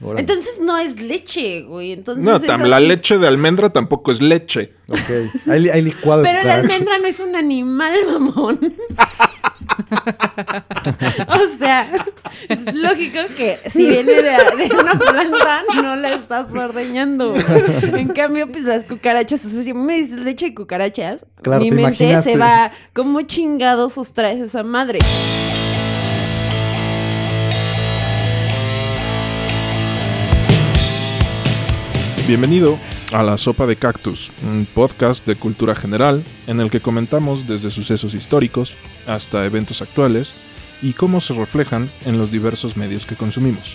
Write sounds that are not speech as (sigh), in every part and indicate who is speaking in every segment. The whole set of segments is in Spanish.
Speaker 1: Órale.
Speaker 2: Entonces no es leche, güey. Entonces
Speaker 3: No,
Speaker 2: es
Speaker 3: tam-
Speaker 2: así.
Speaker 3: la leche de almendra tampoco es leche.
Speaker 1: Ok. Hay, li- hay licuados.
Speaker 2: Pero la
Speaker 1: para-
Speaker 2: almendra no es un animal, (laughs) mamón. o sea, es lógico que si viene de, de una planta, no la estás ordeñando. güey. En cambio, pues las cucarachas, o sea, si me dices leche de cucarachas,
Speaker 1: Claro,
Speaker 2: mi
Speaker 1: te
Speaker 2: mente
Speaker 1: imaginaste.
Speaker 2: se va, ¿cómo chingados sustraes esa madre?
Speaker 3: Bienvenido a La Sopa de Cactus, un podcast de cultura general en el que comentamos desde sucesos históricos hasta eventos actuales y cómo se reflejan en los diversos medios que consumimos.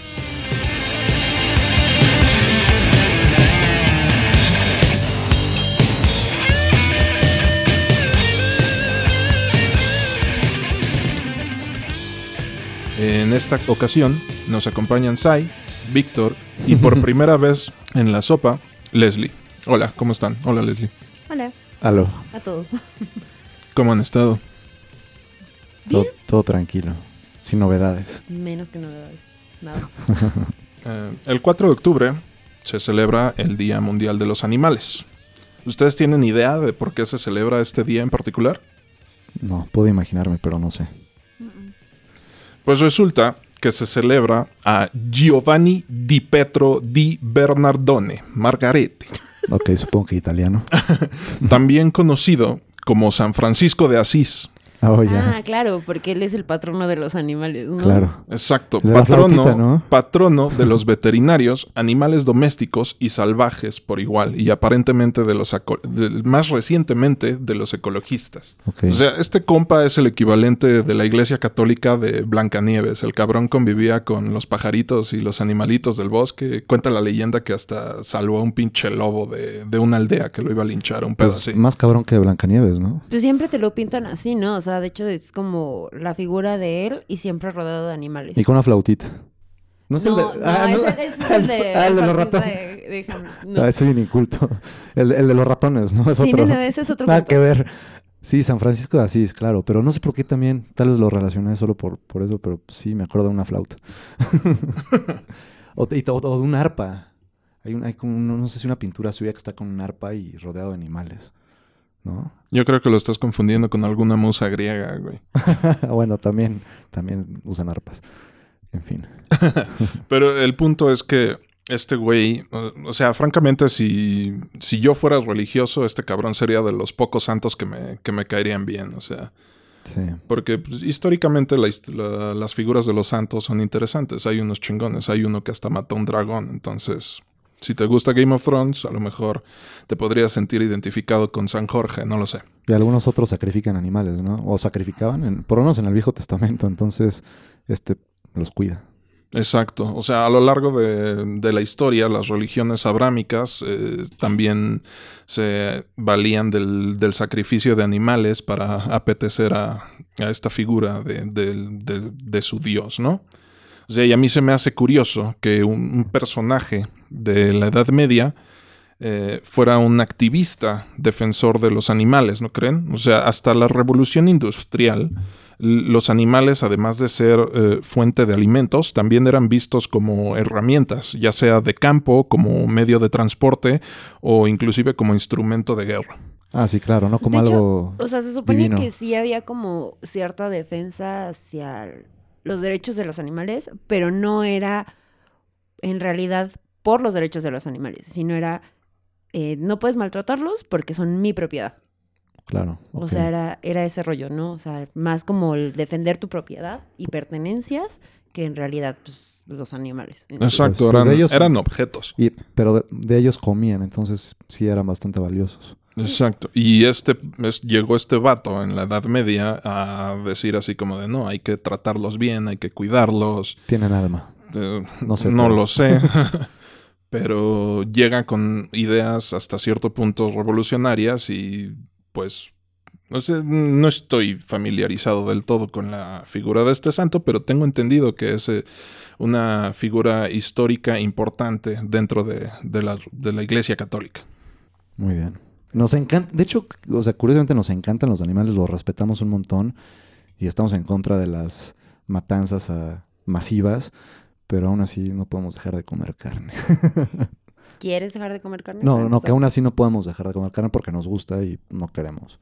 Speaker 3: En esta ocasión nos acompañan Sai, Víctor y por primera vez en la sopa, Leslie. Hola, ¿cómo están? Hola Leslie.
Speaker 2: Hola
Speaker 4: Aló,
Speaker 2: a todos.
Speaker 3: ¿Cómo han estado?
Speaker 4: todo, todo tranquilo, sin novedades.
Speaker 2: Menos que novedades. Nada.
Speaker 3: Eh, el 4 de octubre se celebra el Día Mundial de los Animales. ¿Ustedes tienen idea de por qué se celebra este día en particular?
Speaker 4: No, puedo imaginarme, pero no sé.
Speaker 3: Pues resulta que se celebra a Giovanni di Petro di Bernardone Margarete, (laughs)
Speaker 4: Ok, supongo que italiano.
Speaker 3: también conocido como San Francisco de Asís.
Speaker 4: Ah, oh,
Speaker 2: Ah,
Speaker 4: ya,
Speaker 2: claro, porque él es el patrono de los animales, ¿no?
Speaker 4: claro.
Speaker 3: Exacto,
Speaker 4: Le da la
Speaker 3: patrono,
Speaker 4: flautita, ¿no?
Speaker 3: patrono
Speaker 4: (laughs)
Speaker 3: de los veterinarios, animales domésticos y salvajes por igual, y aparentemente de los aco- del- más recientemente de los ecologistas.
Speaker 4: Ok.
Speaker 3: O sea, este compa es el equivalente de la iglesia católica de Blancanieves. El cabrón convivía con los pajaritos y los animalitos del bosque. Cuenta la leyenda que hasta salvó a un pinche lobo de, de una aldea que lo iba a linchar, un pedo
Speaker 4: Pues,
Speaker 3: así.
Speaker 4: Más cabrón que Blancanieves, ¿no?
Speaker 2: Pues siempre te lo pintan así, ¿no? O sea, de hecho es como la figura de él y siempre rodeado de animales.
Speaker 4: Y con una flautita. No
Speaker 2: No, no,
Speaker 4: ah, no,
Speaker 2: ese- ese es el
Speaker 4: (laughs)
Speaker 2: de...
Speaker 4: ah, el de
Speaker 2: el
Speaker 4: los
Speaker 2: partista
Speaker 4: ratones.
Speaker 2: de- de
Speaker 4: (laughs)
Speaker 2: Hamlet.
Speaker 4: Ah,
Speaker 2: No.
Speaker 4: soy un inculto. El, el de los ratones, ¿no? Es
Speaker 2: Sí,
Speaker 4: otro. Ah,
Speaker 2: no, no, ese es otro
Speaker 4: Nada
Speaker 2: punto.
Speaker 4: que ver. Sí, San Francisco de Asís, claro. Pero no sé por qué también. Tal vez lo relacioné solo por, por eso, pero sí, me acuerdo de una flauta. (laughs) o, y to- o de un arpa. Hay, un, hay como, un- no sé si una pintura suya que está con un arpa y rodeado de animales. ¿No? (laughs)
Speaker 3: Yo creo que lo estás confundiendo con alguna musa griega, güey.
Speaker 4: bueno, también, también usan arpas. En fin.
Speaker 3: Pero el punto es que este güey, o- o sea, francamente, si, si yo fuera religioso, este cabrón sería de los pocos santos que me, que me caerían bien, o sea.
Speaker 4: Sí.
Speaker 3: Porque pues, históricamente la hist- la- las figuras de los santos son interesantes. Hay unos chingones, hay uno que hasta mató a un dragón. Entonces, si te gusta Game of Thrones, a lo mejor te podrías sentir identificado con San Jorge, no lo sé.
Speaker 4: Y algunos otros sacrifican animales, ¿no? O sacrificaban, en- por lo menos en el Viejo Testamento. Entonces, este los cuida.
Speaker 3: Exacto. O sea, a lo largo de, de la historia, las religiones abrámicas eh, también se valían del, del sacrificio de animales para apetecer a, a esta figura de, del- de- de su dios, ¿no? O sea, y a mí se me hace curioso que un, un personaje de la Edad Media eh, fuera un activista defensor de los animales, ¿no creen? O sea, hasta la revolución industrial, l- los animales, además de ser eh, fuente de alimentos, también eran vistos como herramientas, ya sea de campo, como medio de transporte o inclusive como instrumento de guerra.
Speaker 4: Ah, sí, claro, ¿no? Como
Speaker 2: De hecho,
Speaker 4: algo.
Speaker 2: O sea, se supone
Speaker 4: divino.
Speaker 2: que sí había como cierta defensa hacia el- los derechos de los animales, pero no era en realidad por los derechos de los animales, sino era eh, no puedes maltratarlos porque son mi propiedad.
Speaker 4: Claro.
Speaker 2: O
Speaker 4: ok.
Speaker 2: sea, era, era ese rollo, ¿no? O sea, más como el defender tu propiedad y pertenencias que en realidad, pues, los animales. en sí.
Speaker 3: Exacto,
Speaker 4: pues
Speaker 3: eran,
Speaker 4: ellos-
Speaker 3: eran objetos.
Speaker 4: Y- pero de, de ellos comían, entonces sí eran bastante valiosos.
Speaker 3: Exacto. Y este es- llegó este vato en la Edad Media a decir así como de no, hay que tratarlos bien, hay que cuidarlos.
Speaker 4: Tienen alma.
Speaker 3: Eh,
Speaker 4: No sé.
Speaker 3: no
Speaker 4: pero- (laughs)
Speaker 3: lo sé. Pero llega con ideas hasta cierto punto revolucionarias y pues no sé, no estoy familiarizado del todo con la figura de este santo, pero tengo entendido que es eh, una figura histórica importante dentro de, de la, de la Iglesia Católica.
Speaker 4: Muy bien. Nos encanta. De hecho, o sea, curiosamente nos encantan los animales, los respetamos un montón y estamos en contra de las matanzas ah, masivas. Pero aún así no podemos dejar de comer carne. (laughs)
Speaker 2: ¿Quieres dejar de comer carne?
Speaker 4: No,
Speaker 2: Para
Speaker 4: no, que
Speaker 2: empezar.
Speaker 4: aún así no podemos dejar de comer carne porque nos gusta y no queremos.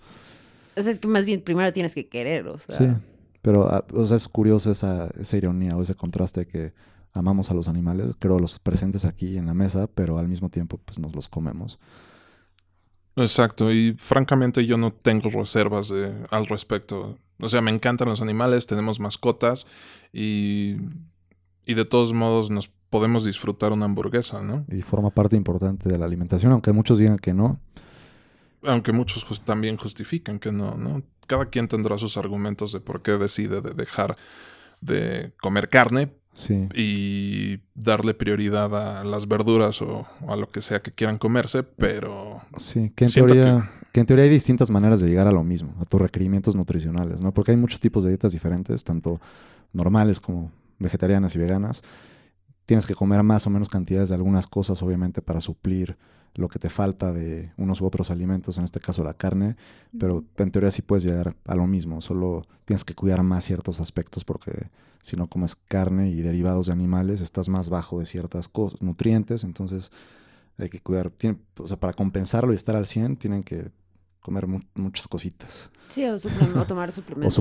Speaker 2: O sea, es que más bien primero tienes que querer, o sea.
Speaker 4: Sí, pero ah, o sea, es curioso esa, esa ironía o ese contraste que amamos a los animales, creo los presentes aquí en la mesa, pero al mismo tiempo pues nos los comemos.
Speaker 3: Exacto, y francamente yo no tengo reservas de- al respecto. O sea, me encantan los animales, tenemos mascotas y, y de todos modos nos podemos disfrutar una hamburguesa, ¿no?
Speaker 4: Y forma parte importante de la alimentación, aunque muchos digan que no.
Speaker 3: Aunque muchos jus- también justifican que no, ¿no? Cada quien tendrá sus argumentos de por qué decide de dejar de comer carne
Speaker 4: Sí,
Speaker 3: y darle prioridad a las verduras o, o a lo que sea que quieran comerse, pero
Speaker 4: sí, que en,
Speaker 3: Siento
Speaker 4: teoría, que... en teoría hay distintas maneras de llegar a lo mismo, a tus requerimientos nutricionales, ¿no? Porque hay muchos tipos de dietas diferentes, tanto normales como vegetarianas y veganas. Tienes que comer más o menos cantidades de algunas cosas, obviamente, para suplir lo que te falta de unos u otros alimentos, en este caso la carne, pero en teoría sí puedes llegar a lo mismo, solo tienes que cuidar más ciertos aspectos porque si no comes carne y derivados de animales, estás más bajo de ciertas cosas, nutrientes, entonces hay que cuidar, tienen- o sea, para compensarlo y estar al 100 tienen que comer mu- muchas cositas
Speaker 2: Sí, o, suple- o tomar
Speaker 4: o
Speaker 2: suplementos. alimenticios.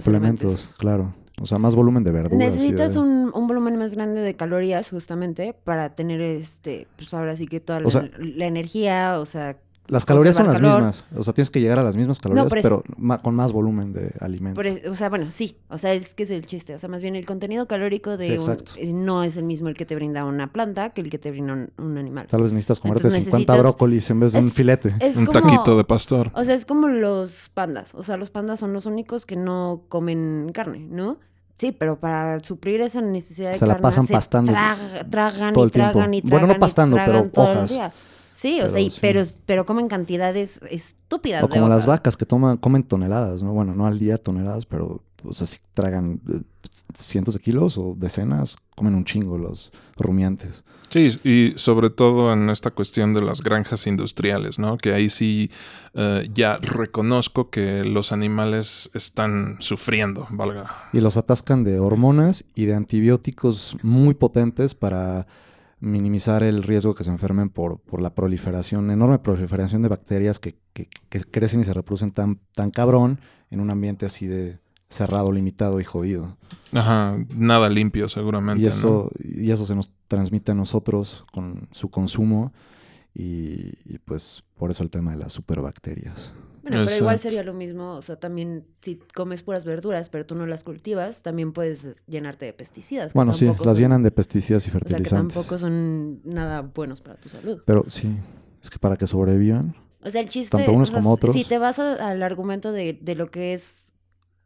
Speaker 4: suplementos, claro, o sea, más volumen de verduras. y
Speaker 2: Necesitas
Speaker 4: de-
Speaker 2: un, un volumen más grande de calorías justamente para tener este, pues ahora sí que toda la,
Speaker 4: O sea-
Speaker 2: la energía, o sea,
Speaker 4: Las calorías son las
Speaker 2: conservar calor.
Speaker 4: mismas, o sea, tienes que llegar a las mismas calorías,
Speaker 2: por
Speaker 4: pero
Speaker 2: eso-
Speaker 4: ma- con más volumen de alimentos.
Speaker 2: por e- o sea, bueno, sí, o sea, es que es el chiste, o sea, más bien el contenido calórico
Speaker 4: Sí,
Speaker 2: de un-
Speaker 4: exacto.
Speaker 2: eh, no es el mismo el que te brinda una planta que el que te brinda un, un animal.
Speaker 4: Tal vez necesitas comerte
Speaker 2: Entonces
Speaker 4: 50
Speaker 2: necesitas-
Speaker 4: brócolis en vez de un
Speaker 2: es-
Speaker 4: filete.
Speaker 2: Es
Speaker 3: un
Speaker 2: como-
Speaker 3: taquito de pastor.
Speaker 2: O sea, es como los pandas. O sea, los pandas son los únicos que no comen carne, ¿no? Sí, pero para suplir esa necesidad de
Speaker 4: Se la
Speaker 2: carne,
Speaker 4: pasan pastando
Speaker 2: traga- tragan
Speaker 4: todo
Speaker 2: y
Speaker 4: el tiempo.
Speaker 2: tragan y tragan.
Speaker 4: Bueno, no
Speaker 2: y
Speaker 4: pastando, pero
Speaker 2: tragan todo el
Speaker 4: hojas.
Speaker 2: día. Sí, o
Speaker 4: Pero
Speaker 2: sea, y-
Speaker 4: sí.
Speaker 2: pero, pero comen cantidades estúpidas.
Speaker 4: O
Speaker 2: de
Speaker 4: como las
Speaker 2: hojas.
Speaker 4: vacas que toman, comen toneladas, ¿no? Bueno, no al día toneladas, pero, o sea, si tragan eh, cientos de kilos o decenas, comen un chingo los rumiantes.
Speaker 3: Sí, y sobre todo en esta cuestión de las granjas industriales, ¿no? Que ahí sí eh, ya reconozco que los animales están sufriendo, valga.
Speaker 4: Y los atascan de hormonas y de antibióticos muy potentes para minimizar el riesgo que se enfermen por, por la proliferación, enorme proliferación de bacterias que, que- que crecen y se reproducen tan, tan cabrón en un ambiente así de cerrado, limitado y jodido.
Speaker 3: Ajá, nada limpio seguramente,
Speaker 4: Y eso, y eso se nos transmite a nosotros con su consumo y, y, pues por eso el tema de las superbacterias.
Speaker 2: Bueno, pero igual
Speaker 3: Exacto.
Speaker 2: sería lo mismo. O sea, también si comes puras verduras, pero tú no las cultivas, también puedes llenarte de pesticidas. que
Speaker 4: Bueno, sí,
Speaker 2: tampoco
Speaker 4: las
Speaker 2: son-
Speaker 4: llenan de pesticidas y
Speaker 2: O sea, que
Speaker 4: fertilizantes.
Speaker 2: tampoco son nada buenos para tu salud.
Speaker 4: Pero sí, es que para que sobrevivan,
Speaker 2: O sea, el chiste.
Speaker 4: Tanto unos
Speaker 2: o sea,
Speaker 4: como otros.
Speaker 2: Si te vas a- al argumento de, de lo que es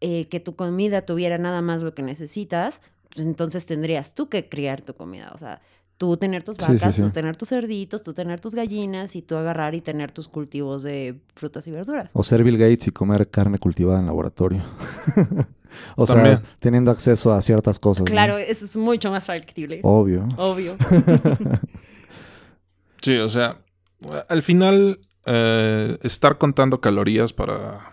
Speaker 2: eh, que tu comida tuviera nada más lo que necesitas, pues entonces tendrías tú que criar tu comida. O sea, tú tener tus
Speaker 4: Sí, sí,
Speaker 2: vacas, tú
Speaker 4: sí.
Speaker 2: tener tus cerditos, tú tener tus gallinas y tú agarrar y tener tus cultivos de frutas y verduras.
Speaker 4: o ser Bill Gates y comer carne cultivada en laboratorio. (laughs) o sea,
Speaker 3: También.
Speaker 4: teniendo acceso a ciertas cosas. ¿no?
Speaker 2: Claro, eso es mucho más factible.
Speaker 4: Obvio.
Speaker 2: Obvio.
Speaker 3: Sí, o sea, al final eh, estar contando calorías para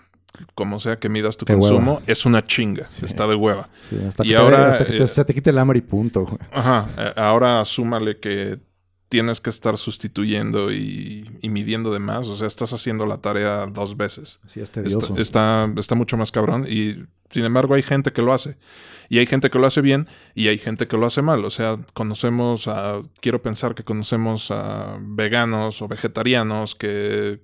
Speaker 3: como sea que midas tu
Speaker 4: Qué
Speaker 3: consumo es una chinga,
Speaker 4: Sí.
Speaker 3: está de hueva.
Speaker 4: Sí, hasta
Speaker 3: Y
Speaker 4: que, te-
Speaker 3: ahora,
Speaker 4: hasta que te-
Speaker 3: eh,
Speaker 4: se te quite el hambre y punto. güey.
Speaker 3: Ajá, eh, ahora súmale que tienes que estar sustituyendo y, y midiendo de más, o sea, estás haciendo la tarea dos veces.
Speaker 4: Sí, es
Speaker 3: Está,
Speaker 4: tedioso.
Speaker 3: está, está mucho más cabrón y sin embargo hay gente que lo hace. Y hay gente que lo hace bien y hay gente que lo hace mal. O sea, conocemos a, quiero pensar que conocemos a veganos o vegetarianos que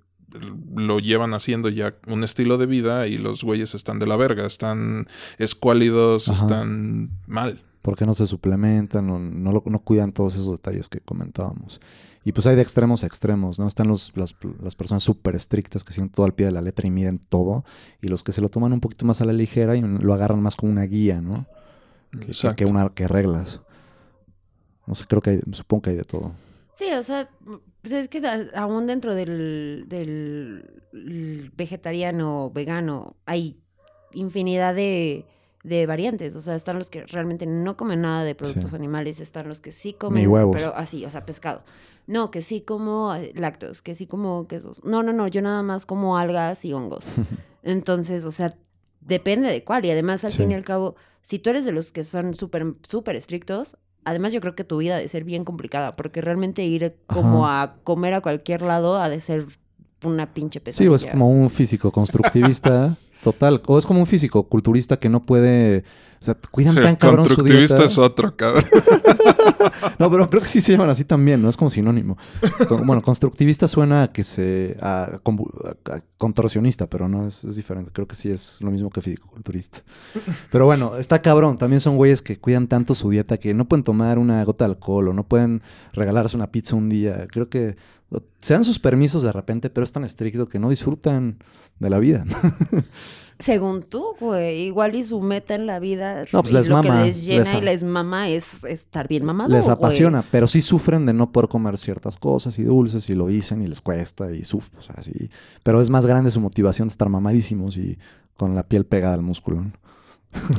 Speaker 3: lo llevan haciendo ya un estilo de vida y los güeyes están de la verga, están escuálidos,
Speaker 4: Ajá.
Speaker 3: están mal.
Speaker 4: ¿Por qué no se suplementan? o no, lo- no cuidan todos esos detalles que comentábamos. Y pues hay de extremos a extremos, ¿no? Están los, las, las personas súper estrictas que siguen todo al pie de la letra y miden todo. Y los que se lo toman un poquito más a la ligera y lo agarran más como una guía, ¿no? Que- Que,
Speaker 3: Exacto.
Speaker 4: que una, que reglas. No sé, creo que hay, supongo que hay de todo.
Speaker 2: Sí, o sea, pues es que a- aún dentro del, del l- vegetariano, vegano, hay infinidad de, de variantes. O sea, están los que realmente no comen nada de productos
Speaker 4: Sí.
Speaker 2: animales, están los que sí comen,
Speaker 4: huevos.
Speaker 2: pero así, o sea, pescado. No, que sí como eh, lácteos, que sí como quesos. No, no, no, yo nada más como algas y hongos.
Speaker 4: (laughs)
Speaker 2: Entonces, o sea, depende de cuál. Y además, al
Speaker 4: Sí.
Speaker 2: fin y al cabo, si tú eres de los que son súper, súper estrictos, Además, yo creo que tu vida ha de ser bien complicada, porque realmente ir como a comer a cualquier lado ha de ser una pinche
Speaker 4: Sí,
Speaker 2: pesadilla.
Speaker 4: o es como un físico constructivista total. O es como un físico culturista que no puede. O sea, cuidan
Speaker 3: Sí,
Speaker 4: tan cabrón su
Speaker 3: constructivista
Speaker 4: dieta.
Speaker 3: es otro, cabrón.
Speaker 4: No, pero creo que sí se llaman así también, ¿no? Es como sinónimo. Con- bueno, constructivista suena a que se. a, convu- a- a contorsionista, pero no, es, es diferente. Creo que sí es lo mismo que fisiculturista. Pero bueno, está cabrón. También son güeyes que cuidan tanto su dieta que no pueden tomar una gota de alcohol o no pueden regalarse una pizza un día. Creo que. o- Se dan sus permisos de repente, pero es tan estricto que no disfrutan de la vida.
Speaker 2: Según tú, güey, igual y su meta en la vida,
Speaker 4: No, pues
Speaker 2: y
Speaker 4: les
Speaker 2: lo
Speaker 4: mama,
Speaker 2: que les llena
Speaker 4: les a-
Speaker 2: y les mama es estar bien mamado,
Speaker 4: les
Speaker 2: güey.
Speaker 4: apasiona, pero sí sufren de no poder comer ciertas cosas y dulces y lo dicen y les cuesta y sufren, o sea, sí. Pero es más grande su motivación de estar mamadísimos y con la piel pegada al músculo. ¿no?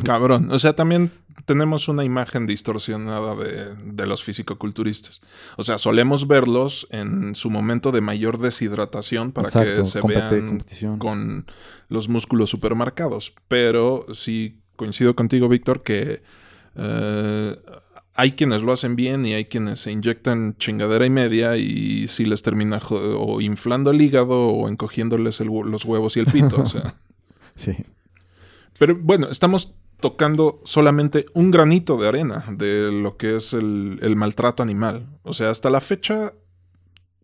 Speaker 3: Cabrón. O sea, también tenemos una imagen distorsionada de, de los fisicoculturistas. O sea, solemos verlos en su momento de mayor deshidratación para
Speaker 4: Exacto,
Speaker 3: que se
Speaker 4: competi-
Speaker 3: vean
Speaker 4: competición.
Speaker 3: con los músculos supermarcados. Pero sí coincido contigo, Víctor, que eh, hay quienes lo hacen bien y hay quienes se inyectan chingadera y media y sí les termina jo- o inflando el hígado o encogiéndoles el hue- los huevos y el pito.
Speaker 4: (laughs)
Speaker 3: o sea.
Speaker 4: Sí.
Speaker 3: Pero bueno, estamos tocando solamente un granito de arena de lo que es el, el maltrato animal. O sea, hasta la fecha,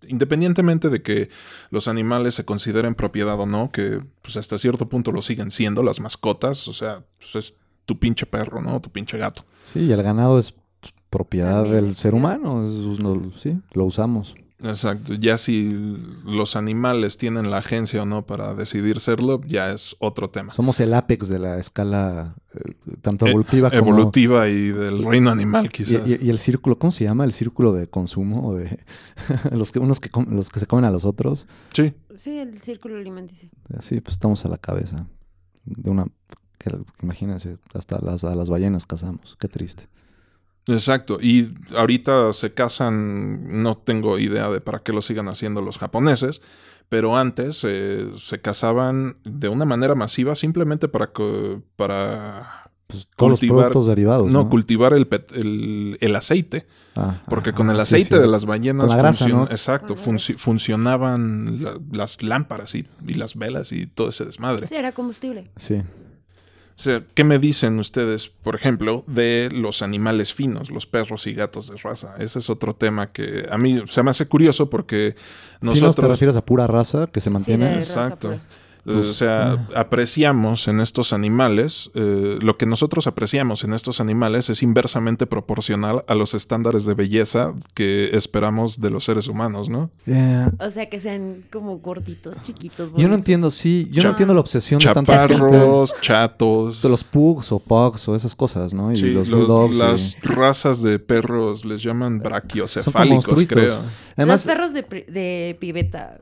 Speaker 3: independientemente de que los animales se consideren propiedad o no, que pues hasta cierto punto lo siguen siendo, las mascotas, o sea, pues, es tu pinche perro, ¿no? Tu pinche gato.
Speaker 4: Sí, y el ganado es pues, propiedad
Speaker 2: También
Speaker 4: del
Speaker 2: es
Speaker 4: ser
Speaker 2: propiedad.
Speaker 4: humano, es- no- sí, lo usamos.
Speaker 3: Exacto, ya si los animales tienen la agencia o no para decidir serlo, ya es otro tema.
Speaker 4: Somos el apex de la escala eh, tanto
Speaker 3: Eh,
Speaker 4: evolutiva como
Speaker 3: Evolutiva y del reino animal,
Speaker 4: Y,
Speaker 3: quizás.
Speaker 4: y- y el círculo, ¿cómo se llama? El círculo de consumo o de (laughs) los que unos que com- los que se comen a los otros.
Speaker 3: Sí.
Speaker 2: Sí, el círculo alimenticio.
Speaker 4: Sí, pues estamos a la cabeza de una... Que, imagínense, hasta las, a las ballenas cazamos. Qué triste.
Speaker 3: Exacto, y ahorita se casan, no tengo idea de para qué lo sigan haciendo los japoneses, pero antes eh, se casaban de una manera masiva simplemente para... co- para
Speaker 4: Pues, todos los
Speaker 3: Cultivar-
Speaker 4: productos derivados. Pues No,
Speaker 3: no, cultivar el, pet- el, el aceite,
Speaker 4: Ah,
Speaker 3: porque
Speaker 4: ah,
Speaker 3: con el
Speaker 4: sí,
Speaker 3: aceite
Speaker 4: sí.
Speaker 3: de las ballenas
Speaker 4: Con la grasa,
Speaker 3: funcion-
Speaker 4: ¿no?
Speaker 3: exacto,
Speaker 2: Con la
Speaker 3: funci- funcionaban la- las lámparas y, y las velas y todo ese desmadre.
Speaker 2: Sí, era combustible.
Speaker 4: Sí.
Speaker 3: O sea, ¿qué me dicen ustedes, por ejemplo, de los animales finos, los perros y gatos de raza? Ese es otro tema que a mí se me hace curioso porque
Speaker 4: Finos te
Speaker 3: nosotros,
Speaker 4: refieres pues, a pura raza que se mantiene...
Speaker 2: de- raza
Speaker 3: exacto,
Speaker 2: pura.
Speaker 3: o sea, apreciamos en estos animales, eh, lo que nosotros apreciamos en estos animales es inversamente proporcional a los estándares de belleza que esperamos de los seres humanos, ¿no?
Speaker 4: Yeah.
Speaker 2: O sea, que sean como gorditos,
Speaker 4: Yo
Speaker 2: chiquitos.
Speaker 4: no
Speaker 2: bonitos.
Speaker 4: entiendo, sí. Yo
Speaker 3: Cha-
Speaker 4: no entiendo la obsesión de tanta gente.
Speaker 3: Chaparros,
Speaker 4: (laughs)
Speaker 3: chatos.
Speaker 4: De los pugs o pugs o esas cosas, ¿no? Y
Speaker 3: Sí,
Speaker 4: los
Speaker 3: los-
Speaker 4: bulldogs. y-
Speaker 3: las razas de perros les llaman braquiocefálicos,
Speaker 4: monstruitos.
Speaker 3: creo.
Speaker 4: Además,
Speaker 2: Los perros de, pri- de pibeta.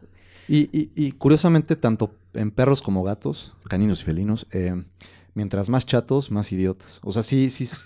Speaker 4: Y, y- y curiosamente, tanto en perros como gatos, caninos y felinos, eh, mientras más chatos, más idiotas. O sea, sí, sí. s-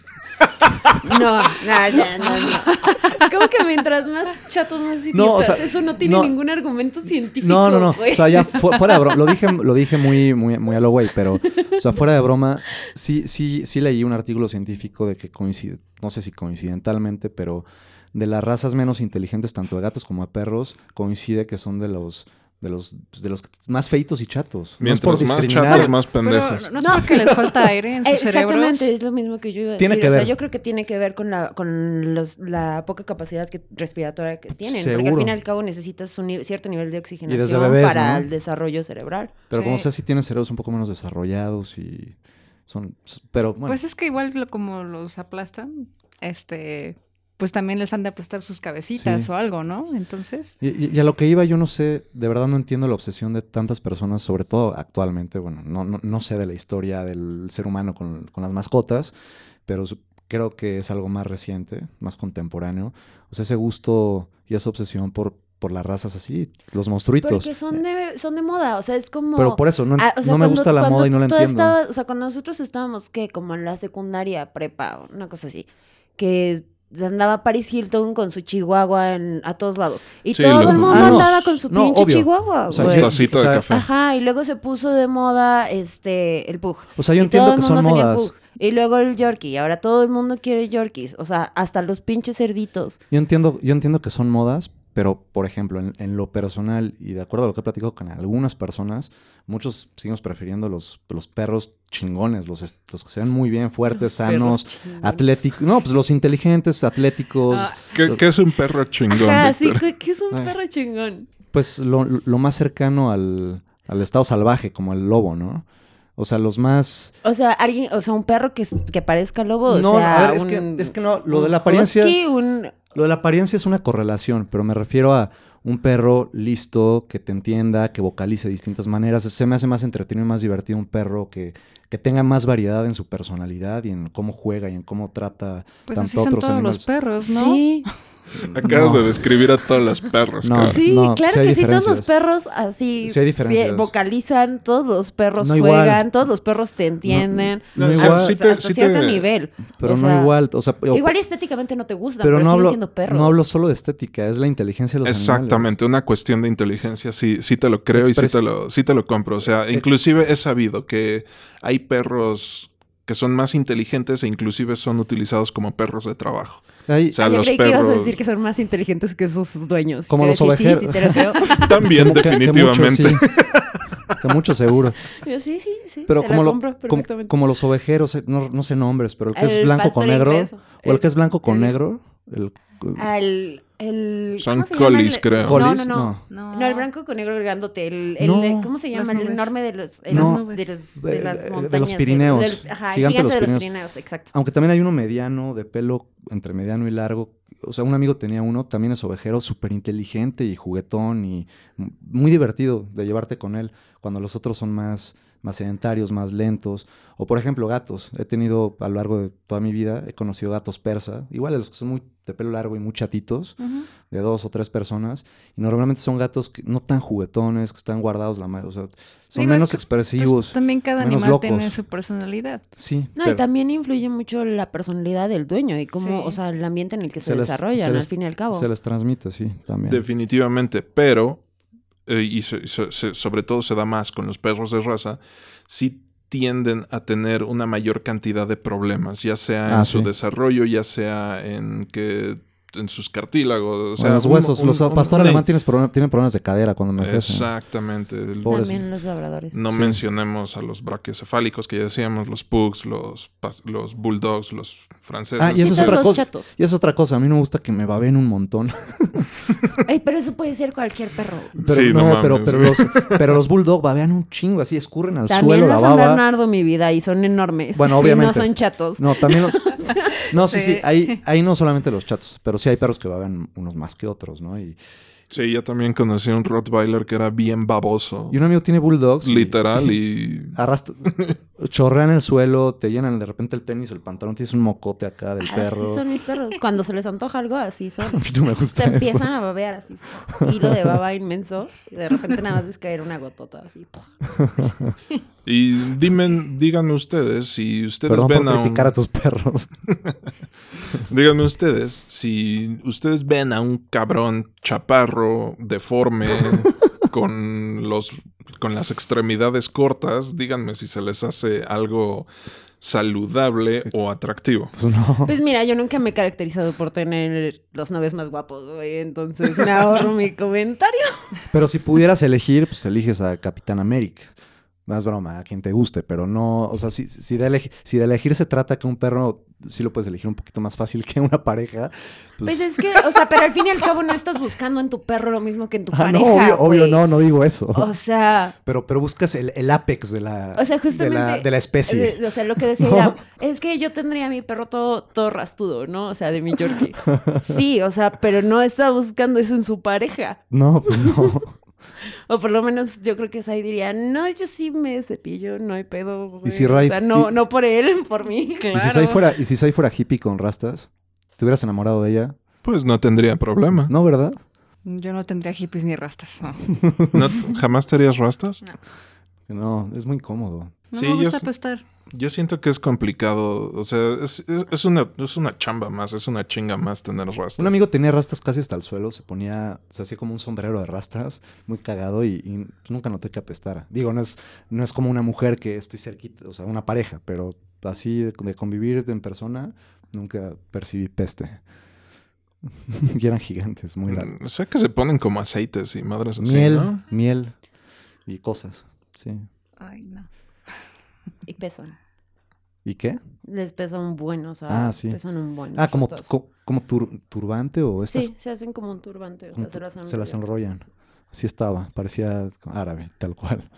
Speaker 2: No, no, no, no, no. ¿Cómo que mientras más chatos, más idiotas?
Speaker 4: No, o sea,
Speaker 2: Eso no tiene
Speaker 4: no.
Speaker 2: ningún argumento científico.
Speaker 4: No, no, no.
Speaker 2: güey.
Speaker 4: O sea, ya fu- fuera de broma. Lo dije, lo dije muy, muy, muy a lo güey, pero, o sea, fuera de broma, sí, sí, sí leí un artículo científico de que coincide, no sé si coincidentalmente, pero de las razas menos inteligentes, tanto de gatos como de perros, coincide que son de los. De los, pues, de los más feitos y chatos. No es por
Speaker 3: Mientras más
Speaker 4: discriminar.
Speaker 3: chatos, más pendejos.
Speaker 5: Pero no es porque les falta aire en (laughs)
Speaker 2: Eh,
Speaker 5: sus cerebros.
Speaker 2: Exactamente, es lo mismo que yo iba a
Speaker 4: Tiene
Speaker 2: decir.
Speaker 4: que
Speaker 2: o sea,
Speaker 4: ver.
Speaker 2: yo creo que tiene que ver con la, con los, la poca capacidad que, respiratoria que tienen. Porque al
Speaker 4: Seguro.
Speaker 2: fin y al cabo necesitas un ni- cierto nivel de oxigenación
Speaker 4: bebés,
Speaker 2: para
Speaker 4: ¿no?
Speaker 2: el desarrollo cerebral.
Speaker 4: Pero como
Speaker 5: Sí.
Speaker 4: sea, sí tienen cerebros un poco menos desarrollados y son... s- Pero bueno,
Speaker 5: Pues es que igual lo- como los aplastan, este, pues también les han de aplastar sus cabecitas
Speaker 4: Sí.
Speaker 5: o algo, ¿no? Entonces,
Speaker 4: y, y- y a lo que iba yo no sé, de verdad no entiendo la obsesión de tantas personas, sobre todo actualmente, bueno, no, no, no sé de la historia del ser humano con, con las mascotas, pero su- creo que es algo más reciente, más contemporáneo. O sea, ese gusto y esa obsesión por, por las razas así, los monstruitos.
Speaker 2: Porque son de, son de moda. O sea, es como.
Speaker 4: Pero por eso, no,
Speaker 2: Ah, o sea,
Speaker 4: no me
Speaker 2: cuando-
Speaker 4: gusta la
Speaker 2: cuando
Speaker 4: moda y no la
Speaker 2: tú
Speaker 4: entiendo.
Speaker 2: estabas- o sea, cuando nosotros estábamos, ¿qué? Como en la secundaria, prepa, o una cosa así, que andaba Paris Hilton con su chihuahua en- a todos lados. Y
Speaker 3: Sí,
Speaker 2: todo
Speaker 3: lo-
Speaker 2: el mundo
Speaker 4: Ah, no,
Speaker 2: andaba con su
Speaker 4: no,
Speaker 2: pinche
Speaker 4: obvio.
Speaker 2: chihuahua,
Speaker 4: O sea,
Speaker 2: güey.
Speaker 4: yo-
Speaker 3: Tacita
Speaker 4: o sea,
Speaker 3: de café.
Speaker 2: Ajá, y luego se puso de moda este el pug.
Speaker 4: O sea, Ah, yo
Speaker 2: Y todo
Speaker 4: entiendo
Speaker 2: el
Speaker 4: que son
Speaker 2: mundo tenía
Speaker 4: modas.
Speaker 2: pug. Y luego el Yorkie. Ahora todo el mundo quiere Yorkies. O sea, hasta los pinches cerditos.
Speaker 4: Yo entiendo, yo entiendo que son modas, pero por ejemplo, en, en lo personal y de acuerdo a lo que he platicado con algunas personas, muchos seguimos prefiriendo los, los perros chingones, los, est- los que se ven muy bien, fuertes, sanos, atléticos. No, pues los inteligentes, atléticos.
Speaker 5: Ah.
Speaker 3: ¿Qué, qué es un perro chingón?
Speaker 2: Ajá, sí,
Speaker 3: Víctor?
Speaker 2: que es un
Speaker 4: Ay.
Speaker 2: perro chingón.
Speaker 4: Pues lo, lo más cercano al, al estado salvaje, como el lobo, ¿no? O sea, los más.
Speaker 2: O sea, alguien, o sea, un perro que, s- que parezca lobo. o
Speaker 4: no,
Speaker 2: sea,
Speaker 4: a ver, es,
Speaker 2: un-
Speaker 4: que, es que no, lo
Speaker 2: un
Speaker 4: de la apariencia.
Speaker 2: husky, un-
Speaker 4: Lo de la apariencia es una correlación, pero me refiero a un perro listo, que te entienda, que vocalice de distintas maneras. Se me hace más entretenido y más divertido un perro que, que tenga más variedad en su personalidad y en cómo juega y en cómo trata
Speaker 5: Pues
Speaker 4: tanto
Speaker 5: así son
Speaker 4: otros
Speaker 5: todos
Speaker 4: animales.
Speaker 5: los
Speaker 3: Pues,
Speaker 5: perros, ¿no?
Speaker 3: (laughs)
Speaker 2: Sí,
Speaker 3: Acabas
Speaker 4: No.
Speaker 3: de describir a todos los perros.
Speaker 4: No.
Speaker 3: cabrón.
Speaker 2: sí,
Speaker 4: no,
Speaker 2: claro
Speaker 4: sí hay
Speaker 2: que sí, todos los
Speaker 4: diferencias.
Speaker 2: perros así
Speaker 4: Sí hay diferencias.
Speaker 2: de- vocalizan, todos los perros
Speaker 4: No igual.
Speaker 2: juegan, todos los perros te entienden.
Speaker 4: No,
Speaker 3: No,
Speaker 2: o sea,
Speaker 4: igual,
Speaker 3: sí
Speaker 2: hasta-
Speaker 3: te-
Speaker 2: hasta
Speaker 3: sí te-
Speaker 2: cierto nivel.
Speaker 4: pero
Speaker 2: o
Speaker 4: no
Speaker 2: sea,
Speaker 4: igual. O sea, o-
Speaker 2: Igual estéticamente no te gustan, pero,
Speaker 4: pero no hablo,
Speaker 2: siguen siendo perros.
Speaker 4: no hablo solo de estética, es la inteligencia de los animales.
Speaker 3: Exactamente, una cuestión de inteligencia, sí, sí te lo creo y
Speaker 4: Expresi-
Speaker 3: sí te lo, sí te lo compro. O
Speaker 4: Eh,
Speaker 3: sea, inclusive he sabido que hay perros que son más inteligentes e inclusive son utilizados como perros de trabajo.
Speaker 4: Hay-
Speaker 3: O sea,
Speaker 2: Ah, yo
Speaker 3: los
Speaker 2: creí que ibas a
Speaker 3: perros
Speaker 2: decir que son más inteligentes que sus sus dueños.
Speaker 4: Como
Speaker 2: Te
Speaker 4: los
Speaker 2: iba a decir,
Speaker 4: ovejeros.
Speaker 2: Sí, sí, te lo
Speaker 4: (laughs)
Speaker 2: creo.
Speaker 3: también,
Speaker 4: que- que mucho,
Speaker 3: definitivamente.
Speaker 4: sí. Que mucho
Speaker 2: (laughs)
Speaker 4: seguro.
Speaker 2: Yo, sí, sí, sí.
Speaker 4: Pero
Speaker 2: te
Speaker 4: como,
Speaker 2: la
Speaker 4: lo-
Speaker 2: compro
Speaker 4: como,
Speaker 2: perfectamente.
Speaker 4: como los ovejeros, eh, no, no sé nombres, pero el que es
Speaker 2: El
Speaker 4: blanco con
Speaker 2: pastor
Speaker 4: negro.
Speaker 2: inglés.
Speaker 4: O el que es blanco con
Speaker 2: el-
Speaker 4: negro. El, eh,
Speaker 2: Al. El,
Speaker 3: Son
Speaker 2: ¿cómo se llama
Speaker 3: colis,
Speaker 2: el-
Speaker 3: creo.
Speaker 2: No, no,
Speaker 4: ¿Colis?
Speaker 2: no.
Speaker 5: No.
Speaker 2: No, el blanco con negro grandote. El, el-
Speaker 4: No.
Speaker 2: ¿Cómo se llama?
Speaker 5: Las
Speaker 2: El
Speaker 5: nubes.
Speaker 2: enorme de los. el
Speaker 4: No.
Speaker 2: enorme de los-
Speaker 4: De-
Speaker 2: de las
Speaker 4: de- de los
Speaker 2: montañas. el-
Speaker 4: Pirineos.
Speaker 2: del- ajá,
Speaker 4: Gigante de
Speaker 2: el gigante
Speaker 4: los
Speaker 2: de los
Speaker 4: Pirineos. Ah,
Speaker 2: Pirineos, exacto.
Speaker 4: Aunque también hay uno mediano, de pelo entre mediano y largo. O sea, un amigo tenía uno, también es ovejero, súper inteligente y juguetón y m- muy divertido de llevarte con él, cuando los otros son más, más sedentarios, más lentos. O por ejemplo, gatos. He tenido a lo largo de toda mi vida, he conocido gatos persa, igual de los que son muy de pelo largo y muy chatitos,
Speaker 5: Ujú.
Speaker 4: de dos o tres personas. Y normalmente son gatos que no tan juguetones, que están guardados la ma- o sea, son
Speaker 5: Digo, es
Speaker 4: menos
Speaker 5: que,
Speaker 4: expresivos.
Speaker 5: Pues, también cada
Speaker 4: menos
Speaker 5: animal tiene
Speaker 4: locos.
Speaker 5: su personalidad.
Speaker 4: sí.
Speaker 2: No, y
Speaker 4: pero-
Speaker 2: también influye mucho la personalidad del dueño y cómo,
Speaker 5: Sí.
Speaker 2: o sea, el ambiente en el que se,
Speaker 4: Se les-
Speaker 2: desarrollan,
Speaker 4: se les-
Speaker 2: al fin y al cabo.
Speaker 4: Se les transmite, sí, también.
Speaker 3: Definitivamente, pero, eh, y se- se- se- sobre todo se da más con los perros de raza, sí tienden a tener una mayor cantidad de problemas, ya sea en
Speaker 4: Ah,
Speaker 3: su
Speaker 4: sí.
Speaker 3: desarrollo, ya sea en que en sus cartílagos, o
Speaker 4: O
Speaker 3: sea,
Speaker 4: los
Speaker 3: un-
Speaker 4: huesos,
Speaker 3: un-
Speaker 4: los ah,
Speaker 3: un-
Speaker 4: pastor
Speaker 3: una-
Speaker 4: alemán tienes problem- tienen problemas de cadera cuando envejecen.
Speaker 3: Exactamente. el-
Speaker 4: Pobre-
Speaker 2: También los labradores.
Speaker 3: No
Speaker 4: ¿eh? Sí.
Speaker 3: mencionemos a los brachiocefálicos que ya decíamos, los pugs, los, pas- los bulldogs, los franceses.
Speaker 4: Ah, y eso
Speaker 2: Sí,
Speaker 4: es
Speaker 2: todos
Speaker 4: otra
Speaker 2: los
Speaker 4: cosa.
Speaker 2: chatos.
Speaker 4: Y es otra cosa, a mí no me gusta que me baben un montón. (laughs)
Speaker 2: Ay, pero eso puede ser cualquier perro.
Speaker 4: Pero
Speaker 3: Sí, no
Speaker 4: no,
Speaker 3: mames,
Speaker 4: pero, pero,
Speaker 3: güey.
Speaker 4: los, pero los bulldog babean un chingo, así escurren al
Speaker 2: También
Speaker 4: suelo la
Speaker 2: los San
Speaker 4: baba.
Speaker 2: Bernardo, mi vida, y son enormes.
Speaker 4: Bueno,
Speaker 2: (laughs) Y
Speaker 4: obviamente.
Speaker 2: no son chatos.
Speaker 4: No, también.
Speaker 2: (laughs)
Speaker 4: lo- no, sí,
Speaker 5: Sí.
Speaker 4: sí, ahí, ahí no solamente los chatos, pero sí hay perros que babean unos más que otros, ¿no? Y,
Speaker 3: Sí, yo también conocí a un Rottweiler que era bien baboso.
Speaker 4: y un amigo tiene bulldogs. y-
Speaker 3: Literal y...
Speaker 4: (laughs) arrastra, chorrean el suelo, te llenan de repente el tenis o el pantalón, tienes un mocote acá del
Speaker 2: Así
Speaker 4: perro.
Speaker 2: son mis perros. Cuando se les antoja algo, así
Speaker 4: A
Speaker 2: son.
Speaker 4: mí no
Speaker 2: (laughs)
Speaker 4: me
Speaker 2: Se
Speaker 4: gusta eso.
Speaker 2: empiezan a babear así. Hilo de baba inmenso. Y de repente nada más ves caer una gotota así.
Speaker 3: Y dime, díganme ustedes si ustedes
Speaker 4: Perdón
Speaker 3: ven
Speaker 4: por
Speaker 3: a un,
Speaker 4: criticar a tus perros. (laughs)
Speaker 3: díganme ustedes si ustedes ven a un cabrón chaparro
Speaker 4: (laughs)
Speaker 3: deforme con los con las extremidades cortas, díganme si se les hace algo saludable o atractivo.
Speaker 4: Pues no.
Speaker 2: Pues mira, yo nunca me he caracterizado por tener los novios más guapos, güey. Entonces me ahorro mi comentario.
Speaker 4: Pero si pudieras elegir, pues eliges a Capitán América. No es broma, a quien te guste, pero no, o sea, si, si, de, eleg- si de elegir se trata que un perro sí lo puedes elegir un poquito más fácil que una pareja. Pues,
Speaker 2: Pues es que, o sea, pero al fin y al cabo no estás buscando en tu perro lo mismo que en tu
Speaker 4: (laughs) Ah,
Speaker 2: pareja.
Speaker 4: no, obvio, obvio,
Speaker 2: güey.
Speaker 4: no, no digo eso.
Speaker 2: O sea,
Speaker 4: Pero, pero buscas el, el apex de la,
Speaker 2: O
Speaker 4: de
Speaker 2: sea,
Speaker 4: la,
Speaker 2: justamente-
Speaker 4: de la especie.
Speaker 2: Eh, O sea, lo que (laughs) decía
Speaker 4: No.
Speaker 2: Irán, es que yo tendría a mi perro todo, todo rastudo, ¿no? O sea, de mi Yorkie. Sí, o sea, pero no está buscando eso en su pareja.
Speaker 4: No, pues no.
Speaker 2: (laughs) O por lo menos yo creo que Sai diría, no, yo sí me cepillo, no hay pedo. güey".
Speaker 4: si Ray-
Speaker 2: O sea, no,
Speaker 4: y-
Speaker 2: no por él, (laughs) por mí.
Speaker 5: Claro.
Speaker 4: ¿Y si Sai fuera, y si Sai fuera hippie con rastas? ¿Te hubieras enamorado de ella?
Speaker 3: Pues no tendría problema.
Speaker 4: No, ¿verdad?
Speaker 5: Yo no tendría hippies ni rastas. No,
Speaker 3: ¿No t- ¿Jamás te harías rastas?
Speaker 4: No, es muy incómodo.
Speaker 5: no
Speaker 3: Sí,
Speaker 5: me
Speaker 3: yo
Speaker 5: gusta
Speaker 3: sí.
Speaker 5: apestar.
Speaker 3: Yo siento que es complicado, o sea, es, es- es una, es una chamba más, es una chinga más tener rastas.
Speaker 4: Un amigo tenía rastas casi hasta el suelo, se ponía, se hacía como un sombrero de rastas, muy cagado y, y pues, nunca noté que apestara. Digo, no es, no es como una mujer que estoy cerquita, o sea, una pareja, pero así de, de convivir en persona, nunca percibí peste. (laughs) y eran gigantes, muy largos.
Speaker 3: Mm, Sé que se ponen como aceites y madres así,
Speaker 4: miel,
Speaker 3: ¿no?
Speaker 4: miel y cosas. Sí.
Speaker 5: Ay, no.
Speaker 2: Y pesan.
Speaker 4: ¿Y qué?
Speaker 2: Les pesa un buen, o sea,
Speaker 4: Ah, sí.
Speaker 2: pesan un buen.
Speaker 4: Ah, como,
Speaker 2: estos.
Speaker 4: co- como tur- turbante o estas.
Speaker 2: Sí, se hacen como un turbante, o
Speaker 4: como
Speaker 2: sea, se
Speaker 4: tu-
Speaker 2: las hacen.
Speaker 4: enrollan. Así estaba, parecía árabe, tal cual.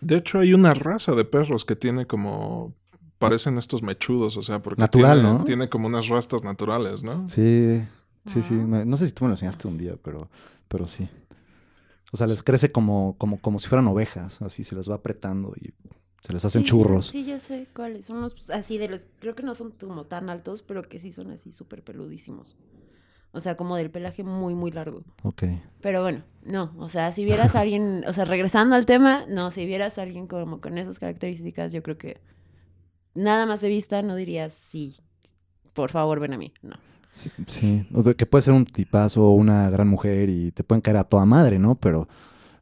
Speaker 3: De hecho, hay una raza de perros que tiene como... Parecen estos mechudos, o sea, porque
Speaker 4: Natural,
Speaker 3: tiene,
Speaker 4: ¿no?
Speaker 3: tiene como unas rastas naturales, ¿no?
Speaker 4: Sí, sí, sí.
Speaker 5: Ah.
Speaker 4: me- no sé si tú me lo enseñaste un día, pero, pero sí. O sea, les crece como, como, como si fueran ovejas, así se les va apretando y se les hacen
Speaker 2: Sí, sí,
Speaker 4: churros.
Speaker 2: Sí, ya sé cuáles. Son los pues, así de los. Creo que no son como tan altos, pero que sí son así súper peludísimos. O sea, como del pelaje muy, muy largo.
Speaker 4: Ok.
Speaker 2: Pero bueno, no. O sea, si vieras a alguien. O sea, regresando al tema, no. Si vieras a alguien como con esas características, yo creo que nada más de vista no dirías sí. Por favor, ven a mí. No.
Speaker 4: Sí, sí. O sea, que puede ser un tipazo o una gran mujer y te pueden caer a toda madre, ¿no? Pero,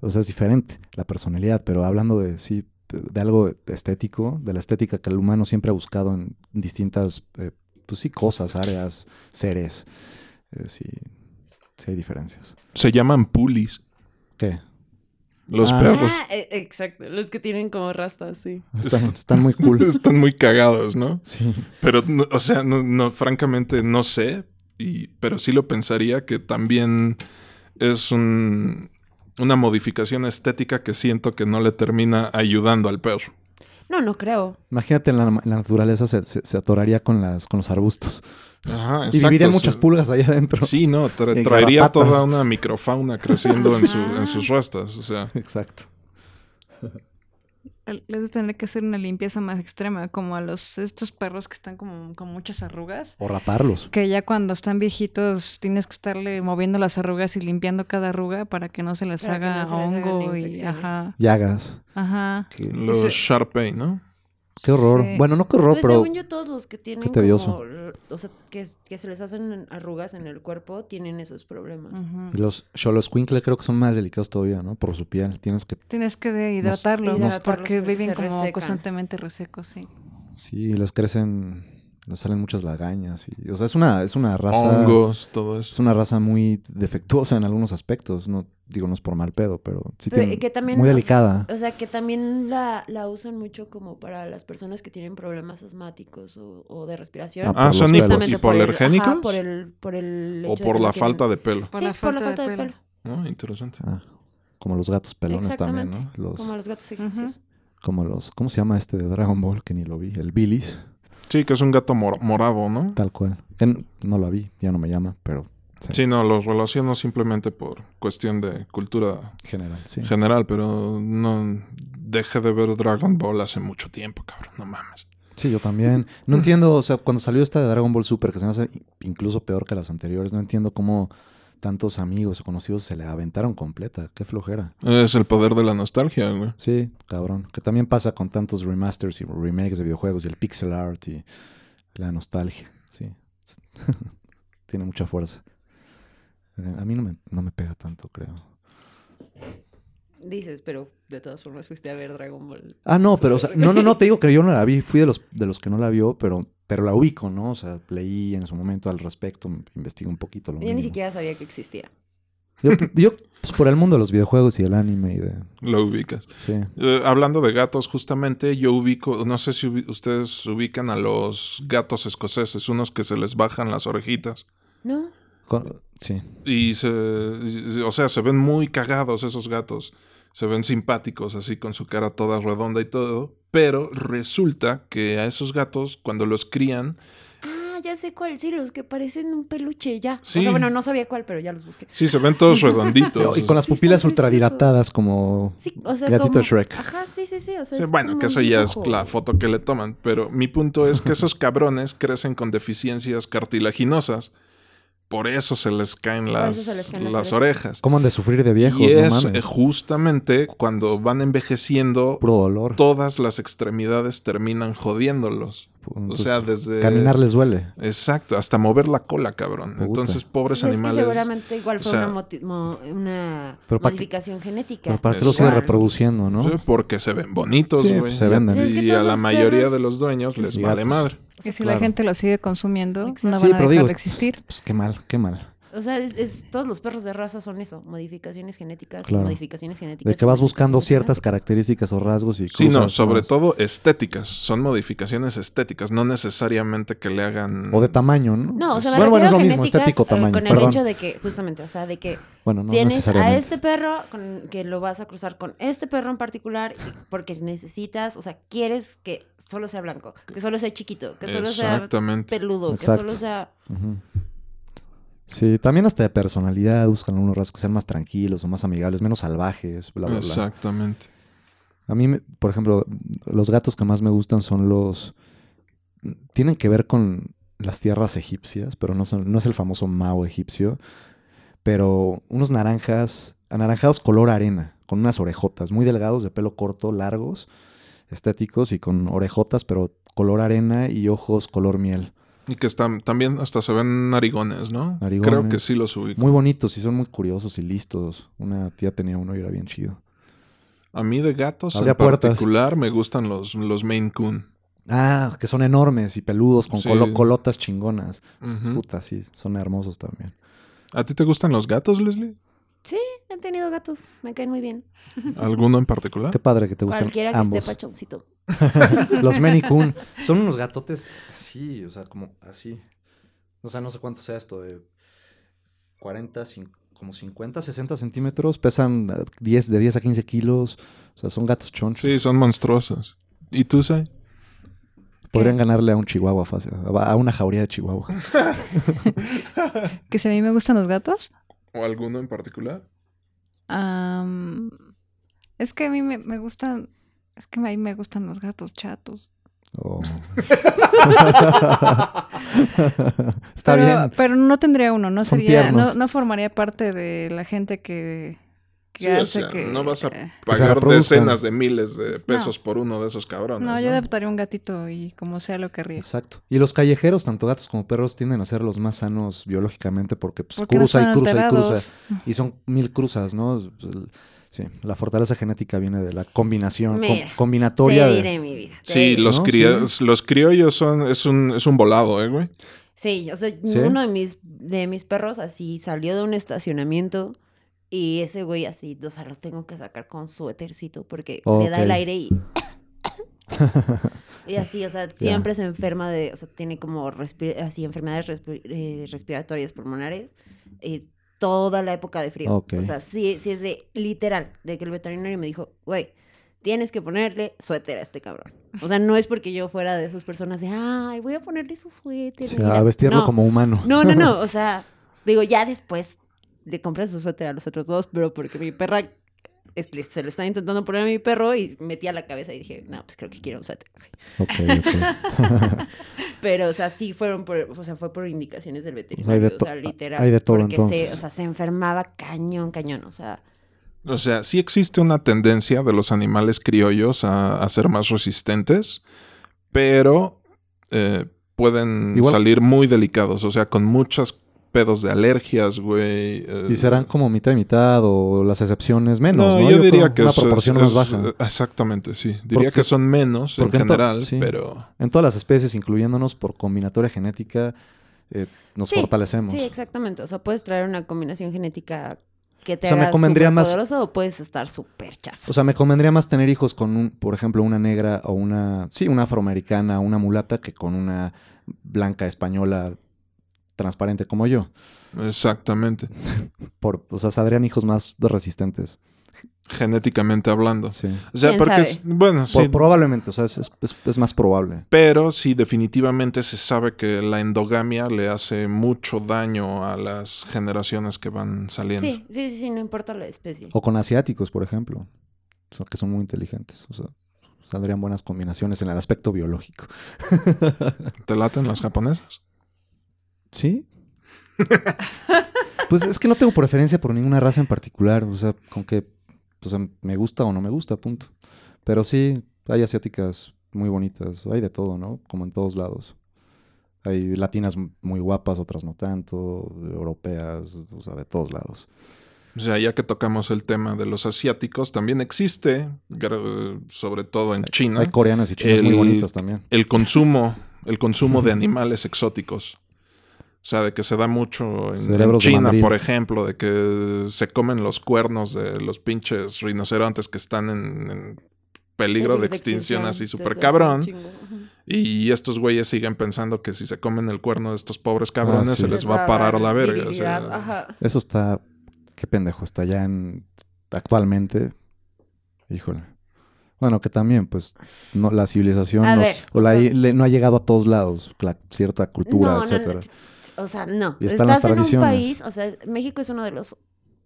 Speaker 4: o sea, es diferente la personalidad. Pero hablando de, sí, de algo estético, de la estética que el humano siempre ha buscado en distintas, eh, pues sí, cosas, áreas, seres. Eh, sí, sí hay diferencias.
Speaker 3: Se llaman pulis,
Speaker 4: ¿Qué?
Speaker 3: los
Speaker 4: Ah.
Speaker 3: perros.
Speaker 2: Ah, e- exacto. Los que tienen como rastas, sí.
Speaker 4: Están, están muy
Speaker 3: (laughs)
Speaker 4: cool.
Speaker 3: Están muy cagados, ¿no?
Speaker 4: Sí.
Speaker 3: Pero, no- o sea, no, no, francamente no sé, y, pero sí lo pensaría que también es un- una modificación estética que siento que no le termina ayudando al perro.
Speaker 2: No, no creo.
Speaker 4: Imagínate en la, en la naturaleza se, se- se atoraría con, las, con los arbustos.
Speaker 3: Ajá,
Speaker 4: y vivirían
Speaker 3: exacto,
Speaker 4: muchas
Speaker 3: sí.
Speaker 4: pulgas allá adentro.
Speaker 3: Sí, no, tra-
Speaker 4: En
Speaker 3: traería
Speaker 4: garrapatas.
Speaker 3: toda una microfauna creciendo en, su- en sus rastas, o sea.
Speaker 4: Exacto.
Speaker 5: Les debe tener que hacer una limpieza más extrema, como a los estos perros que están como con muchas arrugas.
Speaker 4: O raparlos.
Speaker 5: Que ya cuando están viejitos tienes que estarle moviendo las arrugas y limpiando cada arruga para que no se les
Speaker 2: Para que
Speaker 5: haga
Speaker 2: no se les hagan
Speaker 5: hongo y
Speaker 2: infecciones.
Speaker 5: ajá,
Speaker 4: Llagas.
Speaker 5: ajá.
Speaker 4: que-
Speaker 3: Los
Speaker 5: Ese-
Speaker 3: Sharpei, ¿no?
Speaker 4: Qué horror.
Speaker 5: Sí.
Speaker 4: Bueno, no qué horror,
Speaker 2: Pues
Speaker 4: pero
Speaker 2: según yo, todos los que tienen
Speaker 4: tedioso.
Speaker 2: como, o sea, que, que se les hacen arrugas en el cuerpo tienen esos problemas.
Speaker 5: Ujú.
Speaker 4: y los Xoloscuincle creo que son más delicados todavía, ¿no? Por su piel. Tienes que.
Speaker 5: Tienes que de- hidratarlos,
Speaker 2: hidratarlos
Speaker 5: porque
Speaker 2: porque
Speaker 5: viven
Speaker 2: se
Speaker 5: como
Speaker 2: resecan.
Speaker 5: constantemente resecos, sí.
Speaker 4: Sí, les crecen. Les salen muchas lagañas. Y, o sea, es una, es una raza.
Speaker 3: Hongos, todo eso.
Speaker 4: Es una raza muy defectuosa en algunos aspectos. No digo, no es por mal pedo, pero sí
Speaker 2: Pero,
Speaker 4: tienen-
Speaker 2: eh, que también,
Speaker 4: muy
Speaker 2: o-
Speaker 4: delicada.
Speaker 2: O, sea, que también la, la usan mucho como para las personas que tienen problemas asmáticos o, o de respiración.
Speaker 4: Ah,
Speaker 3: Ah,
Speaker 4: por los
Speaker 3: ¿son hipo-
Speaker 4: pelos.
Speaker 2: Justamente por el-
Speaker 3: hipoalergénicos?
Speaker 2: ajá, por el, por el
Speaker 3: o
Speaker 2: hecho de
Speaker 3: por
Speaker 2: que no
Speaker 3: la
Speaker 2: quieren-
Speaker 3: falta de pelo.
Speaker 5: Por
Speaker 2: sí,
Speaker 5: la
Speaker 2: por la
Speaker 5: falta de
Speaker 2: falta de pelo.
Speaker 5: pelo.
Speaker 3: ¿no? Interesante.
Speaker 4: Ah, como los gatos pelones también,
Speaker 2: Exactamente.
Speaker 4: ¿no? Los,
Speaker 2: Como los gatos egipcios.
Speaker 4: como los. ¿Cómo se llama este de Dragon Ball? Que ni lo vi. El Bilis.
Speaker 3: Sí, que es un gato mor- morado, ¿no?
Speaker 4: Tal cual. Que n- no la vi, ya no me llama, pero
Speaker 3: Sí, no, los relaciono simplemente por cuestión de cultura
Speaker 4: general, sí.
Speaker 3: general, pero no dejé de ver Dragon Ball hace mucho tiempo, cabrón, no mames.
Speaker 4: Sí, yo también. No entiendo, o sea, cuando salió esta de Dragon Ball Super, que se me hace incluso peor que las anteriores, no entiendo cómo tantos amigos o conocidos se le aventaron completa. Qué flojera.
Speaker 3: Es el poder de la nostalgia, güey.
Speaker 4: Sí, cabrón. Que también pasa con tantos remasters y remakes de videojuegos y el pixel art y la nostalgia. Sí. (laughs) Tiene mucha fuerza. Eh, A mí no me, no me pega tanto, creo.
Speaker 2: Dices, pero de todas formas fuiste a ver Dragon Ball.
Speaker 4: Ah, no, pero, o sea, no, no, no, te digo que yo no la vi, fui de los, de los que no la vio, pero, pero la ubico, ¿no? O sea, leí en su momento al respecto, investigué un poquito lo
Speaker 2: Yo ni
Speaker 4: mínimo.
Speaker 2: siquiera sabía que existía.
Speaker 4: Yo, yo, pues, por el mundo de los videojuegos y el anime y de...
Speaker 3: Lo ubicas.
Speaker 4: Sí.
Speaker 3: Eh, hablando de gatos, justamente yo ubico, no sé si ubi- ustedes ubican a los gatos escoceses, unos que se les bajan las orejitas.
Speaker 2: ¿No?
Speaker 4: Con- sí.
Speaker 3: Y se, y- o sea, se ven muy cagados esos gatos. Se ven simpáticos, así con su cara toda redonda y todo. Pero resulta que a esos gatos, cuando los crían,
Speaker 2: Ah, ya sé cuál. Sí, los que parecen un peluche, ya. O
Speaker 3: Sí.
Speaker 2: sea, bueno, no sabía cuál, pero ya los busqué.
Speaker 3: sí, se ven
Speaker 4: (laughs)
Speaker 3: todos redonditos.
Speaker 4: Y con las
Speaker 2: Sí, están
Speaker 4: pupilas
Speaker 2: preciosos.
Speaker 4: ultradilatadas como...
Speaker 2: Sí, o sea,
Speaker 4: Gatito
Speaker 2: como...
Speaker 4: Shrek.
Speaker 2: Ajá, sí, sí, sí. O sea,
Speaker 3: Sí,
Speaker 2: es
Speaker 3: bueno,
Speaker 2: como
Speaker 3: que
Speaker 2: un
Speaker 3: eso ya es
Speaker 2: dibujo.
Speaker 3: la foto que le toman, pero mi punto es que esos cabrones crecen con deficiencias cartilaginosas, por eso se les caen
Speaker 2: eso
Speaker 3: las,
Speaker 2: se les caen
Speaker 3: las,
Speaker 2: las
Speaker 3: orejas.
Speaker 4: ¿Cómo han de sufrir de viejos?
Speaker 3: Y
Speaker 4: no
Speaker 3: es
Speaker 4: mames.
Speaker 3: eh, justamente cuando van envejeciendo,
Speaker 4: Puro dolor.
Speaker 3: todas las extremidades terminan jodiéndolos.
Speaker 4: Entonces,
Speaker 3: sea, desde-
Speaker 4: Caminar les duele.
Speaker 3: Exacto, hasta mover la cola, cabrón.
Speaker 4: Puta.
Speaker 3: Entonces, pobres
Speaker 2: Pues es que
Speaker 3: animales.
Speaker 2: seguramente igual fue
Speaker 3: o sea-
Speaker 2: una, moti- mo- una
Speaker 4: Pero pa' que-
Speaker 2: modificación genética.
Speaker 4: Pero para que lo siga
Speaker 2: Igual.
Speaker 4: reproduciendo, ¿no?
Speaker 3: Sí, porque se ven bonitos,
Speaker 4: Sí,
Speaker 3: güey.
Speaker 4: pues, se venden.
Speaker 2: Pues es que
Speaker 3: Y
Speaker 2: todos
Speaker 3: a la
Speaker 2: los
Speaker 3: mayoría
Speaker 2: perros-
Speaker 3: de los dueños les
Speaker 4: Y
Speaker 3: vale
Speaker 4: gatos.
Speaker 3: madre.
Speaker 5: Y si
Speaker 4: claro.
Speaker 5: la gente lo sigue consumiendo,
Speaker 2: Exacto.
Speaker 5: no
Speaker 4: Sí,
Speaker 5: van a
Speaker 4: pero
Speaker 5: dejar
Speaker 4: digo,
Speaker 5: de existir.
Speaker 4: Pues qué mal, qué mal.
Speaker 2: O sea, es, es- todos los perros de raza son eso, modificaciones genéticas,
Speaker 4: Claro.
Speaker 2: modificaciones genéticas.
Speaker 4: De que vas buscando
Speaker 2: modificaciones
Speaker 4: ciertas características o rasgos y
Speaker 3: Sí, no,
Speaker 4: cruzas, ¿no?
Speaker 3: sobre todo estéticas. Son modificaciones estéticas, no necesariamente que le hagan.
Speaker 4: O de tamaño, ¿no?
Speaker 2: genéticas. No, o sea, me
Speaker 4: bueno, bueno, es lo mismo,
Speaker 2: genéticas,
Speaker 4: estético
Speaker 2: eh,
Speaker 4: tamaño.
Speaker 2: con el
Speaker 4: perdón.
Speaker 2: hecho de que, justamente, o sea, de que
Speaker 4: Bueno, no
Speaker 2: tienes a
Speaker 4: necesariamente.
Speaker 2: este perro con, que lo vas a cruzar con este perro en particular y- porque necesitas, o sea, quieres que solo sea blanco, que solo sea chiquito, que solo sea
Speaker 3: Exactamente.
Speaker 2: peludo,
Speaker 4: Exacto.
Speaker 2: que solo sea...
Speaker 4: Ujú. Sí, también hasta de personalidad, buscan unos rasgos que sean más tranquilos o más amigables, menos salvajes, bla, bla, bla.
Speaker 3: Exactamente.
Speaker 4: A mí, me- por ejemplo, los gatos que más me gustan son los... Tienen que ver con las tierras egipcias, pero no, son, no es el famoso Mao egipcio, pero unos naranjas, anaranjados color arena, con unas orejotas, muy delgados, de pelo corto, largos, estéticos y con orejotas, pero color arena y ojos color miel.
Speaker 3: Y que están, también hasta se ven narigones, ¿no?
Speaker 4: Narigones.
Speaker 3: Creo que sí los ubico.
Speaker 4: Muy bonitos y son muy curiosos y listos. Una tía tenía uno y era bien chido.
Speaker 3: A mí de gatos
Speaker 4: Habría
Speaker 3: en
Speaker 4: puertas.
Speaker 3: particular me gustan los, los Maine Coon.
Speaker 4: Ah, que son enormes y peludos con
Speaker 3: Sí.
Speaker 4: colo- colotas chingonas.
Speaker 3: Ujú.
Speaker 4: Puta, sí, son hermosos también.
Speaker 3: ¿A ti te gustan los gatos, Leslie?
Speaker 2: Han tenido gatos, me caen muy bien.
Speaker 3: ¿Alguno en particular?
Speaker 4: Qué padre que te gustan
Speaker 2: Cualquiera que
Speaker 4: ambos.
Speaker 2: esté pachoncito.
Speaker 4: Los Meni
Speaker 2: (laughs)
Speaker 4: Kun son unos gatotes así, o sea, como así. O sea, no sé cuánto sea esto de 40, cin- como 50, 60 centímetros. Pesan eh, 10, de 10 a 15 kilos. O sea, son gatos chonchos.
Speaker 3: Sí, son monstruosos. ¿Y tú, Sai?
Speaker 4: Podrían ganarle a un chihuahua fácil, a a una jauría de (laughs) chihuahua.
Speaker 5: Que si a mí me gustan los gatos,
Speaker 3: ¿O alguno en particular?
Speaker 5: am, es que a mí me, me gustan, es que a mí me gustan los gatos chatos.
Speaker 4: Oh. (laughs) Está
Speaker 5: pero,
Speaker 4: bien.
Speaker 5: Pero no tendría uno, no
Speaker 4: Son
Speaker 5: sería, no,
Speaker 4: tiernos.
Speaker 5: no formaría parte de la gente que, que
Speaker 3: Sí, o
Speaker 5: hace
Speaker 3: sea,
Speaker 5: que...
Speaker 3: no vas a
Speaker 5: eh,
Speaker 4: Que se
Speaker 3: Pagar
Speaker 4: reproduzcan.
Speaker 3: decenas de miles de pesos por uno de esos cabrones.
Speaker 5: no,
Speaker 3: No,
Speaker 5: yo adaptaría un gatito y como sea lo querría.
Speaker 4: Exacto. Y los callejeros, tanto gatos como perros, tienden a ser los más sanos biológicamente porque pues,
Speaker 5: Porque no
Speaker 4: cruza
Speaker 5: están
Speaker 4: y cruza y
Speaker 5: alterados.
Speaker 4: cruza. Y son mil cruzas, ¿no? pues, Sí, la fortaleza genética viene de la combinación, com-
Speaker 2: Mira,
Speaker 4: combinatoria.
Speaker 2: Te
Speaker 4: de-
Speaker 2: diré mi vida. te
Speaker 3: Sí,
Speaker 2: diré.
Speaker 3: los,
Speaker 4: ¿no?
Speaker 3: cria- los criollos son, es un, es un volado, eh, güey.
Speaker 2: Sí, o sea,
Speaker 4: ¿Sí?
Speaker 2: uno de mis, de mis perros así salió de un estacionamiento y ese güey así, o sea, lo tengo que sacar con suétercito porque le da el
Speaker 4: Ok. (laughs)
Speaker 2: aire y... y así, o sea, siempre se enferma de, o sea, tiene como respi- así enfermedades respi- eh, respiratorias pulmonares eh, toda la época de frío.
Speaker 4: Ok.
Speaker 2: O sea, sí, sí es de literal, de que el veterinario me dijo, güey, tienes que ponerle suéter a este cabrón. O sea, no es porque yo fuera de esas personas de, ay, voy a ponerle su suéter.
Speaker 4: Sí,
Speaker 2: mira".
Speaker 4: a vestirlo
Speaker 2: no,
Speaker 4: como humano.
Speaker 2: No, no, no, o sea, digo, ya después le compré su suéter a los otros dos, pero porque mi perra es- le- se lo estaba intentando poner a mi perro y metía la cabeza y dije, no, pues creo que quiero un suéter.
Speaker 4: (laughs) Ok, ok.
Speaker 2: Pero, o sea, sí fueron por, o sea, fue por indicaciones del veterinario,
Speaker 4: hay de
Speaker 2: o sea,
Speaker 4: to-
Speaker 2: literal.
Speaker 4: hay de todo,
Speaker 2: porque
Speaker 4: entonces.
Speaker 2: Se, o sea, se enfermaba cañón, cañón, o sea.
Speaker 3: O sea, sí existe una tendencia de los animales criollos a, a ser más resistentes, pero eh, pueden
Speaker 4: Igual-
Speaker 3: salir muy delicados, o sea, con muchos pedos de alergias, güey. eh,
Speaker 4: y serán como mitad y mitad o las excepciones menos, ¿no?
Speaker 3: yo, diría
Speaker 4: creo,
Speaker 3: que
Speaker 4: una
Speaker 3: es-
Speaker 4: proporción
Speaker 3: es- eh,
Speaker 4: más baja.
Speaker 3: Exactamente, sí. Diría
Speaker 4: Porque-
Speaker 3: que son menos en
Speaker 4: porque ento-
Speaker 3: general,
Speaker 4: sí.
Speaker 3: pero
Speaker 4: En todas las especies, incluyéndonos por combinatoria genética, eh, nos
Speaker 2: sí,
Speaker 4: fortalecemos.
Speaker 2: Sí, exactamente. O sea, puedes traer una combinación genética que te
Speaker 4: O sea, me
Speaker 2: haga
Speaker 4: convendría
Speaker 2: súper
Speaker 4: más-
Speaker 2: poderoso o puedes estar súper chafa.
Speaker 4: O sea, me convendría más tener hijos con, un, por ejemplo, una negra o una, sí, una afroamericana, una mulata, que con una blanca española transparente como yo.
Speaker 3: exactamente.
Speaker 4: Por, o sea, saldrían hijos más resistentes.
Speaker 3: Genéticamente hablando.
Speaker 4: Sí.
Speaker 3: O sea,
Speaker 2: ¿Quién
Speaker 3: porque,
Speaker 2: sabe?
Speaker 3: es- bueno,
Speaker 4: Por-
Speaker 3: sí,
Speaker 4: probablemente, o sea, es, es- es- es más probable.
Speaker 3: Pero sí, definitivamente se sabe que la endogamia le hace mucho daño a las generaciones que van saliendo.
Speaker 2: Sí, sí, sí, sí, no importa la especie.
Speaker 4: O con asiáticos, por ejemplo, o sea, que son muy inteligentes. O sea, saldrían buenas combinaciones en el aspecto biológico.
Speaker 3: ¿Te laten las japonesas?
Speaker 4: ¿Sí? (laughs) pues es que no tengo preferencia por ninguna raza en particular. O sea, con que o sea, me gusta o no me gusta, punto. Pero sí, hay asiáticas muy bonitas. Hay de todo, ¿no? Como en todos lados. Hay latinas m- muy guapas, otras no tanto, europeas, o sea, de todos lados.
Speaker 3: O sea, ya que tocamos el tema de los asiáticos, también existe, gra- sobre todo en China,
Speaker 4: Hay coreanas y chinas muy
Speaker 3: El-
Speaker 4: bonitas también.
Speaker 3: el consumo, el consumo de animales exóticos. O sea, de que se da mucho en- en,
Speaker 4: Cerebros de
Speaker 3: China,
Speaker 4: mandril.
Speaker 3: por ejemplo, de que se comen los cuernos de los pinches rinocerontes que están en, en peligro de extinción, así súper cabrón. Y estos güeyes siguen pensando que si se comen el cuerno de estos pobres cabrones,
Speaker 4: sí.
Speaker 3: se les va a parar la verga. o sea.
Speaker 2: Ajá.
Speaker 4: Eso está. Qué pendejo, está ya en. Actualmente. Híjole. Bueno, que también, pues, no, la civilización
Speaker 2: A
Speaker 4: nos-
Speaker 2: ver,
Speaker 4: o la-
Speaker 2: o sea-
Speaker 4: le- no ha llegado a todos lados, la cierta cultura, etcétera.
Speaker 2: t- t- o sea, no.
Speaker 4: Y están las
Speaker 2: Estás en un
Speaker 4: tradiciones.
Speaker 2: país, o sea, México es uno de los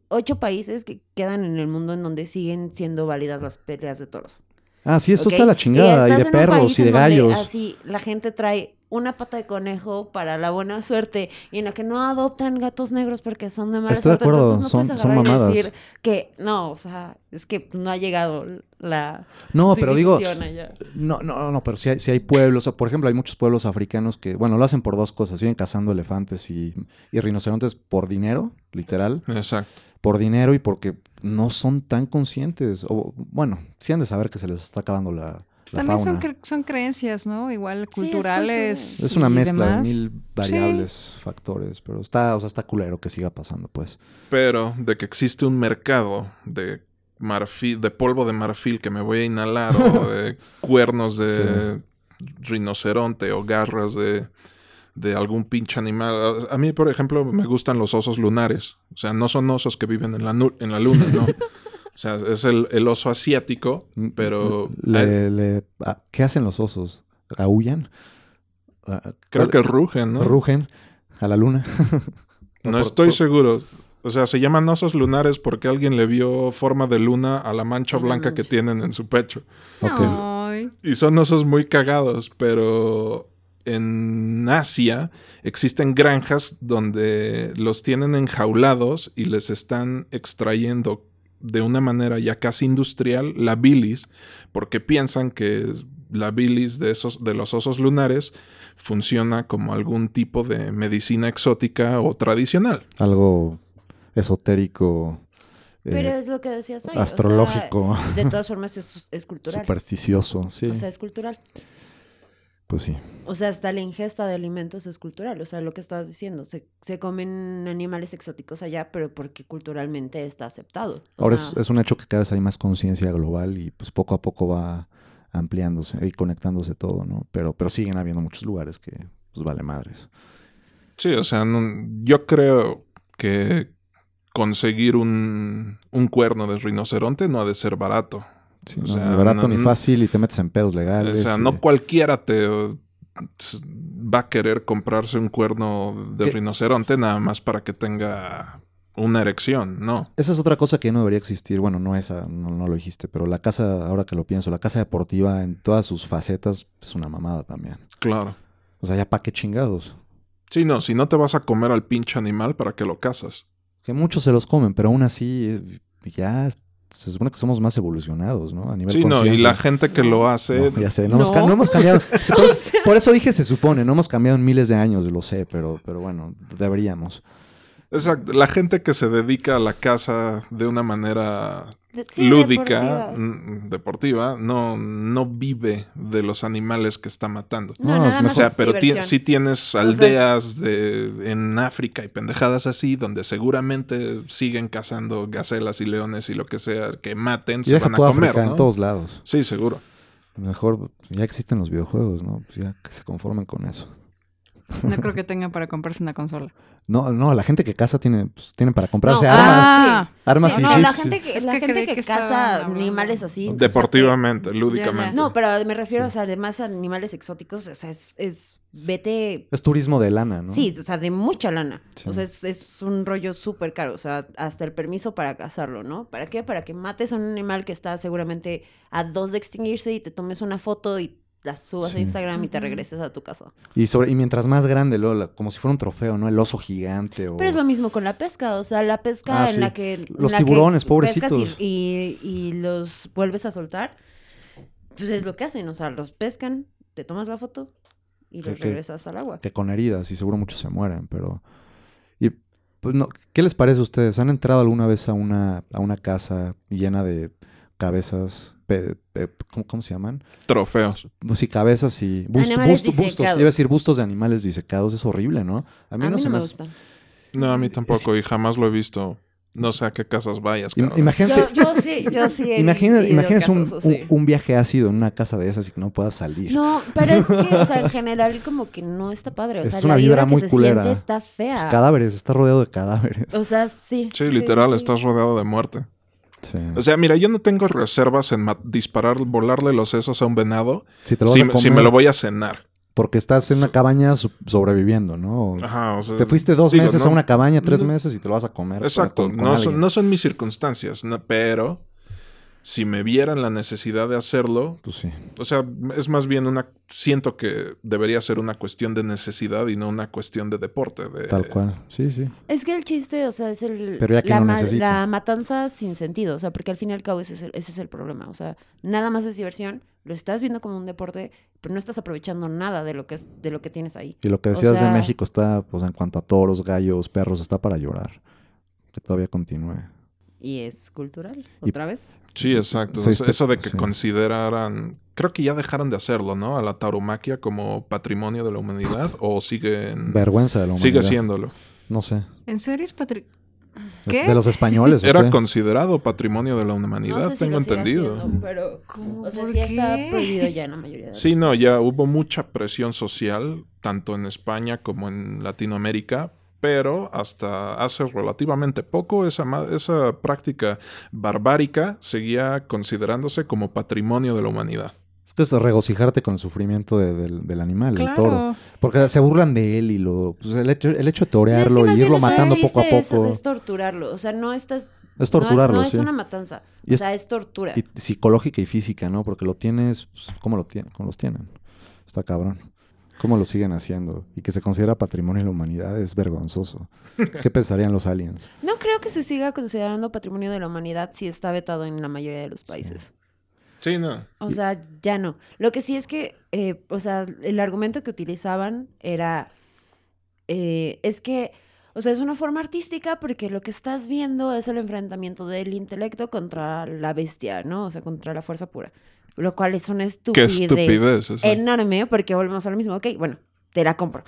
Speaker 2: ocho países que quedan en el mundo en donde siguen siendo válidas las peleas de toros.
Speaker 4: Ah, sí, eso
Speaker 2: ¿ok?
Speaker 4: está de la chingada, y,
Speaker 2: estás
Speaker 4: de
Speaker 2: en un
Speaker 4: perros,
Speaker 2: país
Speaker 4: y de
Speaker 2: en donde
Speaker 4: gallos.
Speaker 2: Así, la gente trae una pata de conejo para la buena suerte y en la que no adoptan gatos negros porque son de mala
Speaker 4: Estoy de
Speaker 2: suerte.
Speaker 4: acuerdo,
Speaker 2: Entonces no
Speaker 4: son-
Speaker 2: puedes
Speaker 4: son
Speaker 2: agarrar y
Speaker 4: mamadas.
Speaker 2: decir que no, o sea, es que no ha llegado la
Speaker 4: No, pero digo, eh,
Speaker 2: civilización allá.
Speaker 4: no, no, no, pero si hay, sí hay pueblos, o por ejemplo, hay muchos pueblos africanos que, bueno, lo hacen por dos cosas, siguen cazando elefantes y, y rinocerontes por dinero, literal,
Speaker 3: Exacto.
Speaker 4: por dinero y porque no son tan conscientes, o bueno, sí han de saber que se les está acabando la,
Speaker 5: Pues
Speaker 4: la
Speaker 5: también
Speaker 4: fauna.
Speaker 5: son, cre- son creencias, ¿no? Igual
Speaker 2: Sí, es
Speaker 5: culturales.
Speaker 2: cultura.
Speaker 4: es una
Speaker 5: y
Speaker 4: mezcla
Speaker 5: demás.
Speaker 4: de mil variables, factores, pero está, o sea, está culero que siga pasando, pues.
Speaker 3: Pero de que existe un mercado de marfil, de polvo de marfil que me voy a inhalar,
Speaker 4: (laughs)
Speaker 3: o de cuernos de rinoceronte, o garras de, de algún pinche animal. A a mí, por ejemplo, me gustan los osos lunares. O sea, no son osos que viven en la, nu- en la luna,
Speaker 4: (laughs)
Speaker 3: ¿no? O sea, es el, el oso asiático, pero eh,
Speaker 4: Mm, Le- le- ah, ¿Qué hacen los osos? ¿Aullan? Ah, ¿cuál-
Speaker 3: creo que rugen, ¿no?
Speaker 4: rugen a la luna. (laughs)
Speaker 3: No
Speaker 4: Por-
Speaker 3: estoy
Speaker 4: por-
Speaker 3: seguro. O sea, se llaman osos lunares porque alguien le vio forma de luna a la mancha
Speaker 2: A la
Speaker 3: blanca que
Speaker 2: mancha.
Speaker 3: tienen en su pecho.
Speaker 4: Ok.
Speaker 5: Ay,
Speaker 3: Y son osos muy cagados, pero en Asia existen granjas donde los tienen enjaulados y les están extrayendo de una manera ya casi industrial la bilis, porque piensan que la bilis de, esos, de los osos lunares funciona como algún tipo de medicina exótica o tradicional.
Speaker 4: Algo esotérico, eh,
Speaker 2: Pero es lo que decías ahí. o sea,
Speaker 4: astrológico,
Speaker 2: de todas formas es, es
Speaker 4: (laughs)
Speaker 2: cultural.
Speaker 4: supersticioso. Sí,
Speaker 2: O sea, es cultural.
Speaker 4: pues sí.
Speaker 2: O sea, hasta la ingesta de alimentos es cultural. O sea, lo que estabas diciendo, se, se comen animales exóticos allá, pero porque culturalmente está aceptado. O
Speaker 4: Ahora es,
Speaker 2: sea,
Speaker 4: es un hecho que cada vez hay más conciencia global y pues poco a poco va ampliándose y conectándose todo, ¿no? Pero, pero siguen habiendo muchos lugares que pues vale madres.
Speaker 3: Sí, o sea, no- yo creo que conseguir un, un cuerno de rinoceronte no ha de ser barato.
Speaker 4: Sí,
Speaker 3: O
Speaker 4: no,
Speaker 3: sea,
Speaker 4: ni barato ni
Speaker 3: no-
Speaker 4: fácil y te metes en pedos legales.
Speaker 3: O sea,
Speaker 4: y-
Speaker 3: no cualquiera te eh, s- va a querer comprarse un cuerno de
Speaker 4: ¿Qué?
Speaker 3: rinoceronte nada más para que tenga una erección, ¿no?
Speaker 4: Esa es otra cosa que no debería existir. Bueno, no esa, no, no lo dijiste, pero la casa, ahora que lo pienso, la casa deportiva en todas sus facetas es una mamada también.
Speaker 3: Claro.
Speaker 4: O sea, ya pa' qué chingados.
Speaker 3: Sí, no, si no te vas a comer al pinche animal para que lo cazas.
Speaker 4: Que muchos se los comen, pero aún así eh, ya se supone que somos más evolucionados, ¿no? A nivel
Speaker 3: Sí, no, y la
Speaker 4: conciencia.
Speaker 3: gente que lo hace...
Speaker 4: No, ya sé, no, hemos ca-
Speaker 2: No.
Speaker 4: no hemos cambiado. Se- por,
Speaker 2: (laughs) O sea-
Speaker 4: por eso dije se supone, no hemos cambiado en miles de años, lo sé, pero, pero bueno, deberíamos.
Speaker 3: Exacto, la gente que se dedica a la caza de una manera
Speaker 2: de- sí,
Speaker 3: lúdica,
Speaker 2: deportiva.
Speaker 3: mm, deportiva, no, no vive de los animales que está matando.
Speaker 2: No,
Speaker 4: No,
Speaker 2: nada
Speaker 4: es-
Speaker 2: más
Speaker 3: O sea,
Speaker 2: es
Speaker 3: pero ti-
Speaker 2: diversión.
Speaker 3: sí tienes
Speaker 2: es-
Speaker 3: aldeas de, en África y pendejadas así, donde seguramente siguen cazando gacelas y leones y lo que sea que maten,
Speaker 4: Y
Speaker 3: se
Speaker 4: deja
Speaker 3: van a
Speaker 4: toda
Speaker 3: comer,
Speaker 4: África
Speaker 3: ¿no?
Speaker 4: en todos lados.
Speaker 3: Sí, seguro.
Speaker 4: Mejor, pues, ya existen los videojuegos, ¿no? Pues ya que se conformen con eso.
Speaker 5: no creo que tenga para comprarse una
Speaker 4: (laughs)
Speaker 5: consola.
Speaker 4: No, no, la gente que caza tiene, pues, tiene para comprarse
Speaker 2: No,
Speaker 4: armas.
Speaker 5: Ah,
Speaker 4: Armas
Speaker 2: Sí,
Speaker 4: y
Speaker 2: no, la
Speaker 4: chips.
Speaker 2: gente que,
Speaker 5: Es
Speaker 2: la
Speaker 5: que
Speaker 2: gente
Speaker 5: creí
Speaker 2: que,
Speaker 5: que estaban
Speaker 2: caza
Speaker 5: hablando.
Speaker 2: animales así. o sea, que-
Speaker 3: Deportivamente, lúdicamente.
Speaker 2: pues, no, pero me refiero,
Speaker 4: Sí.
Speaker 2: o sea, además animales exóticos, o sea, es, es vete
Speaker 4: Es turismo de lana, ¿no?
Speaker 2: Sí, o sea, de mucha lana.
Speaker 4: Sí.
Speaker 2: O sea, es, es un rollo súper caro. O sea, hasta el permiso para cazarlo, ¿no? ¿Para qué? Para que mates a un animal que está seguramente a dos de extinguirse y te tomes una foto y la subas a
Speaker 4: Sí.
Speaker 2: Instagram y te
Speaker 5: Ujú.
Speaker 2: regreses a tu casa.
Speaker 4: Y, sobre, y mientras más grande, luego, la- como si fuera un trofeo, ¿no? El oso gigante o...
Speaker 2: Pero es lo mismo con la pesca. O sea, la pesca
Speaker 4: Ah,
Speaker 2: en
Speaker 4: sí.
Speaker 2: la que. en
Speaker 4: Los
Speaker 2: la que
Speaker 4: tiburones,
Speaker 2: pescas y-
Speaker 4: pobrecitos.
Speaker 2: Y, y los vuelves a soltar. Pues es lo que hacen, o sea, los pescan, te tomas la foto y los
Speaker 4: Ok.
Speaker 2: regresas al agua.
Speaker 4: que con heridas y seguro muchos se mueren, pero... Y, pues, no, ¿Qué les parece a ustedes? ¿Han entrado alguna vez a una, a una casa llena de cabezas? pe- pe- ¿cómo, cómo se llaman?
Speaker 3: Trofeos.
Speaker 4: Pues sí, cabezas y bus-
Speaker 2: Animales
Speaker 4: busto- bustos.
Speaker 2: disecados.
Speaker 4: Iba a decir bustos de animales disecados. Es horrible, ¿no?
Speaker 2: A mí no,
Speaker 4: se
Speaker 2: me
Speaker 4: hace-
Speaker 2: gustan.
Speaker 3: No, a mí tampoco y jamás lo he visto. No sé a qué casas vayas.
Speaker 4: Im-
Speaker 3: cabrón.
Speaker 4: Imagínate,
Speaker 2: Yo, yo sí,
Speaker 4: (laughs)
Speaker 2: yo sí. he
Speaker 4: imagina-
Speaker 2: vivido
Speaker 4: imagínate un,
Speaker 2: casos así.
Speaker 4: un- un viaje ácido en una casa de esas y que no puedas salir.
Speaker 2: No, pero es que,
Speaker 4: (laughs)
Speaker 2: o sea, en general como que no está padre. O
Speaker 4: Es
Speaker 2: sea,
Speaker 4: una
Speaker 2: la
Speaker 4: vibra
Speaker 2: vibra,
Speaker 4: muy
Speaker 2: que se
Speaker 4: culera.
Speaker 2: siente está fea.
Speaker 4: Pues cadáveres, está rodeado de cadáveres.
Speaker 2: O sea, sí.
Speaker 3: Sí, literal,
Speaker 2: sí.
Speaker 3: estás rodeado de muerte.
Speaker 4: Sí.
Speaker 3: O sea, mira, yo no tengo reservas en ma- disparar, volarle los sesos a un venado
Speaker 4: si te lo vas
Speaker 3: si,
Speaker 4: a comer
Speaker 3: si me lo voy a cenar.
Speaker 4: porque estás en una cabaña so- sobreviviendo, ¿no? O
Speaker 3: Ajá, o sea,
Speaker 4: Te fuiste dos
Speaker 3: digo,
Speaker 4: meses a
Speaker 3: no.
Speaker 4: una cabaña, tres
Speaker 3: No.
Speaker 4: meses y te lo vas a comer. para-
Speaker 3: Exacto,
Speaker 4: con- con
Speaker 3: no, son,
Speaker 4: alguien.
Speaker 3: no son mis circunstancias, no- pero si me vieran la necesidad de hacerlo,
Speaker 4: Pues sí.
Speaker 3: o sea, es más bien una, siento que debería ser una cuestión de necesidad y no una cuestión de deporte. de-
Speaker 4: Tal cual. Sí, sí.
Speaker 2: Es que el chiste, o sea, es el...
Speaker 4: Pero ya que
Speaker 2: la,
Speaker 4: lo
Speaker 2: ma-
Speaker 4: necesita.
Speaker 2: la matanza sin sentido, o sea, porque al fin y al cabo ese es, el, ese es el problema. O sea, nada más es diversión, lo estás viendo como un deporte, pero no estás aprovechando nada de lo que, es, de lo que tienes ahí.
Speaker 4: Y lo que
Speaker 2: O
Speaker 4: decías
Speaker 2: sea-
Speaker 4: de México está, pues en cuanto a toros, gallos, perros, está para llorar. Que todavía continúe.
Speaker 2: Y es cultural,
Speaker 4: Y-
Speaker 2: otra vez.
Speaker 3: Sí, exacto.
Speaker 4: Sí,
Speaker 3: O sea,
Speaker 4: está-
Speaker 3: eso de que
Speaker 4: sí.
Speaker 3: consideraran, creo que ya dejaron de hacerlo, ¿no? A la tauromaquia como patrimonio de la humanidad o siguen...
Speaker 4: Vergüenza de la humanidad.
Speaker 3: Mm. Sigue siéndolo.
Speaker 4: No sé.
Speaker 5: ¿En serio es Patrick?
Speaker 4: Es
Speaker 5: ¿Qué?
Speaker 4: De los españoles. ¿o
Speaker 3: Era
Speaker 4: qué?
Speaker 3: considerado patrimonio de la
Speaker 2: No
Speaker 3: humanidad,
Speaker 2: sé si
Speaker 3: tengo
Speaker 2: lo siga
Speaker 3: entendido.
Speaker 2: haciendo, pero...
Speaker 5: ¿Cómo?
Speaker 2: O sea,
Speaker 5: ¿Por
Speaker 2: sí está
Speaker 5: qué?
Speaker 2: prohibido ya en la mayoría de los
Speaker 3: Sí, no, ya hubo mucha presión social, tanto en España como en Latinoamérica, pero hasta hace relativamente poco esa, ma- esa práctica barbárica seguía considerándose como patrimonio de la humanidad.
Speaker 4: Es que es regocijarte con el sufrimiento de- del, del animal, del toro.
Speaker 5: Claro.
Speaker 4: Porque se burlan de él y lo. pues, el, hecho, el hecho de
Speaker 2: Pero es que
Speaker 4: torearlo
Speaker 2: más
Speaker 4: y
Speaker 2: bien
Speaker 4: irlo
Speaker 2: es un
Speaker 4: matando
Speaker 2: chiste
Speaker 4: poco a
Speaker 2: eso,
Speaker 4: poco.
Speaker 2: Es torturarlo, o sea, no estás... no
Speaker 4: Es torturarlo,
Speaker 2: No es,
Speaker 4: sí.
Speaker 2: una matanza,
Speaker 4: Y
Speaker 2: o
Speaker 4: es-
Speaker 2: sea, es tortura.
Speaker 4: Y psicológica y física, ¿no? Porque lo tienes. Pues, ¿Cómo lo tienen? ¿Cómo los tienen? Está cabrón. ¿Cómo lo siguen haciendo? Y que se considera patrimonio de la humanidad es vergonzoso. ¿Qué pensarían los aliens?
Speaker 2: No creo que se siga considerando patrimonio de la humanidad si está vetado en la mayoría de los países.
Speaker 3: Sí, no.
Speaker 2: O sea, ya no. Lo que sí es que, eh, o sea, el argumento que utilizaban era, eh, es que, o sea, es una forma artística porque lo que estás viendo es el enfrentamiento del intelecto contra la bestia, ¿no? O sea, contra la fuerza pura. Lo cual es una estupidez,
Speaker 3: estupidez, o sea.
Speaker 2: enorme porque volvemos a lo mismo. Ok, bueno, te la compro.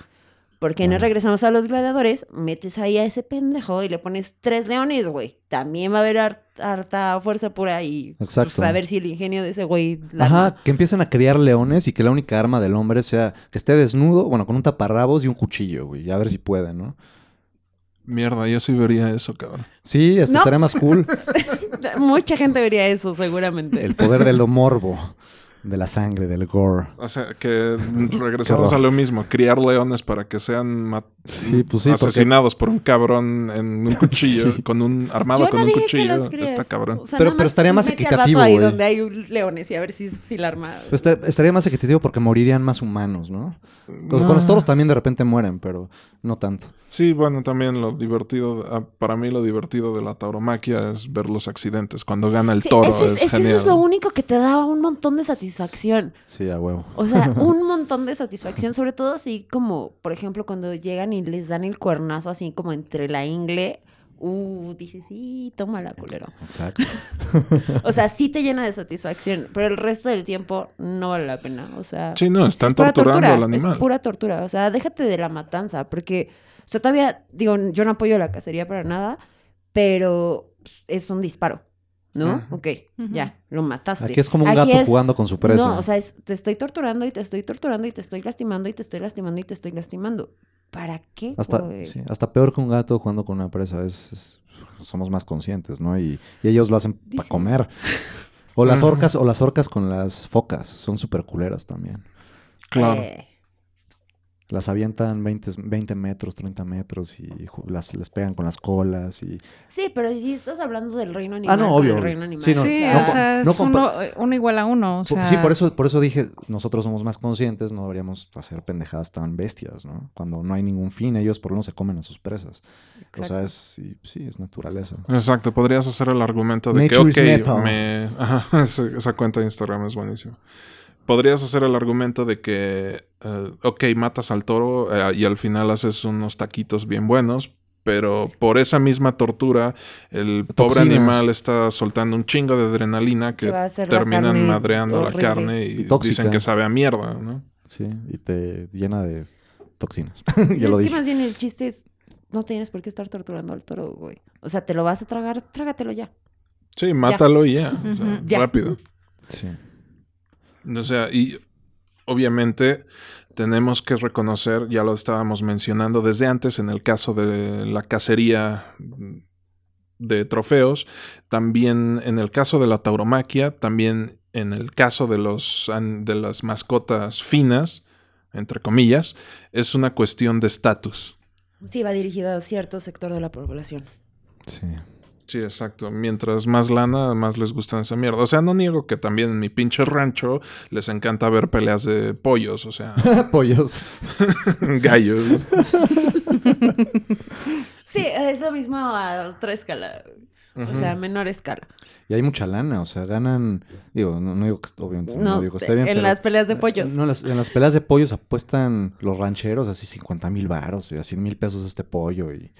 Speaker 2: Porque no
Speaker 4: Claro.
Speaker 2: regresamos a los gladiadores, metes ahí a ese pendejo y le pones tres leones, güey. También va a haber har- harta fuerza pura y pues,
Speaker 4: Exacto.
Speaker 2: a ver si el ingenio de ese güey la-
Speaker 4: Ajá, que empiecen a criar leones y que la única arma del hombre sea que esté desnudo, bueno, con un taparrabos y un cuchillo, güey. y A ver si pueden, ¿no?
Speaker 3: Mierda, yo sí vería eso, cabrón.
Speaker 4: Sí, hasta
Speaker 2: No.
Speaker 4: estaría más
Speaker 2: (laughs)
Speaker 4: cool.
Speaker 2: Mucha gente vería eso, seguramente.
Speaker 4: El poder del morbo, de la sangre, del gore.
Speaker 3: O sea, (laughs) que regresamos
Speaker 4: Qué horror.
Speaker 3: a lo mismo, criar leones para que sean ma-
Speaker 4: Sí, pues sí, porque-
Speaker 3: asesinados por un cabrón en
Speaker 4: (laughs)
Speaker 3: un cuchillo, con un armado
Speaker 2: Yo
Speaker 3: con
Speaker 2: no
Speaker 3: un
Speaker 2: dije que
Speaker 3: cuchillo,
Speaker 2: los críes.
Speaker 3: está cabrón.
Speaker 2: O sea,
Speaker 4: Pero-
Speaker 2: nada
Speaker 4: pero estaría más
Speaker 2: mete al vato
Speaker 4: equitativo, ¿eh?
Speaker 2: ahí
Speaker 4: güey.
Speaker 2: donde hay un- leones y a ver si, si la arma.
Speaker 4: Pues esta- estaría más equitativo porque morirían más humanos, ¿no? Los, Con los toros también de repente mueren, pero no tanto.
Speaker 3: Sí, bueno, también lo divertido, ah, para mí lo divertido de la tauromaquia es ver los accidentes. Cuando gana el
Speaker 2: Sí,
Speaker 3: toro
Speaker 2: eso es, es
Speaker 3: es,
Speaker 2: que
Speaker 3: genial.
Speaker 2: eso es lo único que te da un montón de satisfacción.
Speaker 4: Sí, a huevo. (laughs)
Speaker 2: O sea, un montón de satisfacción, sobre todo así como, por ejemplo, cuando llegan y les dan el cuernazo así como entre la ingle. Uh, dices, sí, toma la culero.
Speaker 4: Exacto.
Speaker 2: O sea, sí te llena de satisfacción, pero el resto del tiempo no vale la pena. O sea,
Speaker 3: Sí, no, están
Speaker 2: es pura
Speaker 3: torturando
Speaker 2: tortura,
Speaker 3: al animal.
Speaker 2: Es pura tortura. O sea, déjate de la matanza, porque, o sea, todavía, digo, yo no apoyo la cacería para nada, pero es un disparo, ¿no?
Speaker 3: Ajá.
Speaker 2: Ok,
Speaker 5: Ujú.
Speaker 2: ya, lo mataste.
Speaker 4: Aquí es como un
Speaker 2: Aquí
Speaker 4: gato
Speaker 2: es-
Speaker 4: jugando con su presa.
Speaker 2: No, o sea, es- te estoy torturando y te estoy torturando y te estoy lastimando y te estoy lastimando y te estoy lastimando. ¿Para qué? Pues,
Speaker 4: hasta,
Speaker 2: güey?
Speaker 4: sí, hasta peor que un gato jugando con una presa. Es, es- somos más conscientes, ¿no? Y, y ellos lo hacen para
Speaker 2: Dicen.
Speaker 4: comer. O (laughs) las orcas, o las orcas con las focas. Son súper culeras también.
Speaker 3: Claro.
Speaker 2: Eh,
Speaker 4: Las avientan 20, 20 metros, 30 metros y ju- las, les pegan con las colas y...
Speaker 2: Sí, pero si estás hablando del reino animal.
Speaker 4: Ah, no,
Speaker 2: con
Speaker 4: obvio,
Speaker 2: El
Speaker 4: obvio.
Speaker 2: reino animal.
Speaker 4: Sí, no,
Speaker 5: sí,
Speaker 4: no
Speaker 5: o
Speaker 4: co-
Speaker 5: sea, es
Speaker 4: no compa-
Speaker 5: uno, uno igual a uno. o
Speaker 4: Po-
Speaker 5: sea,
Speaker 4: sí, por eso, por eso dije, nosotros somos más conscientes, no deberíamos hacer pendejadas tan bestias, ¿no? Cuando no hay ningún fin, ellos por lo menos se comen a sus presas. O sea,
Speaker 2: Exacto.
Speaker 4: es, sí, sí, es naturaleza.
Speaker 3: Exacto, podrías hacer el argumento de
Speaker 4: Nature is
Speaker 3: que, ok,
Speaker 4: metal.
Speaker 3: me... (laughs) Ajá, esa esa cuenta de Instagram es buenísima. Podrías hacer el argumento de que, eh, ok, matas al toro eh, y al final haces unos taquitos bien buenos, pero por esa misma tortura, el pobre
Speaker 4: Toxinas.
Speaker 3: animal está soltando un chingo de adrenalina que
Speaker 2: Que va a hacer la
Speaker 3: terminan
Speaker 2: carne
Speaker 3: madreando la
Speaker 2: horrible.
Speaker 3: carne y
Speaker 4: Tóxica.
Speaker 3: dicen que sabe a mierda, ¿no?
Speaker 4: Sí, y te llena de toxinas. (laughs)
Speaker 2: Pero
Speaker 4: ya lo
Speaker 2: es que
Speaker 4: dije.
Speaker 2: más bien el chiste es, no tienes por qué estar torturando al toro, güey. O sea, te lo vas a tragar, trágatelo ya.
Speaker 3: Sí, mátalo y ya. o sea,
Speaker 5: Ujú.
Speaker 2: Ya.
Speaker 3: Rápido.
Speaker 4: Sí.
Speaker 3: O sea, y obviamente tenemos que reconocer, ya lo estábamos mencionando desde antes en el caso de la cacería mm, de trofeos, también en el caso de la tauromaquia, también en el caso de, los, an- de las mascotas finas, entre comillas, es una cuestión de estatus.
Speaker 2: Sí, va dirigido a cierto sector de la población. (laughs)
Speaker 4: Sí.
Speaker 3: Sí, exacto. Mientras más lana, más les gustan esa mierda. O sea, no niego que también en mi pinche rancho les encanta ver peleas de pollos, o sea, (laughs)
Speaker 4: Pollos.
Speaker 3: gallos.
Speaker 2: Sí, eso mismo a otra escala. O sea, a menor escala.
Speaker 4: Y hay mucha lana, o sea, ganan. Digo, no, no digo que est- obviamente no,
Speaker 2: No,
Speaker 4: digo que esté bien.
Speaker 2: en
Speaker 4: pero-
Speaker 2: las peleas de pollos.
Speaker 4: No, las- en las peleas de pollos apuestan los rancheros así 50 mil varos y a 100 mil pesos este pollo y.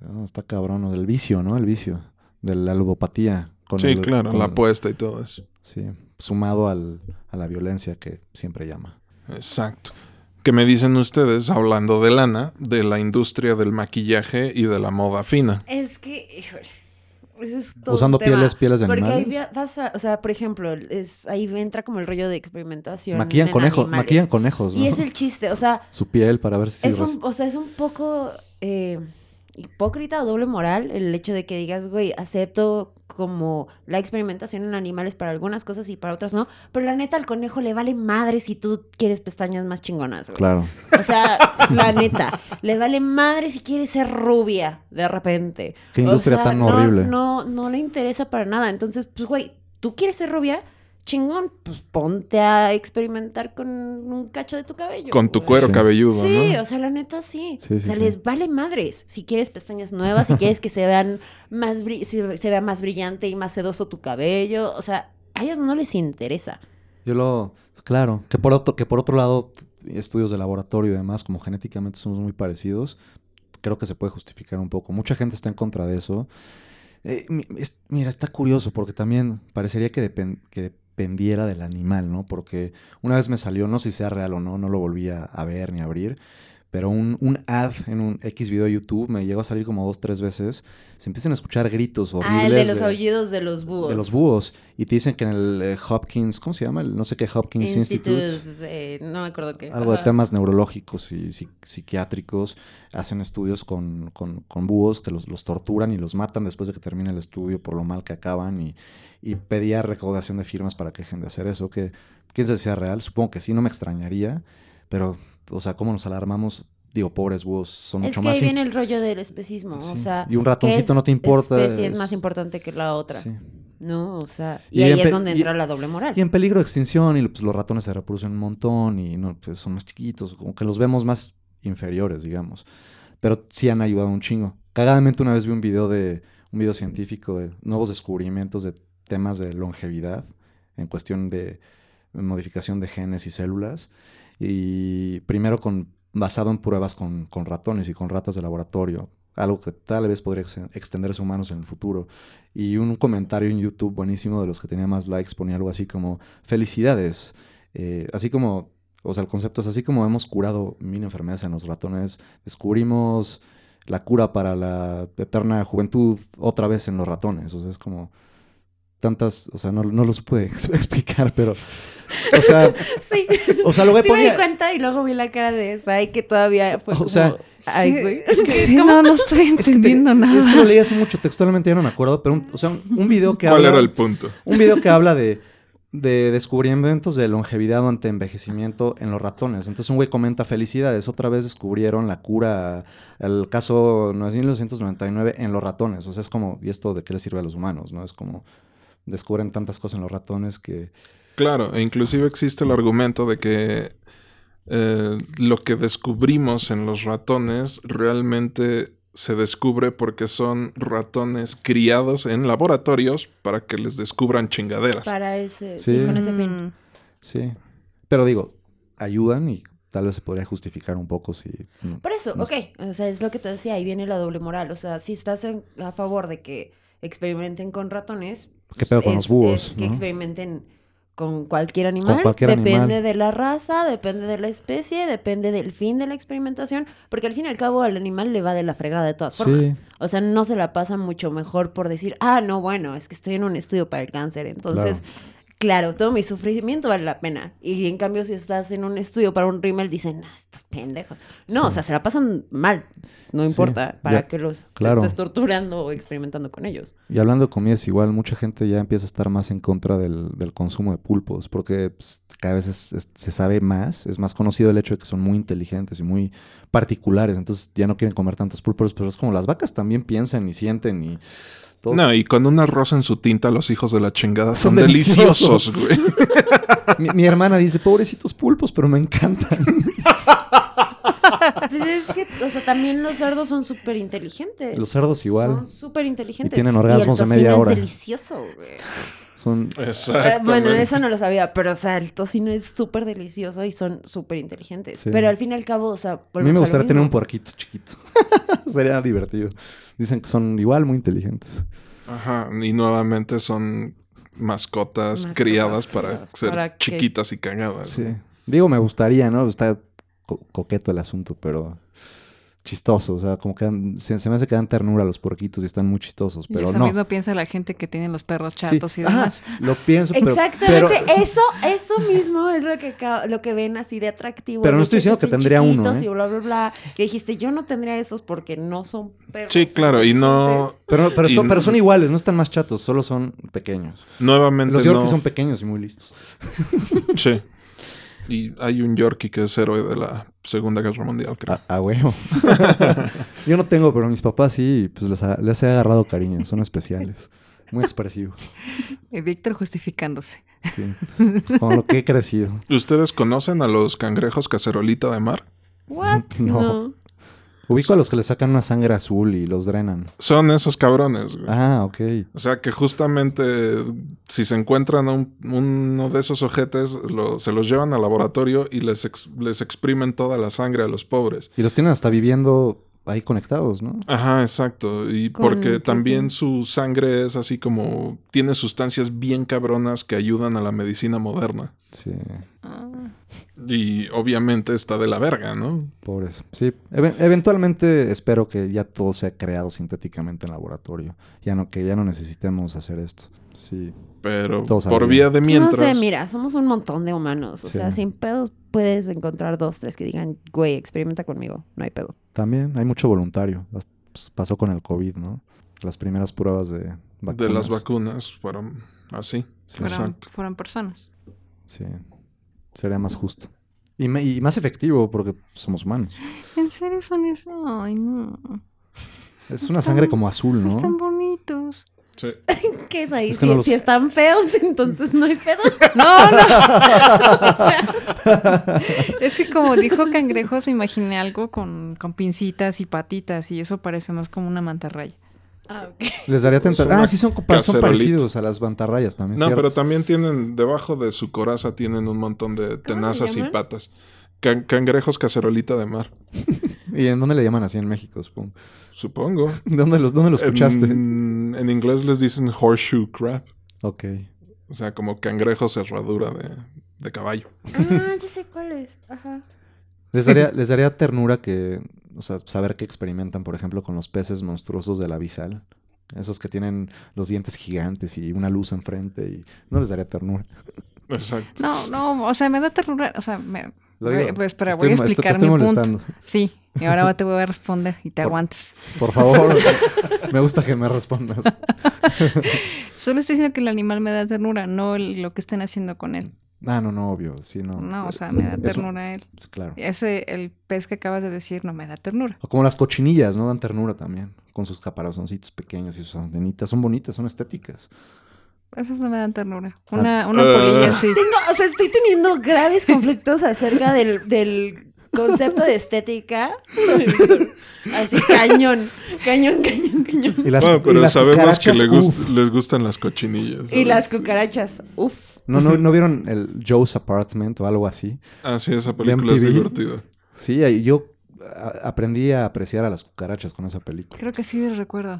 Speaker 4: no, está cabrón, ¿no? el vicio, ¿no? El vicio de la ludopatía. Con
Speaker 3: Sí,
Speaker 4: el-
Speaker 3: claro,
Speaker 4: con-
Speaker 3: la apuesta y todo eso.
Speaker 4: Sí, sumado al, a la violencia que siempre llama.
Speaker 3: Exacto. ¿Qué me dicen ustedes, hablando de lana, de la industria del maquillaje y de la moda fina?
Speaker 2: Es que, híjole, ese es todo un
Speaker 4: Usando
Speaker 2: tema,
Speaker 4: pieles- pieles de
Speaker 2: Porque ahí
Speaker 4: animales.
Speaker 2: va- vas a- o sea, por ejemplo, es, ahí entra como el rollo de experimentación.
Speaker 4: Maquillan
Speaker 2: en
Speaker 4: conejos,
Speaker 2: animales.
Speaker 4: maquillan conejos, ¿no?
Speaker 2: Y es el chiste, o sea,
Speaker 4: Su piel para ver si.
Speaker 2: es
Speaker 4: res-
Speaker 2: un, o sea, es un poco eh, hipócrita o doble moral el hecho de que digas, güey, acepto como la experimentación en animales para algunas cosas y para otras no, pero la neta al conejo le vale madre si tú quieres pestañas más chingonas, güey.
Speaker 4: Claro.
Speaker 2: O sea, la neta, le vale madre si quiere ser rubia de repente.
Speaker 4: Qué
Speaker 2: O
Speaker 4: industria
Speaker 2: sea,
Speaker 4: tan
Speaker 2: no-
Speaker 4: horrible.
Speaker 2: No, no le interesa para nada. Entonces, pues, güey, ¿tú quieres ser rubia? Chingón, pues ponte a experimentar con un cacho de tu cabello.
Speaker 3: Con tu
Speaker 2: güey.
Speaker 3: cuero
Speaker 4: Sí.
Speaker 3: cabelludo,
Speaker 2: Sí,
Speaker 3: ¿no?
Speaker 2: o sea, la neta sí.
Speaker 4: Sí, sí,
Speaker 2: o sea,
Speaker 4: sí.
Speaker 2: les vale madres. Si quieres pestañas
Speaker 4: (laughs)
Speaker 2: nuevas, si quieres que se vean más bri- se, se vea más brillante y más sedoso tu cabello, o sea, a ellos no les interesa.
Speaker 4: Yo lo. Claro. Que por otro, que por otro lado, estudios de laboratorio y demás, como genéticamente somos muy parecidos, creo que se puede justificar un poco. Mucha gente está en contra de eso. Eh, mi- es- mira, está curioso porque también parecería que, depen- que dependiera del animal, ¿no? Porque una vez me salió, no sé si sea real o no, no lo volví a, a ver ni a abrir, pero un, un ad en un X video de YouTube me llegó a salir como dos, tres veces. Se empiezan a escuchar gritos horribles.
Speaker 2: Ah, el de los
Speaker 4: de-
Speaker 2: aullidos de los búhos.
Speaker 4: de los búhos. Y te dicen que en el eh, Hopkins, ¿cómo se llama? El no sé qué Hopkins Institute.
Speaker 2: eh, no me acuerdo qué.
Speaker 4: Algo de
Speaker 2: Ajá.
Speaker 4: temas neurológicos y psi- psiquiátricos. Hacen estudios con, con- con búhos que los, los torturan y los matan después de que termina el estudio por lo mal que acaban. Y, y pedía recaudación de firmas para que dejen de hacer eso. Que, ¿Quién se sea real? Supongo que sí, no me extrañaría. Pero, o sea, ¿cómo nos alarmamos? Digo, pobres búhos, son
Speaker 2: Es
Speaker 4: mucho
Speaker 2: que
Speaker 4: más...
Speaker 2: ahí
Speaker 4: in-
Speaker 2: viene el rollo del especismo, o
Speaker 4: sí.
Speaker 2: sea...
Speaker 4: y un
Speaker 2: ¿qué
Speaker 4: ratoncito no te importa.
Speaker 2: especie es
Speaker 4: es-
Speaker 2: más importante que la otra,
Speaker 4: sí.
Speaker 2: ¿no? O sea,
Speaker 4: Y
Speaker 2: y, ahí
Speaker 4: bien pe-
Speaker 2: es donde
Speaker 4: y-
Speaker 2: entra la doble moral.
Speaker 4: Y em- en peligro de extinción, y pues, los ratones se reproducen un montón, y no, pues, son más chiquitos, como que los vemos más inferiores, digamos. Pero sí han ayudado un chingo. Cagadamente una vez vi un video de un video científico de nuevos descubrimientos de temas de longevidad en cuestión de modificación de genes y células. Y primero con, basado en pruebas con, con ratones y con ratas de laboratorio. Algo que tal vez podría ex- extenderse a humanos en el futuro. Y un comentario en YouTube buenísimo de los que tenía más likes ponía algo así como, felicidades. Eh, así como, o sea, el concepto es así como hemos curado mil enfermedades en los ratones, descubrimos la cura para la eterna juventud otra vez en los ratones. O sea, es como tantas, o sea, no, no los pude (laughs) ex- explicar, pero... O sea,
Speaker 2: (laughs)
Speaker 4: (laughs)
Speaker 2: Sí,
Speaker 4: o sea, lo que
Speaker 2: sí me di
Speaker 4: ponía...
Speaker 2: cuenta y luego vi la cara de esa y que todavía fue
Speaker 4: O
Speaker 2: como...
Speaker 4: sea,
Speaker 2: ay,
Speaker 5: sí,
Speaker 2: (laughs) güey.
Speaker 5: es que sí, no, no estoy entendiendo nada.
Speaker 4: Es que lo leí hace mucho textualmente, ya no me acuerdo, pero un, o sea, un, un video que
Speaker 3: ¿Cuál
Speaker 4: habla...
Speaker 3: era el punto?
Speaker 4: Un video que habla de de descubrimientos de longevidad ante envejecimiento en los ratones. Entonces un güey comenta felicidades, otra vez descubrieron la cura, el caso 9999 en los ratones. O sea, es como, ¿y esto de qué le sirve a los humanos? ¿No? Es como, descubren tantas cosas en los ratones que...
Speaker 3: Claro, e inclusive existe el argumento de que eh, lo que descubrimos en los ratones realmente se descubre porque son ratones criados en laboratorios para que les descubran chingaderas.
Speaker 2: Para ese, sí,
Speaker 4: Sí.
Speaker 2: con ese
Speaker 5: Mm.
Speaker 2: fin.
Speaker 4: Sí. Pero digo, ayudan y tal vez se podría justificar un poco si...
Speaker 2: Por eso,
Speaker 4: No
Speaker 2: ok. O sea, es lo que te decía, ahí viene la doble moral. O sea, si estás en- a favor de que experimenten con ratones.
Speaker 4: ¿Qué pedo con
Speaker 2: es-
Speaker 4: los búhos,
Speaker 2: es Este, que
Speaker 4: no?
Speaker 2: experimenten con cualquier animal.
Speaker 4: cualquier
Speaker 2: depende
Speaker 4: animal.
Speaker 2: de la raza, depende de la especie, depende del fin de la experimentación. Porque al fin y al cabo al animal le va de la fregada de todas formas.
Speaker 4: Sí,
Speaker 2: O sea, no se la pasa mucho mejor por decir, ah, no, bueno, es que estoy en un estudio para el cáncer, entonces, claro, todo mi sufrimiento vale la pena. Y en cambio, si estás en un estudio para un rímel, dicen, ah, estos pendejos. No,
Speaker 4: Sí.
Speaker 2: o sea, se la pasan mal, no
Speaker 4: Sí,
Speaker 2: importa, para
Speaker 4: ya,
Speaker 2: que los
Speaker 4: claro.
Speaker 2: estés torturando o experimentando con ellos.
Speaker 4: Y hablando de comidas, igual mucha gente ya empieza a estar más en contra del, del consumo de pulpos, porque pues, cada vez es- es- se sabe más, es más conocido el hecho de que son muy inteligentes y muy particulares, entonces ya no quieren comer tantos pulpos, pero es como las vacas también piensan y sienten y todo.
Speaker 3: No, y con una rosa en su tinta, los hijos de la chingada son,
Speaker 4: (laughs) Son
Speaker 3: deliciosos, güey.
Speaker 4: Mi, mi hermana dice, pobrecitos pulpos, pero me (laughs) encantan.
Speaker 2: Pues es que, o sea, también los cerdos son súper inteligentes.
Speaker 4: Los cerdos igual
Speaker 2: Son súper inteligentes.
Speaker 4: Y tienen orgasmos de media hora.
Speaker 2: es delicioso,
Speaker 3: (laughs)
Speaker 2: güey.
Speaker 3: Ah,
Speaker 4: son...
Speaker 2: Eh,
Speaker 3: Exacto.
Speaker 2: Bueno, eso no lo sabía, pero o sea, el tocino es súper delicioso y son súper inteligentes.
Speaker 4: Sí.
Speaker 2: Pero al fin y al cabo, o sea,
Speaker 4: A mí me
Speaker 2: volvemos a lo
Speaker 4: gustaría tener un
Speaker 2: mismo.
Speaker 4: puerquito chiquito. (laughs) Sería divertido. Dicen que son igual muy inteligentes.
Speaker 3: Ajá, y nuevamente son mascotas,
Speaker 2: Mascotas
Speaker 3: criadas para
Speaker 2: criadas
Speaker 3: ser
Speaker 2: para que-
Speaker 3: chiquitas y cagadas.
Speaker 4: Sí. Digo, me gustaría, ¿no? Está co- coqueto el asunto, pero chistoso. O sea, como que dan- se, se me hace que dan ternura a los porquitos y están muy chistosos,
Speaker 5: y
Speaker 4: pero
Speaker 5: eso
Speaker 4: no.
Speaker 5: mismo piensa la gente que tiene los perros
Speaker 4: Sí.
Speaker 5: chatos y
Speaker 4: Ajá,
Speaker 5: demás.
Speaker 4: lo pienso, pero, pero,
Speaker 2: Exactamente, eso, eso mismo es lo que, acaba- lo que ven así de atractivo.
Speaker 4: Pero no
Speaker 2: de
Speaker 4: estoy diciendo que
Speaker 2: estén
Speaker 4: tendría uno,
Speaker 2: chiquitos
Speaker 4: ¿eh?
Speaker 2: Y bla, bla, bla. Que dijiste, yo no tendría esos porque no son perros.
Speaker 3: Sí, claro, y no.
Speaker 4: pero, pero
Speaker 3: Y
Speaker 4: son, pero
Speaker 3: no-
Speaker 4: son iguales, no están más chatos, solo son pequeños.
Speaker 3: Nuevamente
Speaker 4: Los
Speaker 3: no.
Speaker 4: Yorkies son pequeños y muy listos.
Speaker 3: (laughs) Sí. Y hay un Yorkie que es héroe de la Segunda Guerra Mundial, creo.
Speaker 4: A, a huevo. (laughs) Yo no tengo, pero mis papás sí, pues les, ha- les he agarrado cariño, son especiales. Muy expresivos.
Speaker 5: Y Eh, Víctor justificándose.
Speaker 4: Sí, pues, con lo que he crecido.
Speaker 3: ¿Ustedes conocen a los cangrejos cacerolita de mar?
Speaker 5: ¿What?
Speaker 4: (laughs) No.
Speaker 2: No.
Speaker 4: Ubico a los que le sacan una sangre azul y los drenan.
Speaker 3: Son esos cabrones, güey.
Speaker 4: Ah, ok.
Speaker 3: O sea que justamente si se encuentran a un- uno de esos ojetes, lo- se los llevan al laboratorio y les, ex- les exprimen toda la sangre a los pobres.
Speaker 4: Y los tienen hasta viviendo ahí conectados, ¿no?
Speaker 3: Ajá, exacto. Y
Speaker 2: Con-
Speaker 3: porque
Speaker 2: con-
Speaker 3: también su sangre es así como... Tiene sustancias bien cabronas que ayudan a la medicina moderna.
Speaker 4: Sí,
Speaker 5: Ah,
Speaker 3: Y obviamente está de la verga, ¿no?
Speaker 4: pobres. Sí, eve- eventualmente espero que ya todo sea creado sintéticamente en laboratorio. Ya no, que ya no necesitemos hacer esto. Sí.
Speaker 3: Pero
Speaker 4: Todos
Speaker 3: por
Speaker 4: sabían.
Speaker 3: vía de
Speaker 2: Pues
Speaker 3: mientras...
Speaker 2: No sé, mira, somos un montón de humanos. O
Speaker 4: Sí.
Speaker 2: sea, sin pedos puedes encontrar dos, tres que digan, güey, experimenta conmigo. No hay pedo.
Speaker 4: También hay mucho voluntario. Las- pues, pasó con el COVID, ¿no? Las primeras pruebas de vacunas.
Speaker 3: de las vacunas fueron así.
Speaker 4: Sí,
Speaker 5: fueron,
Speaker 3: Exacto.
Speaker 5: fueron personas.
Speaker 4: sí. Sería más justo. Y, me- y más efectivo porque somos humanos.
Speaker 5: ¿En serio son eso? Ay, no.
Speaker 4: Es una sangre como azul,
Speaker 5: Están
Speaker 4: ¿no? (laughs)
Speaker 5: bonitos.
Speaker 3: Sí.
Speaker 2: ¿Qué es ahí?
Speaker 4: Es que
Speaker 2: si,
Speaker 4: no los-
Speaker 2: si están feos, (laughs) entonces no hay pedo.
Speaker 5: No, Oh, no. (laughs) O sea, es que como dijo cangrejos, imaginé algo con, con pincitas y patitas y eso parece más como una mantarraya.
Speaker 2: Ah, ok.
Speaker 4: Les daría tentación.
Speaker 3: una
Speaker 4: Ah, sí, son, compa- son
Speaker 3: cacerolita.
Speaker 4: parecidos a las bantarrayas también.
Speaker 3: No,
Speaker 4: ¿cierto?
Speaker 3: pero también tienen, debajo de su coraza tienen un montón de tenazas y
Speaker 2: llaman?
Speaker 3: patas. Can- cangrejos cacerolita de mar,
Speaker 4: ¿Y en dónde le llaman así en México, supongo?
Speaker 3: supongo.
Speaker 4: ¿Dónde, los, dónde (laughs) lo
Speaker 3: Em,
Speaker 4: escuchaste?
Speaker 3: En, en inglés les dicen horseshoe crab.
Speaker 4: Ok.
Speaker 3: O sea, como cangrejo cerradura de, de caballo.
Speaker 2: Ah, ya sé cuál es. Ajá.
Speaker 4: Les daría, (laughs) les daría ternura que, o sea, saber que experimentan, por ejemplo, con los peces monstruosos del abisal. Esos que tienen los dientes gigantes y una luz enfrente y no les daría ternura.
Speaker 3: Exacto.
Speaker 5: No, no, o sea, me da ternura. O sea, me,
Speaker 4: Lo digo,
Speaker 5: voy- pues, espera,
Speaker 4: estoy
Speaker 5: voy a
Speaker 4: mo- esto- te
Speaker 5: explicar
Speaker 4: estoy
Speaker 5: mi
Speaker 4: molestando.
Speaker 5: (laughs) punto. Sí, y ahora te voy a responder y te
Speaker 4: Por-
Speaker 5: aguantas.
Speaker 4: Por
Speaker 5: (laughs)
Speaker 4: favor, me gusta que me respondas.
Speaker 5: Solo estoy diciendo que el animal me da ternura, no el- lo que estén haciendo con él.
Speaker 4: (laughs) Ah, no, no, obvio. Sí, no. pues,
Speaker 5: No, o sea, me da
Speaker 4: Eso-
Speaker 5: ternura él.
Speaker 4: pues, claro.
Speaker 5: Ese, el pez que acabas de decir, no me da ternura.
Speaker 4: O como las cochinillas, ¿no? Dan ternura también. Con sus caparazoncitos pequeños y sus antenitas. Son bonitas, son estéticas.
Speaker 5: Esas no me dan ternura.
Speaker 4: Ah.
Speaker 5: Una, una
Speaker 3: Ah.
Speaker 4: (laughs)
Speaker 5: polilla así.
Speaker 2: Tengo, o sea, estoy teniendo graves conflictos acerca del, del concepto de estética. Así, cañón, cañón, cañón, cañón.
Speaker 4: Y las,
Speaker 3: bueno,
Speaker 4: y
Speaker 3: pero
Speaker 4: las
Speaker 3: sabemos que
Speaker 4: cucarachas,
Speaker 3: le gust-
Speaker 4: uf.
Speaker 3: les gustan las cochinillas.
Speaker 2: Y
Speaker 3: ¿sabes?
Speaker 2: las cucarachas, uf.
Speaker 4: No, no, ¿no vieron el Joe's Apartment o algo así?
Speaker 3: Ah, sí, esa película es
Speaker 4: MTV.
Speaker 3: divertida.
Speaker 4: Sí, ahí yo a- aprendí a apreciar a las cucarachas con esa película.
Speaker 5: Creo que sí recuerdo.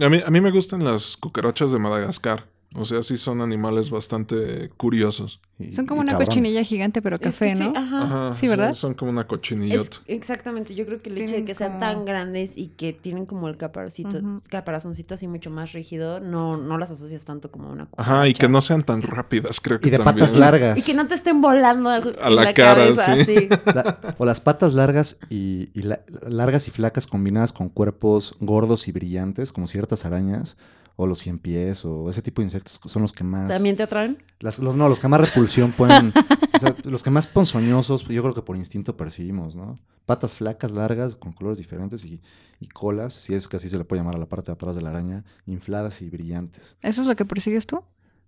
Speaker 3: A mí, a mí me gustan las cucarachas de Madagascar. O sea, sí son animales bastante curiosos.
Speaker 4: Y-
Speaker 5: Son como
Speaker 4: y
Speaker 5: una
Speaker 4: cabrones.
Speaker 5: cochinilla gigante, pero café,
Speaker 2: Es que sí, ah.
Speaker 5: ¿no?
Speaker 2: ajá.
Speaker 3: Ajá.
Speaker 5: Sí, ¿verdad?
Speaker 3: Son, son como una
Speaker 2: Es-
Speaker 3: cochinillota.
Speaker 2: exactamente, yo creo que el hecho de
Speaker 5: Tienen
Speaker 2: que sean
Speaker 5: como-
Speaker 2: tan grandes y que tienen como el caparocito,
Speaker 5: Ujú.
Speaker 2: caparazoncito así mucho más rígido, no, no las asocias tanto como a una cucaracha.
Speaker 3: Ajá, y que no sean tan rápidas, creo que
Speaker 4: Y de
Speaker 3: también.
Speaker 4: patas largas.
Speaker 2: Y que no te estén volando a
Speaker 3: A la cara, sí.
Speaker 4: (laughs) La- o las patas largas y, y la- largas y flacas combinadas con cuerpos gordos y brillantes, como ciertas arañas, o los cien pies, o ese tipo de insectos son los que más.
Speaker 2: ¿También te atraen?
Speaker 4: las- los, no, los que más repulsión pueden. o sea, los que más ponzoñosos, yo creo que por instinto percibimos, ¿no? Patas flacas, largas, con colores diferentes y, y colas, si es que así se le puede llamar a la parte de atrás de la araña, infladas y brillantes.
Speaker 5: ¿Eso es lo que persigues tú?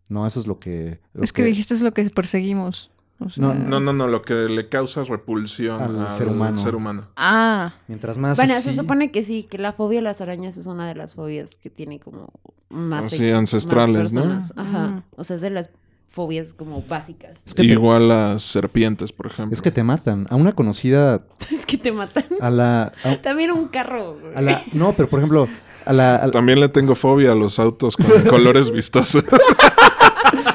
Speaker 4: No, eso es lo que. lo
Speaker 5: es que, dijiste es lo que perseguimos. O sea-
Speaker 4: No,
Speaker 3: No, no, no, lo que le causa repulsión
Speaker 4: Al
Speaker 3: al,
Speaker 4: ser humano.
Speaker 3: ser humano.
Speaker 5: Ah,
Speaker 4: Mientras más.
Speaker 2: bueno,
Speaker 4: así-
Speaker 2: se supone que sí, que la fobia a las arañas es una de las fobias que tiene como más...
Speaker 3: Así, ancestrales, ¿no?
Speaker 2: personas. Ajá.
Speaker 5: Mm.
Speaker 2: O sea, es de las fobias como básicas. (laughs)
Speaker 4: Es que, te,
Speaker 3: Igual las serpientes, por ejemplo.
Speaker 4: es que te matan. A una conocida,
Speaker 2: es que te matan.
Speaker 4: a la. a-
Speaker 2: También un carro. güey.
Speaker 4: A la- no, pero por ejemplo, a la, a la-
Speaker 3: También le tengo fobia a los
Speaker 4: (laughs)
Speaker 3: autos con colores vistosos. (laughs)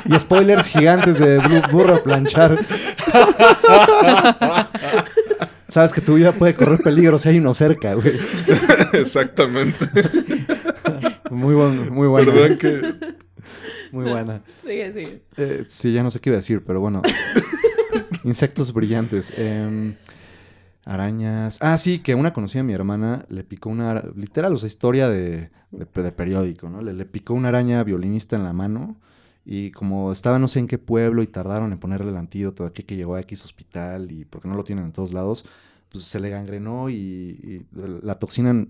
Speaker 4: y spoilers gigantes de bu- burro a planchar. (laughs) Sabes que tu vida puede correr peligro si hay uno cerca, güey.
Speaker 3: Exactamente.
Speaker 4: Muy buen, muy buena.
Speaker 3: Perdón que...
Speaker 4: Muy buena.
Speaker 2: (laughs) Sigue, sigue.
Speaker 4: Eh, sí, ya no sé qué iba a decir, pero bueno. Insectos brillantes. Em, arañas. Ah, sí, que una conocida de mi hermana le picó una. ara- Literal, o sea, historia de, de- de periódico, ¿no? Le, le picó una araña violinista en la mano. Y como estaba no sé en qué pueblo y tardaron en ponerle el antídoto aquí que llegó a X hospital y porque no lo tienen en todos lados, pues se le gangrenó y, y la toxina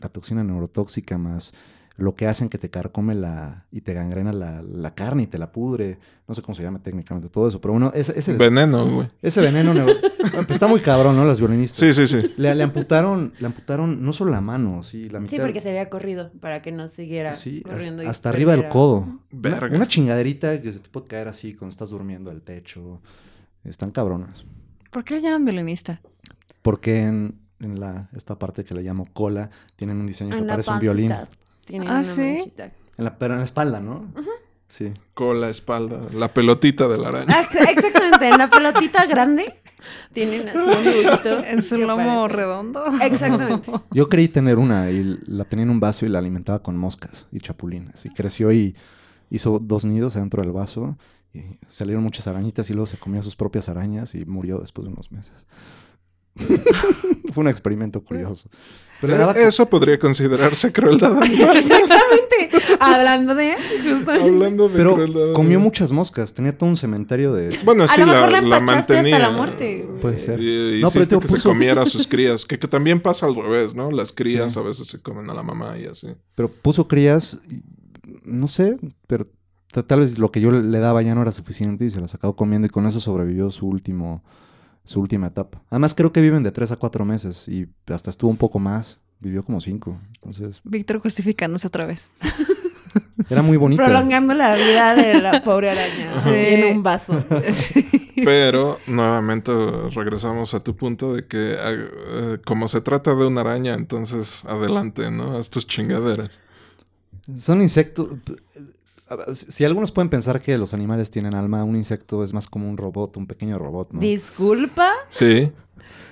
Speaker 4: la toxina neurotóxica más lo que hacen que te carcome la y te gangrena la, la carne y te la pudre, no sé cómo se llama técnicamente todo eso, pero bueno, ese, ese,
Speaker 3: Veneno, güey.
Speaker 4: ese veneno
Speaker 2: (laughs)
Speaker 4: neuro- Bueno, pues está muy cabrón, ¿no? Las violinistas.
Speaker 3: Sí, sí, sí.
Speaker 4: Le, le amputaron, le amputaron no solo la mano, sí, la mitad.
Speaker 2: Sí, porque se había corrido para que no siguiera
Speaker 4: sí, has-
Speaker 2: corriendo. y
Speaker 4: hasta arriba del
Speaker 2: perdiera.
Speaker 4: codo.
Speaker 3: Verga.
Speaker 4: Una chingaderita que se te puede caer así cuando estás durmiendo al techo. Están cabronas.
Speaker 5: ¿por qué le llaman violinista?
Speaker 4: Porque en, en la, esta parte que le llamo cola, tienen un diseño que
Speaker 2: En la
Speaker 4: parece un
Speaker 2: pancita
Speaker 4: violín.
Speaker 2: tiene
Speaker 5: Ah,
Speaker 2: una
Speaker 5: ¿sí?
Speaker 2: manchita.
Speaker 4: En la, pero en la espalda, ¿no? Sí.
Speaker 3: Cola, espalda, la pelotita de la araña.
Speaker 2: Ah, ex- Exactamente, en la pelotita grande tienen así un dibujito.
Speaker 5: (laughs) En su
Speaker 2: que
Speaker 5: lomo
Speaker 2: parece-
Speaker 5: redondo. (laughs)
Speaker 2: Exactamente. (laughs)
Speaker 4: Yo creí tener una y la tenía en un vaso y la alimentaba con moscas y chapulines. Y creció y hizo dos nidos adentro del vaso. Y salieron muchas arañitas y luego se comía sus propias arañas y murió después de unos meses. (laughs) Fue un experimento curioso. Pero le daba-
Speaker 3: Eh, Eso podría
Speaker 2: (laughs)
Speaker 3: considerarse crueldad.
Speaker 2: Exactamente. Hablando de. Justamente.
Speaker 3: Hablando de
Speaker 4: pero
Speaker 3: crueldad.
Speaker 4: comió muchas moscas. Tenía todo un cementerio de...
Speaker 3: Bueno,
Speaker 2: A
Speaker 3: sí,
Speaker 2: lo
Speaker 3: la,
Speaker 2: mejor la
Speaker 3: la
Speaker 2: empachaste hasta
Speaker 3: mantenía.
Speaker 2: la muerte, güey.
Speaker 4: Puede ser.
Speaker 3: Y,
Speaker 4: No,
Speaker 3: no,
Speaker 4: pero te
Speaker 3: que se
Speaker 4: puso- (laughs)
Speaker 3: comiera a sus crías, que, que también pasa al revés, ¿no? Las crías
Speaker 4: Sí.
Speaker 3: a veces se comen a la mamá y así.
Speaker 4: Pero puso crías, y- no sé, pero ta- tal vez lo que yo le daba ya no era suficiente y se las acabó comiendo y con eso sobrevivió su último, su última etapa. Además creo que viven de tres a cuatro meses y hasta estuvo un poco más, vivió como cinco. Entonces,
Speaker 5: Víctor justificándose otra vez.
Speaker 4: era muy bonito.
Speaker 2: (laughs) Prolongando la vida de la pobre araña.
Speaker 5: Ajá.
Speaker 2: así
Speaker 5: Sí.
Speaker 2: En
Speaker 4: (laughs)
Speaker 2: un vaso.
Speaker 3: Pero nuevamente regresamos a tu punto de que ah, eh, como se trata de una araña, entonces adelante, ¿no? A estos chingaderas.
Speaker 4: Son insectos. Si algunos pueden pensar que los animales tienen alma, un insecto es más como un robot, un pequeño robot, ¿no?
Speaker 2: Disculpa.
Speaker 3: Sí.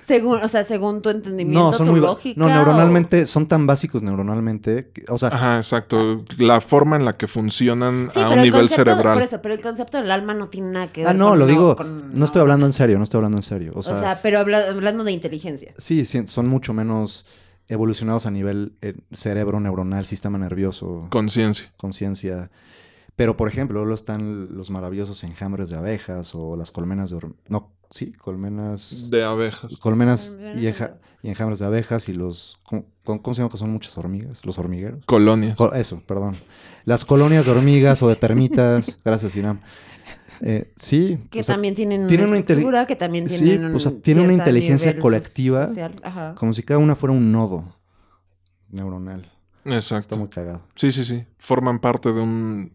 Speaker 2: Según, o sea, según tu entendimiento, tu
Speaker 4: muy ba-
Speaker 2: lógica.
Speaker 4: No,
Speaker 2: o-
Speaker 4: neuronalmente, son tan básicos neuronalmente. que- o sea,
Speaker 3: Ajá, exacto. La forma en la que funcionan
Speaker 2: Sí,
Speaker 3: a
Speaker 2: pero
Speaker 3: un
Speaker 2: el
Speaker 3: nivel
Speaker 2: concepto-
Speaker 3: cerebral.
Speaker 2: Por eso, pero el concepto del alma no tiene nada que ver.
Speaker 4: ah, no,
Speaker 2: con-
Speaker 4: lo digo.
Speaker 2: con-
Speaker 4: No estoy hablando en serio, no estoy hablando en serio. O
Speaker 2: O sea,
Speaker 4: sea,
Speaker 2: pero habla- hablando de inteligencia.
Speaker 4: sí, sí, son mucho menos evolucionados a nivel eh, cerebro, neuronal, sistema nervioso,
Speaker 3: Conciencia.
Speaker 4: conciencia. Pero, por ejemplo, luego están los maravillosos enjambres de abejas o las colmenas de... horm- No, sí, colmenas...
Speaker 3: De abejas.
Speaker 4: Colmenas
Speaker 2: Colmenas
Speaker 4: y,
Speaker 2: de
Speaker 4: enja-
Speaker 2: abejas.
Speaker 4: y enjambres de abejas y los... ¿cómo, cómo- cómo se llama que son muchas hormigas? Los hormigueros.
Speaker 3: Colonia.
Speaker 4: Co- Eso, perdón. Las colonias de hormigas o de
Speaker 2: (laughs)
Speaker 4: termitas. Gracias, Inam. Eh, sí.
Speaker 2: Que
Speaker 4: o sea,
Speaker 2: también tienen una
Speaker 4: tiene una inteli-
Speaker 2: estructura, que también
Speaker 4: Sí,
Speaker 2: tienen un
Speaker 4: o sea, tiene una
Speaker 2: cierto
Speaker 4: inteligencia
Speaker 2: nivel so-
Speaker 4: colectiva.
Speaker 2: social. Ajá.
Speaker 4: como si cada una fuera un nodo neuronal. Está
Speaker 3: Exacto.
Speaker 4: muy cagado.
Speaker 3: Sí, sí, sí. Forman parte de un.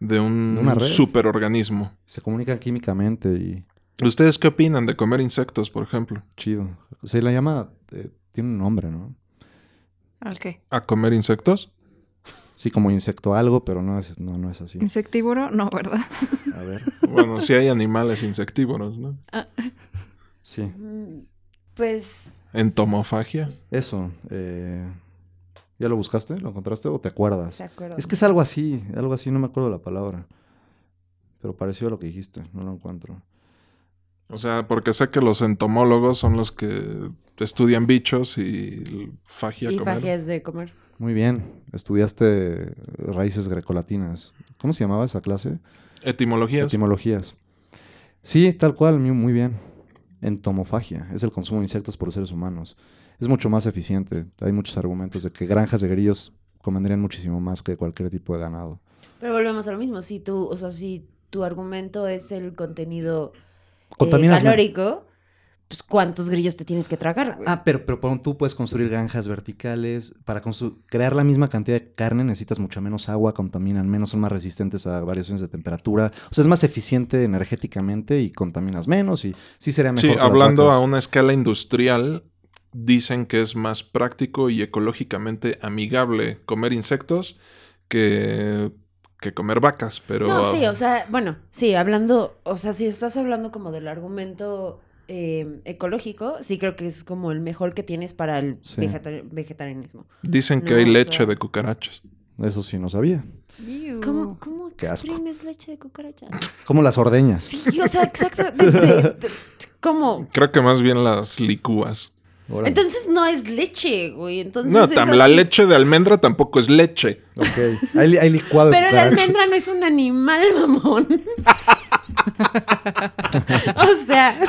Speaker 3: De
Speaker 4: De una
Speaker 3: un
Speaker 4: red.
Speaker 3: superorganismo.
Speaker 4: Se comunican químicamente y
Speaker 3: ¿Ustedes qué opinan de comer insectos, por ejemplo?
Speaker 4: chido. Se la llama... eh, tiene un nombre, ¿no?
Speaker 5: ¿Al qué?
Speaker 3: ¿A comer insectos?
Speaker 4: Sí, como insecto algo, pero no es, no, no es así.
Speaker 5: ¿Insectívoro? No, ¿verdad?
Speaker 4: A ver.
Speaker 3: Bueno, sí hay animales insectívoros, ¿no?
Speaker 4: Sí.
Speaker 2: Mm, Pues
Speaker 3: Entomofagia.
Speaker 4: Eso. eh, ¿Ya lo buscaste? ¿Lo encontraste o te acuerdas?
Speaker 2: de acuerdo.
Speaker 4: Es que es algo así, algo así, no me acuerdo la palabra. Pero parecido a lo que dijiste, no lo encuentro.
Speaker 3: O sea, porque sé que los entomólogos son los que estudian bichos y fagia
Speaker 2: y
Speaker 3: comer.
Speaker 2: fagia es de comer.
Speaker 4: Muy bien, estudiaste raíces grecolatinas. ¿Cómo se llamaba esa clase?
Speaker 3: Etimologías.
Speaker 4: Etimologías. Sí, tal cual, mu- muy bien. Entomofagia, es el consumo de insectos por seres humanos. Es mucho más eficiente. Hay muchos argumentos de que granjas de grillos convendrían muchísimo más que cualquier tipo de ganado.
Speaker 2: Pero volvemos a lo mismo. Si tú, o sea, si tu argumento es el contenido eh,
Speaker 4: Contaminas men-
Speaker 2: calórico, pues ¿cuántos grillos te tienes que tragar? güey?
Speaker 4: Ah, pero, pero pon, tú puedes construir granjas verticales. Para constru- crear la misma cantidad de carne necesitas mucha menos agua, contaminan menos, son más resistentes a variaciones de temperatura. O sea, es más eficiente energéticamente y contaminas menos y sí sería mejor.
Speaker 3: Sí,
Speaker 4: que las
Speaker 3: hablando
Speaker 4: vacas.
Speaker 3: a una escala industrial, dicen que es más práctico y ecológicamente amigable comer insectos que, que comer vacas, pero...
Speaker 2: Ah,
Speaker 3: ah,
Speaker 2: No, sí, o sea, bueno, sí, hablando, o sea, si estás hablando como del argumento eh, ecológico, sí creo que es como el mejor que tienes para el
Speaker 4: Sí.
Speaker 2: vegeta- vegetarianismo.
Speaker 3: Dicen que
Speaker 2: no,
Speaker 3: hay
Speaker 2: o sea-
Speaker 3: leche de cucarachas.
Speaker 4: Eso sí, no sabía.
Speaker 2: ¿Cómo, cómo
Speaker 4: Qué asco.
Speaker 2: exprimes leche de cucaracha?
Speaker 4: Como las ordeñas.
Speaker 2: (laughs) Sí, o sea, exacto. de- de- de- ¿Cómo?
Speaker 3: Creo que más bien las licúas.
Speaker 4: Órale.
Speaker 2: Entonces no es leche, güey. Entonces
Speaker 3: No,
Speaker 2: es
Speaker 3: tam- la
Speaker 2: así.
Speaker 3: leche de almendra tampoco es leche.
Speaker 4: Ok, hay, li- hay licuado. de
Speaker 2: Pero la
Speaker 4: cucaracha.
Speaker 2: almendra no es un animal, (laughs) mamón. o sea,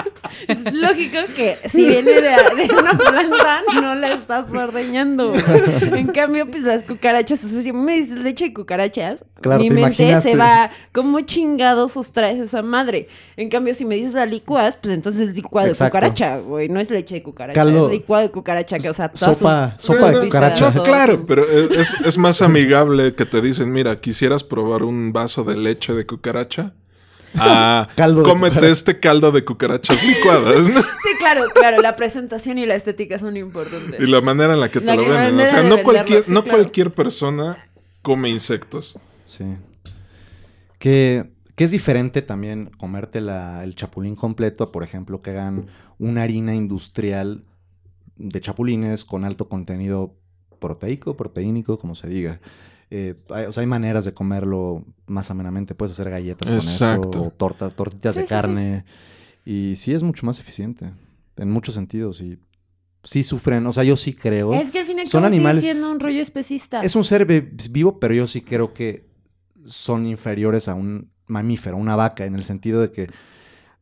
Speaker 2: es lógico que si viene de, de una planta, no la estás ordeñando. güey. En cambio, pues las cucarachas, o sea, si me dices leche de cucarachas,
Speaker 4: Claro,
Speaker 2: mi
Speaker 4: te
Speaker 2: mente
Speaker 4: imaginaste.
Speaker 2: se va, ¿cómo chingados sustraes esa madre? En cambio, si me dices a licuas, pues entonces es licuado
Speaker 4: Exacto.
Speaker 2: de cucaracha, güey. No es leche de cucaracha,
Speaker 4: Caldo-
Speaker 2: es licuado de cucaracha, que, o sea, todas
Speaker 4: Sopa-
Speaker 2: sus-
Speaker 4: sopa de
Speaker 2: sus
Speaker 4: cucaracha.
Speaker 2: pisados,
Speaker 3: Claro,
Speaker 2: sus-
Speaker 3: pero e, es, es más amigable que te dicen, mira, quisieras probar un vaso de leche de
Speaker 4: (laughs)
Speaker 3: cucaracha. Ah,
Speaker 4: Caldo de
Speaker 3: cómete
Speaker 4: cucaracha.
Speaker 3: este caldo de cucarachas licuadas, ¿no?
Speaker 2: Sí, claro, claro, la presentación y la estética son importantes.
Speaker 3: Y la manera en la que te
Speaker 2: La
Speaker 3: lo
Speaker 2: que-
Speaker 3: venden. O
Speaker 2: manera
Speaker 3: sea,
Speaker 2: de
Speaker 3: no,
Speaker 2: venderlo,
Speaker 3: cualquier,
Speaker 2: sí,
Speaker 3: no
Speaker 2: claro.
Speaker 3: cualquier persona come insectos.
Speaker 4: Sí. Que, que es diferente también comerte la- el chapulín completo, a, por ejemplo, que hagan una harina industrial de chapulines con alto contenido proteico, proteínico, como se diga. Eh, hay, o sea, hay maneras de comerlo más amenamente. Puedes hacer galletas con
Speaker 3: Exacto.
Speaker 4: eso, o tortas, tortitas
Speaker 2: Sí,
Speaker 4: de
Speaker 2: sí, sí.
Speaker 4: carne. Y sí es mucho más eficiente, en muchos sentidos. Y sí sufren, o sea, yo sí creo.
Speaker 2: Es que al final
Speaker 4: Son
Speaker 2: son
Speaker 4: animales-
Speaker 2: sigue siendo un rollo especista.
Speaker 4: Es un ser vi- vivo, pero yo sí creo que son inferiores a un mamífero, a una vaca, en el sentido de que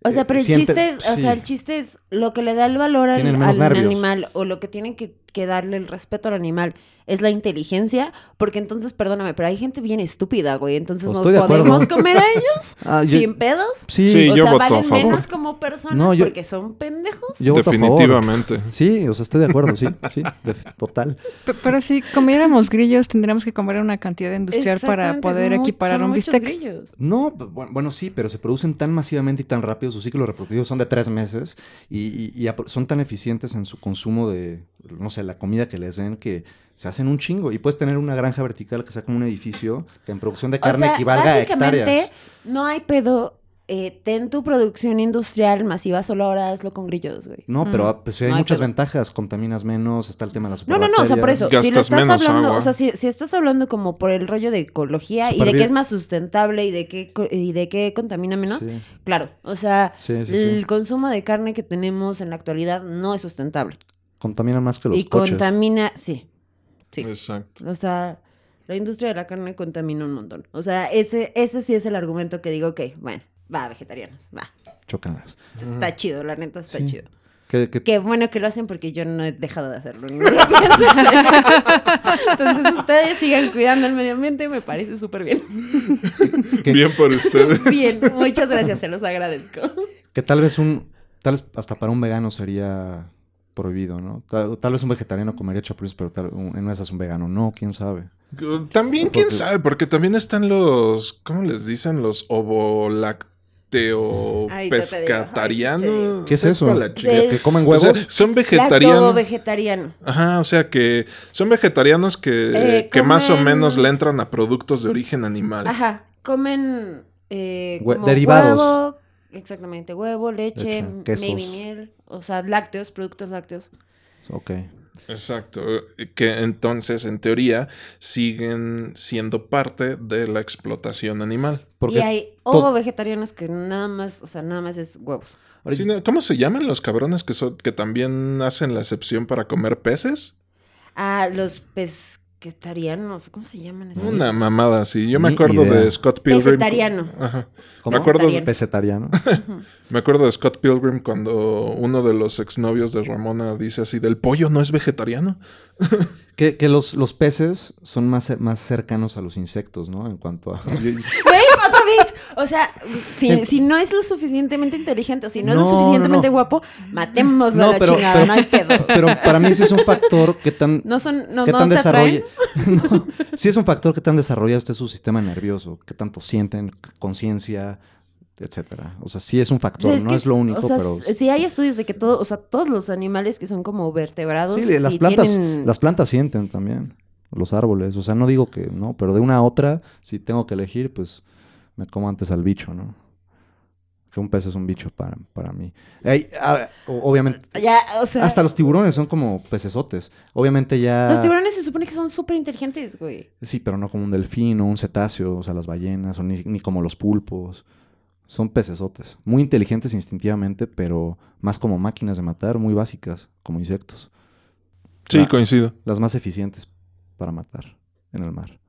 Speaker 2: o sea, pero el
Speaker 4: siente-
Speaker 2: chiste es, o
Speaker 4: sí.
Speaker 2: sea, el chiste es lo que le da el valor al,
Speaker 4: Tienen menos
Speaker 2: al
Speaker 4: nervios.
Speaker 2: animal o lo que tienen que, que darle el respeto al animal es la inteligencia, porque entonces, perdóname, pero hay gente bien estúpida, güey, entonces
Speaker 4: Pues
Speaker 2: nos
Speaker 4: estoy de acuerdo.
Speaker 2: podemos
Speaker 4: (laughs)
Speaker 2: comer a ellos
Speaker 4: Ah, yo-
Speaker 2: sin pedos.
Speaker 4: sí,
Speaker 3: Sí,
Speaker 2: o
Speaker 3: yo
Speaker 2: sea,
Speaker 3: voto a
Speaker 2: valen
Speaker 3: favor.
Speaker 2: menos como personas
Speaker 4: No, yo-
Speaker 2: porque son pendejos.
Speaker 4: yo voto a favor.
Speaker 3: Definitivamente.
Speaker 4: Sí, o sea, estoy de acuerdo, sí, sí, de- total.
Speaker 5: P- Pero si comiéramos grillos, tendríamos que comer una cantidad industrial para
Speaker 2: Exactamente,
Speaker 5: poder
Speaker 2: es mu-
Speaker 5: equiparar
Speaker 2: son
Speaker 5: un
Speaker 2: muchos
Speaker 5: bistec.
Speaker 2: grillos.
Speaker 4: No, bu- bueno, bueno, sí, pero se producen tan masivamente y tan rápido, sus ciclos reproductivos son de tres meses y, y- y apro- son tan eficientes en su consumo de, no sé, la comida que les den que se hacen un chingo. Y puedes tener una granja vertical que sea como un edificio que en producción de
Speaker 2: O
Speaker 4: carne
Speaker 2: sea,
Speaker 4: equivalga a
Speaker 2: básicamente
Speaker 4: hectáreas.
Speaker 2: no hay pedo eh, ten tu producción industrial masiva, solo ahora hazlo con grillos, güey.
Speaker 4: No,
Speaker 5: Mm.
Speaker 4: pero pues, sí hay
Speaker 2: No hay
Speaker 4: muchas
Speaker 2: pedo.
Speaker 4: ventajas. Contaminas menos, está el tema de la
Speaker 2: No, no, no, o sea, por eso, si lo
Speaker 3: Gastas
Speaker 2: estás
Speaker 3: menos
Speaker 2: hablando,
Speaker 3: agua.
Speaker 2: o sea, si, si estás hablando como por el rollo de ecología y
Speaker 4: Súper
Speaker 2: de que
Speaker 4: bien.
Speaker 2: es más sustentable y de que co- y de que contamina menos,
Speaker 4: Sí,
Speaker 2: claro, o sea,
Speaker 4: sí, sí.
Speaker 2: el
Speaker 4: sí.
Speaker 2: consumo de carne que tenemos en la actualidad no es sustentable
Speaker 4: Contamina más que los
Speaker 2: y
Speaker 4: coches.
Speaker 2: contamina, sí, Sí.
Speaker 3: Exacto.
Speaker 2: o sea, la industria de la carne contamina un montón, o sea, ese ese sí es el argumento que digo, ok, bueno, va vegetarianos, va,
Speaker 4: Chócalas.
Speaker 2: está chido, la neta está
Speaker 4: Mm. Sí.
Speaker 2: chido.
Speaker 4: Que- que-
Speaker 2: Qué bueno que lo hacen porque yo no he dejado de hacerlo. ni lo (laughs) pienso hacer. Entonces ustedes sigan cuidando el medio ambiente, me parece súper
Speaker 4: (laughs)
Speaker 2: bien.
Speaker 4: (laughs) ¿Qué?
Speaker 3: Bien
Speaker 4: (laughs)
Speaker 3: por ustedes.
Speaker 2: Bien, muchas gracias, se los agradezco.
Speaker 4: Que tal vez un. Tal vez hasta para un vegano sería prohibido, ¿no? Tal, tal vez un vegetariano comería chapulines, pero tal, un- en una de esas un vegano no, quién sabe.
Speaker 3: También, quién
Speaker 4: Porque-
Speaker 3: sabe, porque también están los, ¿cómo les dicen? Los ovolacteo
Speaker 2: Ay, yo te digo, ay, yo te
Speaker 3: pescatarianos.
Speaker 4: ¿Qué es eso?
Speaker 3: Sepa la chingada.
Speaker 2: Es-
Speaker 4: Que comen
Speaker 3: O sea,
Speaker 4: huevos.
Speaker 2: pues,
Speaker 3: son
Speaker 2: Lacto
Speaker 3: vegetarianos.
Speaker 2: vegetariano.
Speaker 3: Ajá, o sea que son vegetarianos que,
Speaker 2: Eh,
Speaker 3: que más o
Speaker 2: comen-
Speaker 3: menos le entran a productos de origen animal.
Speaker 2: Ajá, comen eh,
Speaker 4: Hue-
Speaker 2: como
Speaker 4: derivados.
Speaker 2: huevo, exactamente, huevo, leche,
Speaker 4: Leche,
Speaker 2: m-
Speaker 4: quesos.
Speaker 2: maybe miel, o sea, lácteos, productos lácteos.
Speaker 4: ok.
Speaker 3: Exacto. eh, Que entonces, en teoría, siguen siendo parte de la explotación animal.
Speaker 4: Porque
Speaker 2: Y hay
Speaker 4: to-
Speaker 2: ovo vegetarianos que nada más, o sea, nada más es huevos.
Speaker 4: Ahorita-
Speaker 3: Sí, ¿no? ¿Cómo se llaman los cabrones que, son, que también hacen la excepción para comer peces?
Speaker 2: Ah, los pesquetarianos, ¿cómo se llaman esos?
Speaker 3: Una mamada así. Yo me
Speaker 4: Ni
Speaker 3: acuerdo
Speaker 4: idea.
Speaker 3: de Scott Pilgrim.
Speaker 2: Pescetariano.
Speaker 3: Ajá.
Speaker 4: ¿Cómo?
Speaker 3: Me acuerdo, de-
Speaker 2: Vegetariano.
Speaker 4: Pesetariano.
Speaker 3: me acuerdo de Scott Pilgrim cuando uno de los exnovios de Ramona dice así, del pollo no es vegetariano.
Speaker 4: que que los, los peces son más, más cercanos a los insectos, ¿no? En cuanto a. yo-
Speaker 2: Güey, otra vez. O sea, si, si no es lo suficientemente inteligente o si no,
Speaker 4: Em,
Speaker 2: es
Speaker 4: No,
Speaker 2: lo
Speaker 4: no,
Speaker 2: suficientemente
Speaker 4: no.
Speaker 2: guapo, matémoslo a
Speaker 4: No,
Speaker 2: la
Speaker 4: pero-
Speaker 2: chingada,
Speaker 4: pero-
Speaker 2: no hay pedo.
Speaker 4: Pero para mí sí es un factor que tan.
Speaker 2: No son, no,
Speaker 4: ¿Qué
Speaker 2: no
Speaker 4: tan
Speaker 2: te
Speaker 4: desarrolla?
Speaker 2: atraen.
Speaker 4: (laughs) No, sí es un factor que tan desarrolla usted su sistema nervioso, qué tanto sienten, conciencia, etcétera. O sea, sí es un
Speaker 2: O
Speaker 4: factor,
Speaker 2: sea,
Speaker 4: no
Speaker 2: Pues que
Speaker 4: es, lo
Speaker 2: s-
Speaker 4: único,
Speaker 2: o sea,
Speaker 4: pero
Speaker 2: s- sí hay estudios de que todo, o sea, todos los animales que son como vertebrados,
Speaker 4: sí, las
Speaker 2: sí
Speaker 4: plantas,
Speaker 2: tienen-
Speaker 4: las plantas sienten también, los árboles. O sea, no digo que no, pero de una a otra, si tengo que elegir, pues me como antes al bicho, ¿no? Que un pez es un bicho para, para mí. Ey, a ver, o- obviamente,
Speaker 2: ya, o sea,
Speaker 4: hasta los tiburones son como pecesotes. Obviamente ya.
Speaker 2: los tiburones se supone que son súper inteligentes, güey.
Speaker 4: Sí, pero no como un delfín o un cetáceo, o sea, las ballenas, o ni, ni como los pulpos. Son pecesotes. Muy inteligentes instintivamente, pero más como máquinas de matar, muy básicas, como insectos.
Speaker 3: Sí,
Speaker 4: Ah.
Speaker 3: coincido.
Speaker 4: Las más eficientes para matar en el mar.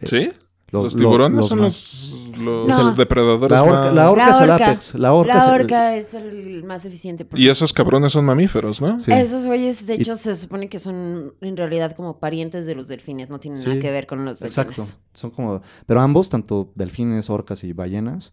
Speaker 4: Eh,
Speaker 3: ¿Sí?
Speaker 4: Los,
Speaker 3: Los
Speaker 4: lo-
Speaker 3: tiburones son
Speaker 4: más-
Speaker 3: los, los
Speaker 2: No.
Speaker 3: depredadores.
Speaker 4: La orca,
Speaker 3: más-
Speaker 4: la orca
Speaker 2: La
Speaker 4: es el
Speaker 2: orca.
Speaker 4: apex. La orca, es
Speaker 2: la
Speaker 4: el-
Speaker 2: orca es el más eficiente. porque-
Speaker 3: Y esos cabrones son mamíferos, ¿no?
Speaker 4: Sí.
Speaker 2: Esos güeyes, de
Speaker 4: Y-
Speaker 2: hecho, se supone que son en realidad como parientes de los delfines, no tienen
Speaker 4: Sí,
Speaker 2: nada que ver con los ballenas.
Speaker 4: Exacto. Son como. Pero ambos, tanto delfines, orcas y ballenas,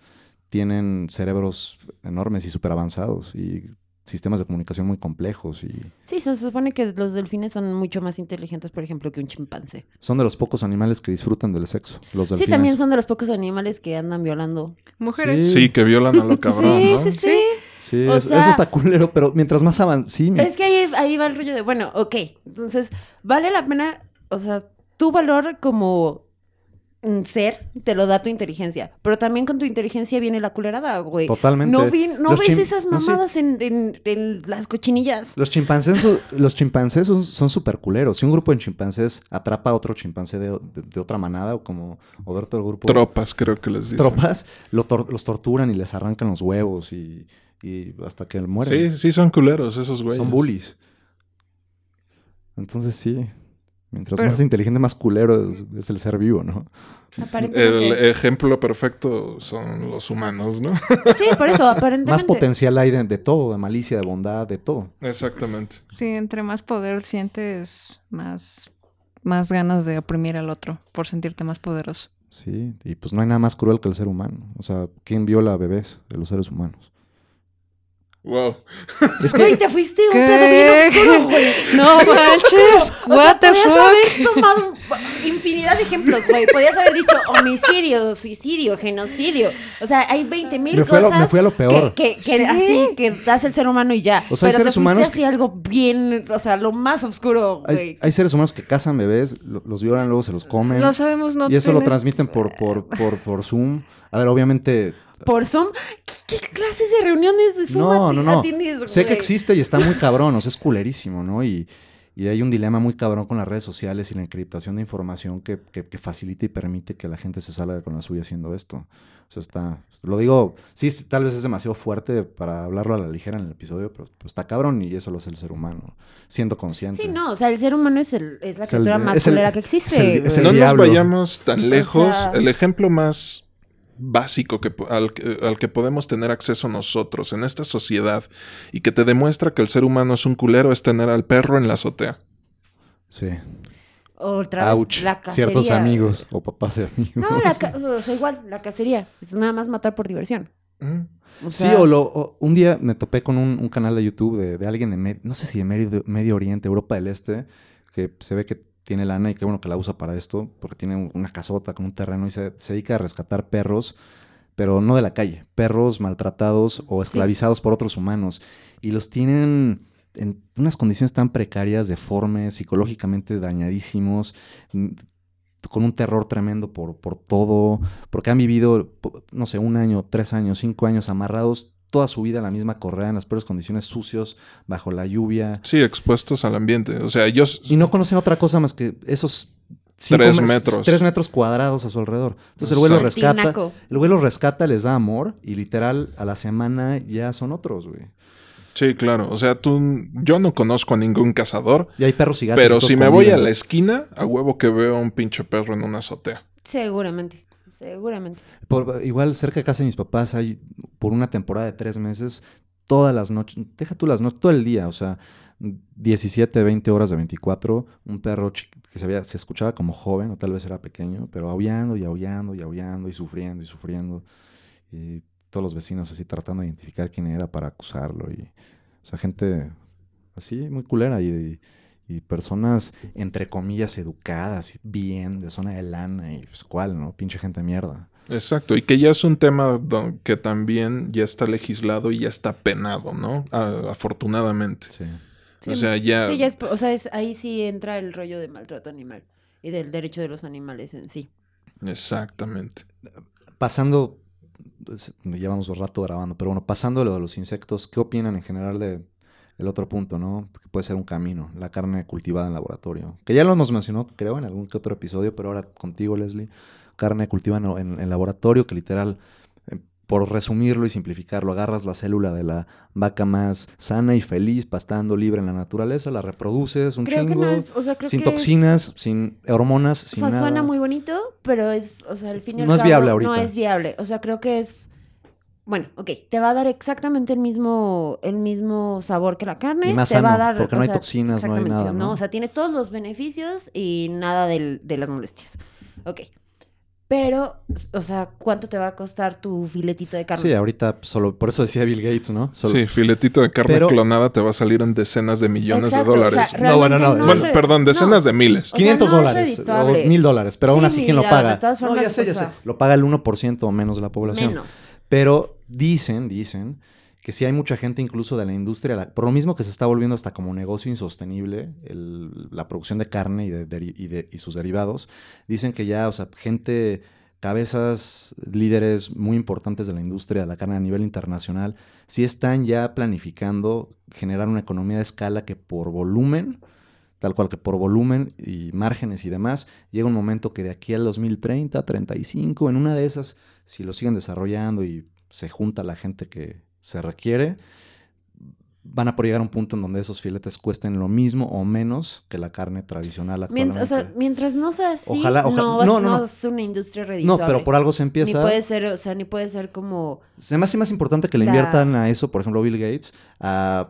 Speaker 4: tienen cerebros enormes y súper avanzados y sistemas de comunicación muy complejos y.
Speaker 2: Sí, se supone que los delfines son mucho más inteligentes, por ejemplo, que un chimpancé.
Speaker 4: Son de los pocos animales que disfrutan del sexo, los delfines.
Speaker 2: Sí, también son de los pocos animales que andan violando.
Speaker 5: Mujeres.
Speaker 4: Sí.
Speaker 3: Sí, que violan a lo
Speaker 2: (laughs)
Speaker 3: cabrón,
Speaker 2: sí,
Speaker 3: ¿no?
Speaker 2: sí, sí.
Speaker 4: Sí,
Speaker 2: O
Speaker 4: es-
Speaker 2: sea-
Speaker 4: eso está culero, pero mientras más avanza, sí, mi-
Speaker 2: Es que ahí, ahí va el rollo de, bueno, ok, entonces, vale la pena, o sea, tu valor como mm, ser te lo da tu inteligencia, pero también con tu inteligencia viene la culerada, güey.
Speaker 4: totalmente.
Speaker 2: No, vi- no
Speaker 4: Los
Speaker 2: ves
Speaker 4: chim-
Speaker 2: esas
Speaker 4: no, sí.
Speaker 2: mamadas en, en- en las cochinillas.
Speaker 4: Los chimpancés, son- los chimpancés son, son súper culeros. Si un grupo de chimpancés atrapa a otro chimpancé de, de- de otra manada o como o de otro grupo
Speaker 3: Tropas, creo que les
Speaker 4: de
Speaker 3: dicen.
Speaker 4: tropas, lo tor- los torturan y les arrancan los huevos y, y hasta que mueren.
Speaker 3: Sí, sí, son culeros esos güeyes.
Speaker 4: son bullies. Entonces sí, mientras
Speaker 5: Pero-
Speaker 4: más inteligente, más culero es, es el ser vivo, ¿no?
Speaker 2: Aparentemente.
Speaker 3: El ejemplo perfecto son los humanos, ¿no? (laughs)
Speaker 2: Sí, por eso, aparentemente.
Speaker 4: Más potencial hay de- de todo, de malicia, de bondad, de todo.
Speaker 3: Exactamente.
Speaker 5: Sí, entre más poder sientes, más, más ganas de oprimir al otro por sentirte más poderoso.
Speaker 4: Sí, y pues no hay nada más cruel que el ser humano. O sea, ¿quién viola a bebés de los seres humanos?
Speaker 3: Wow.
Speaker 4: Es
Speaker 2: Pues Güey,
Speaker 4: que
Speaker 2: te fuiste un
Speaker 5: ¿Qué?
Speaker 2: pedo bien oscuro, güey.
Speaker 5: (laughs) No manches,
Speaker 2: O sea,
Speaker 5: what the
Speaker 2: podías
Speaker 5: fuck. (laughs)
Speaker 2: haber tomado infinidad de ejemplos, güey. Podías haber dicho homicidio, suicidio, genocidio. O sea, hay 20 mil
Speaker 4: me fui, a
Speaker 2: cosas
Speaker 4: lo, me fui a lo peor.
Speaker 2: que, que, que
Speaker 5: Sí.
Speaker 2: así que hace el ser humano y ya.
Speaker 4: O sea, hay seres
Speaker 2: Pero te fuiste
Speaker 4: humanos
Speaker 2: así
Speaker 4: que-
Speaker 2: algo bien, o sea, lo más oscuro,
Speaker 4: Hay,
Speaker 2: güey.
Speaker 4: hay seres humanos que cazan bebés, lo- los violan, luego se los comen.
Speaker 5: Lo sabemos, no
Speaker 4: y eso lo
Speaker 5: tienes-
Speaker 4: transmiten por, por, por, por Zoom. A ver, obviamente,
Speaker 2: Por Zoom, ¿Qué clases de reuniones de Zoom
Speaker 4: No,
Speaker 2: ati-
Speaker 4: no, no.
Speaker 2: atiendes, güey?
Speaker 4: Sé que existe y está
Speaker 2: (laughs)
Speaker 4: muy cabrón, o sea, es culerísimo, ¿no? Y, y hay un dilema muy cabrón con las redes sociales y la encriptación de información que, que- que facilita y permite que la gente se salga con la suya haciendo esto. O sea, está, lo digo, sí, es- tal vez es demasiado fuerte para hablarlo a la ligera en el episodio, pero, pero está cabrón y eso lo hace el ser humano, siendo consciente.
Speaker 2: Sí, no, o sea, el ser humano es, el- es la
Speaker 4: Es el-
Speaker 2: criatura más
Speaker 4: es el-
Speaker 2: culera que
Speaker 4: es el-
Speaker 2: existe.
Speaker 4: es el
Speaker 2: güey.
Speaker 3: no
Speaker 4: diablo.
Speaker 3: nos vayamos tan lejos.
Speaker 2: sea-
Speaker 3: El ejemplo más básico que, po- al, que- al que podemos tener acceso nosotros en esta sociedad y que te demuestra que el ser humano es un culero es tener al perro en la azotea.
Speaker 4: Sí.
Speaker 2: Otra vez,
Speaker 4: Ouch.
Speaker 2: la cacería.
Speaker 4: Ciertos amigos o papás de amigos.
Speaker 2: No, la ca- o sea, igual, la cacería. Es nada más matar por diversión.
Speaker 3: Mm.
Speaker 2: O
Speaker 4: sí,
Speaker 2: sea,
Speaker 4: o, lo, o- un día me topé con un, un canal de YouTube de, de alguien de, Med- no sé si de Medio, Medio Oriente, Europa del Este, que se ve que tiene lana y que bueno que la usa para esto, porque tiene un- una casota con un terreno y se, se dedica a rescatar perros, pero no de la calle, perros maltratados o esclavizados por otros humanos. Y los tienen en unas condiciones tan precarias, deformes, psicológicamente dañadísimos, mm, con un terror tremendo por, por todo, porque han vivido, po- no sé, un año, tres años, cinco años amarrados toda su vida en la misma correa, en las peores condiciones, sucios, bajo la lluvia,
Speaker 3: Sí, expuestos al ambiente. O sea, ellos...
Speaker 4: y no conocen otra cosa más que esos cinco
Speaker 3: Tres
Speaker 4: mes-
Speaker 3: metros.
Speaker 4: tres metros cuadrados a su alrededor. Entonces el güey los
Speaker 2: Exacto.
Speaker 4: rescata,
Speaker 2: Tinaco.
Speaker 4: el güey los rescata, les da amor y literal a la semana ya son otros, güey.
Speaker 3: Sí, claro. O sea, tú... Yo no conozco a ningún cazador,
Speaker 4: Y hay perros y gatos.
Speaker 3: pero
Speaker 4: y todos
Speaker 3: si me voy a
Speaker 4: conviven.
Speaker 3: la esquina, a huevo que veo a un pinche perro en una azotea.
Speaker 2: Seguramente, seguramente.
Speaker 4: Por- igual cerca de casa de mis papás hay por una temporada de tres meses todas las noches, deja tú las noches, todo el día, o sea, 17, 20 horas de 24, un perro chi- que se, había- se escuchaba como joven o tal vez era pequeño, pero aullando y aullando y aullando y sufriendo y sufriendo. Y todos los vecinos así tratando de identificar quién era para acusarlo. Y, o sea, gente así muy culera y, y personas entre comillas educadas, y bien, de zona de lana y pues cuál, ¿no? Pinche gente de mierda.
Speaker 3: Exacto, y que ya es un tema do- que también ya está legislado y ya está penado, ¿no? A- afortunadamente.
Speaker 4: Sí.
Speaker 2: Sí,
Speaker 3: o sea, ya...
Speaker 2: Sí, ya es- o sea, es- ahí sí entra el rollo de maltrato animal y del derecho de los animales en sí.
Speaker 3: Exactamente.
Speaker 4: Pasando, pues, llevamos un rato grabando, pero bueno, pasando de lo de los insectos, ¿qué opinan en general de el otro punto, no? Que puede ser un camino, la carne cultivada en laboratorio. Que ya lo hemos mencionado, creo, en algún que otro episodio, pero ahora contigo, Leslie, carne cultivada en, en- en laboratorio, que literal, eh, por resumirlo y simplificarlo, agarras la célula de la vaca más sana y feliz, pastando libre en la naturaleza, la reproduces un
Speaker 2: Creo
Speaker 4: chingo,
Speaker 2: que no es, o sea, creo
Speaker 4: sin
Speaker 2: que es-
Speaker 4: toxinas, sin hormonas,
Speaker 2: o
Speaker 4: sin
Speaker 2: sea,
Speaker 4: nada.
Speaker 2: suena muy bonito, pero es, o sea, al fin y al
Speaker 4: No es
Speaker 2: cabo,
Speaker 4: viable ahorita.
Speaker 2: No es viable. O sea, creo que es, bueno, ok, te va a dar exactamente el mismo, el mismo sabor que la carne.
Speaker 4: Y más
Speaker 2: te va a
Speaker 4: sano,
Speaker 2: dar,
Speaker 4: porque
Speaker 2: o
Speaker 4: no hay
Speaker 2: sea,
Speaker 4: toxinas, no hay
Speaker 2: Exactamente,
Speaker 4: nada, ¿no?
Speaker 2: O sea, tiene todos los beneficios y nada del- de las molestias. Ok. Pero, o sea, ¿cuánto te va a costar tu filetito de carne?
Speaker 4: Sí, ahorita solo, por eso decía Bill Gates, ¿no? Solo-
Speaker 3: Sí, filetito de carne
Speaker 4: Pero-
Speaker 3: clonada te va a salir en decenas de millones
Speaker 2: Exacto,
Speaker 3: de
Speaker 2: o
Speaker 3: dólares.
Speaker 2: sea,
Speaker 4: No, bueno,
Speaker 2: realmente
Speaker 4: no,
Speaker 2: es
Speaker 3: bueno,
Speaker 2: re-
Speaker 3: perdón,
Speaker 2: no.
Speaker 3: decenas de miles.
Speaker 2: O sea,
Speaker 4: 500
Speaker 2: no es
Speaker 4: dólares o
Speaker 2: redituable.
Speaker 4: 1000 dólares, pero
Speaker 2: Sí,
Speaker 4: aún así, ¿quién lo
Speaker 2: mira, de
Speaker 4: paga?
Speaker 2: todas
Speaker 4: No,
Speaker 2: formas,
Speaker 4: ya sé, ya
Speaker 2: o sea-
Speaker 4: sé. Lo paga el 1% o menos de la población.
Speaker 2: Menos.
Speaker 4: Pero dicen, dicen que sí hay mucha gente incluso de la industria, la- por lo mismo que se está volviendo hasta como un negocio insostenible el- la producción de carne y, de, deri- y de- y sus derivados, dicen que ya, o sea, gente, cabezas, líderes muy importantes de la industria de la carne a nivel internacional, sí están ya planificando generar una economía de escala que por volumen, tal cual que por volumen y márgenes y demás, llega un momento que de aquí al 2030, 35, en una de esas, si lo siguen desarrollando y se junta la gente que se requiere, van a por llegar a un punto en donde esos filetes cuesten lo mismo o menos que la carne tradicional actualmente.
Speaker 2: Mient- o sea, mientras no sea así,
Speaker 4: Ojalá, ojalá-
Speaker 2: No, vas-
Speaker 4: no, no,
Speaker 2: no
Speaker 4: no.
Speaker 2: es una industria
Speaker 4: no,
Speaker 2: redituable.
Speaker 4: pero por algo se
Speaker 2: Ni
Speaker 4: empieza.
Speaker 2: puede ser, o sea, ni puede ser como...
Speaker 4: Se me hace más importante que le
Speaker 2: La-
Speaker 4: inviertan a eso, por ejemplo, Bill Gates. a-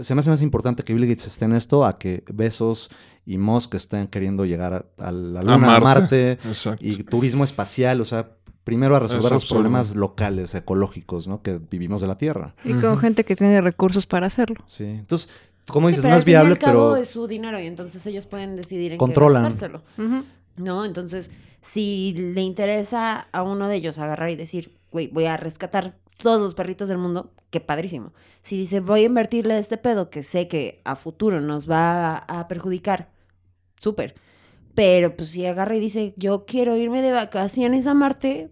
Speaker 4: se me hace más importante que Bill Gates esté en esto a que Besos y Musk estén queriendo llegar a, a la Luna, a Marte.
Speaker 3: Exacto.
Speaker 4: y turismo espacial. O sea, primero a resolver
Speaker 3: Es
Speaker 4: los
Speaker 3: absurdo.
Speaker 4: problemas locales, ecológicos, ¿no? Que vivimos de la Tierra.
Speaker 5: Y con gente que tiene recursos para hacerlo.
Speaker 4: Sí. Entonces, como
Speaker 2: Sí,
Speaker 4: dices,
Speaker 2: pero
Speaker 4: no
Speaker 2: al
Speaker 4: es
Speaker 2: fin y al
Speaker 4: viable,
Speaker 2: cabo
Speaker 4: pero
Speaker 2: es su dinero y entonces ellos pueden decidir en
Speaker 4: Controlan.
Speaker 2: qué gastárselo. ¿no? Entonces, si le interesa a uno de ellos agarrar y decir, güey, voy a rescatar todos los perritos del mundo, qué padrísimo. Si dice, voy a invertirle a este pedo que sé que a futuro nos va a, a perjudicar, súper. Pero pues si agarra y dice, yo quiero irme de vacaciones a Marte,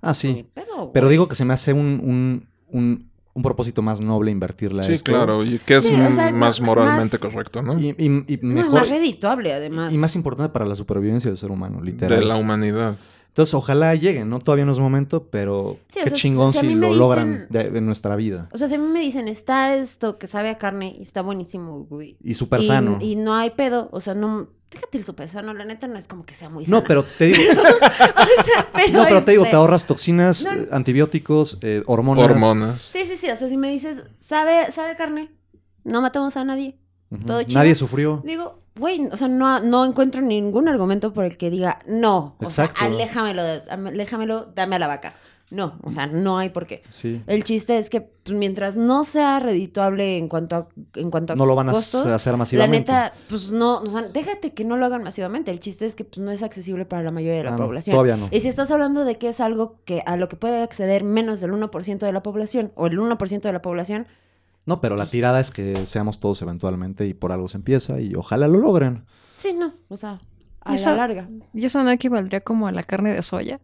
Speaker 4: Ah,
Speaker 2: Ni
Speaker 4: sí.
Speaker 2: pedo, güey.
Speaker 4: Pero digo que se me hace un, un, un, un propósito más noble invertirla a
Speaker 3: Sí,
Speaker 4: esto.
Speaker 3: claro, y que es
Speaker 2: Sí, o sea,
Speaker 3: mm, más
Speaker 2: no,
Speaker 3: moralmente
Speaker 2: más-
Speaker 3: correcto, ¿no?
Speaker 4: este, Y, y- y
Speaker 2: No,
Speaker 4: mejor.
Speaker 2: más redituable, además.
Speaker 4: y más importante para la supervivencia del ser humano, literal.
Speaker 3: de la humanidad.
Speaker 4: Entonces, ojalá lleguen, ¿no? Todavía no es momento, pero
Speaker 2: Sí, o
Speaker 4: qué
Speaker 2: sea, si-
Speaker 4: chingón
Speaker 2: si
Speaker 4: si,
Speaker 2: a mí me
Speaker 4: lo
Speaker 2: dicen-
Speaker 4: logran de, de nuestra vida.
Speaker 2: O sea, si a mí me dicen, está esto que sabe a carne y está buenísimo, güey.
Speaker 4: Y súper
Speaker 2: y,
Speaker 4: sano.
Speaker 2: y no hay pedo. O sea, no. Déjate el súper sano, la neta no es como que sea muy
Speaker 4: No,
Speaker 2: sana.
Speaker 4: pero te digo,
Speaker 2: (laughs) O sea,
Speaker 4: (laughs)
Speaker 2: pero
Speaker 4: no, pero te digo,
Speaker 2: este,
Speaker 4: te ahorras toxinas,
Speaker 2: No, no.
Speaker 4: eh, antibióticos, eh, hormonas.
Speaker 3: Hormonas.
Speaker 2: Sí, sí, sí. O sea, si me dices, sabe, sabe a carne, no matamos a nadie.
Speaker 4: Ujú.
Speaker 2: todo chido.
Speaker 4: Nadie sufrió.
Speaker 2: Digo, güey, o sea, no, no encuentro ningún argumento por el que diga, no, o
Speaker 4: Exacto.
Speaker 2: sea, aléjamelo, de- aléjamelo, dame a la vaca. No, o sea, no hay por qué.
Speaker 4: Sí.
Speaker 2: El chiste es que pues, mientras no sea redituable en cuanto a, en cuanto a
Speaker 4: No lo van a
Speaker 2: costos,
Speaker 4: s- hacer
Speaker 2: la
Speaker 4: masivamente.
Speaker 2: neta, pues no, o sea, déjate que no lo hagan masivamente. El chiste es que pues, no es accesible para la mayoría de la
Speaker 4: Ah, no,
Speaker 2: población.
Speaker 4: todavía no.
Speaker 2: Y si estás hablando de que es algo que a lo que puede acceder menos del 1% de la población o el 1% de la población,
Speaker 4: No, pero la tirada es que seamos todos eventualmente y por algo se empieza y ojalá lo logren.
Speaker 2: sí, no, o sea, a
Speaker 5: Eso-
Speaker 2: la larga.
Speaker 5: Y eso no equivaldría como a la carne de soya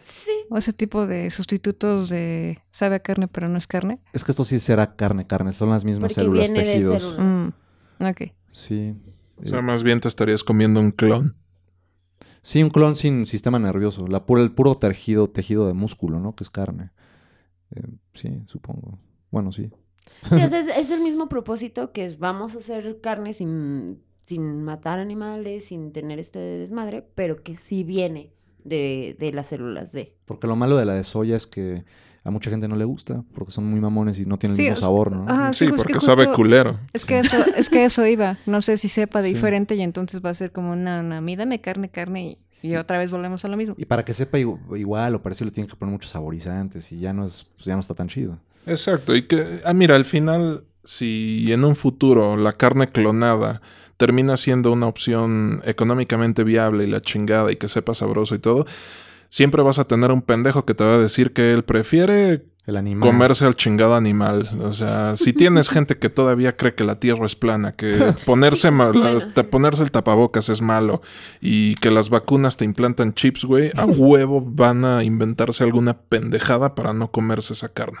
Speaker 2: Sí.
Speaker 5: o ese tipo de sustitutos de sabe a carne pero no es carne.
Speaker 4: Es que esto sí será carne, carne, son las mismas
Speaker 2: Porque
Speaker 4: células,
Speaker 2: viene de
Speaker 4: tejidos.
Speaker 2: células.
Speaker 5: Mm, ok.
Speaker 4: Sí.
Speaker 3: O sea, más bien te estarías comiendo un clon.
Speaker 4: Sí, un clon sin sistema nervioso. La pura, el puro tejido, tejido de músculo, ¿no? Que es carne. Eh, sí, supongo. Bueno, sí.
Speaker 2: Sí, o sea, es, es el mismo propósito que es vamos a hacer carne sin, sin matar animales, sin tener este desmadre, pero que sí viene de, de las células D.
Speaker 4: Porque lo malo de la de soya es que a mucha gente no le gusta, porque son muy mamones y no tienen
Speaker 5: Sí,
Speaker 4: el
Speaker 5: es-
Speaker 4: mismo sabor, ¿no?
Speaker 5: Ah,
Speaker 3: sí,
Speaker 5: sí, pues que
Speaker 3: porque sabe
Speaker 5: justo-
Speaker 3: culero.
Speaker 5: Es que eso, es que eso iba. No sé si sepa
Speaker 4: Sí.
Speaker 5: diferente y entonces va a ser como, no, no, a mí dame carne, carne y, y otra vez volvemos a lo mismo.
Speaker 4: Y para que sepa igu- igual o parecido le tienen que poner muchos saborizantes y ya no es, pues ya no está tan chido.
Speaker 3: Exacto, y que, ah, mira, al final, si en un futuro la carne clonada termina siendo una opción económicamente viable y la chingada y que sepa sabroso y todo, siempre vas a tener un pendejo que te va a decir que él prefiere
Speaker 4: El animal.
Speaker 3: comerse al chingado animal. O sea,
Speaker 2: (laughs)
Speaker 3: si tienes gente que todavía cree que la tierra es plana, que ponerse,
Speaker 2: Sí,
Speaker 3: ma-
Speaker 2: más o
Speaker 3: la-
Speaker 2: menos.
Speaker 3: ta- ponerse el tapabocas es malo y que las vacunas te implantan chips, güey, a huevo van a inventarse alguna pendejada para no comerse esa carne.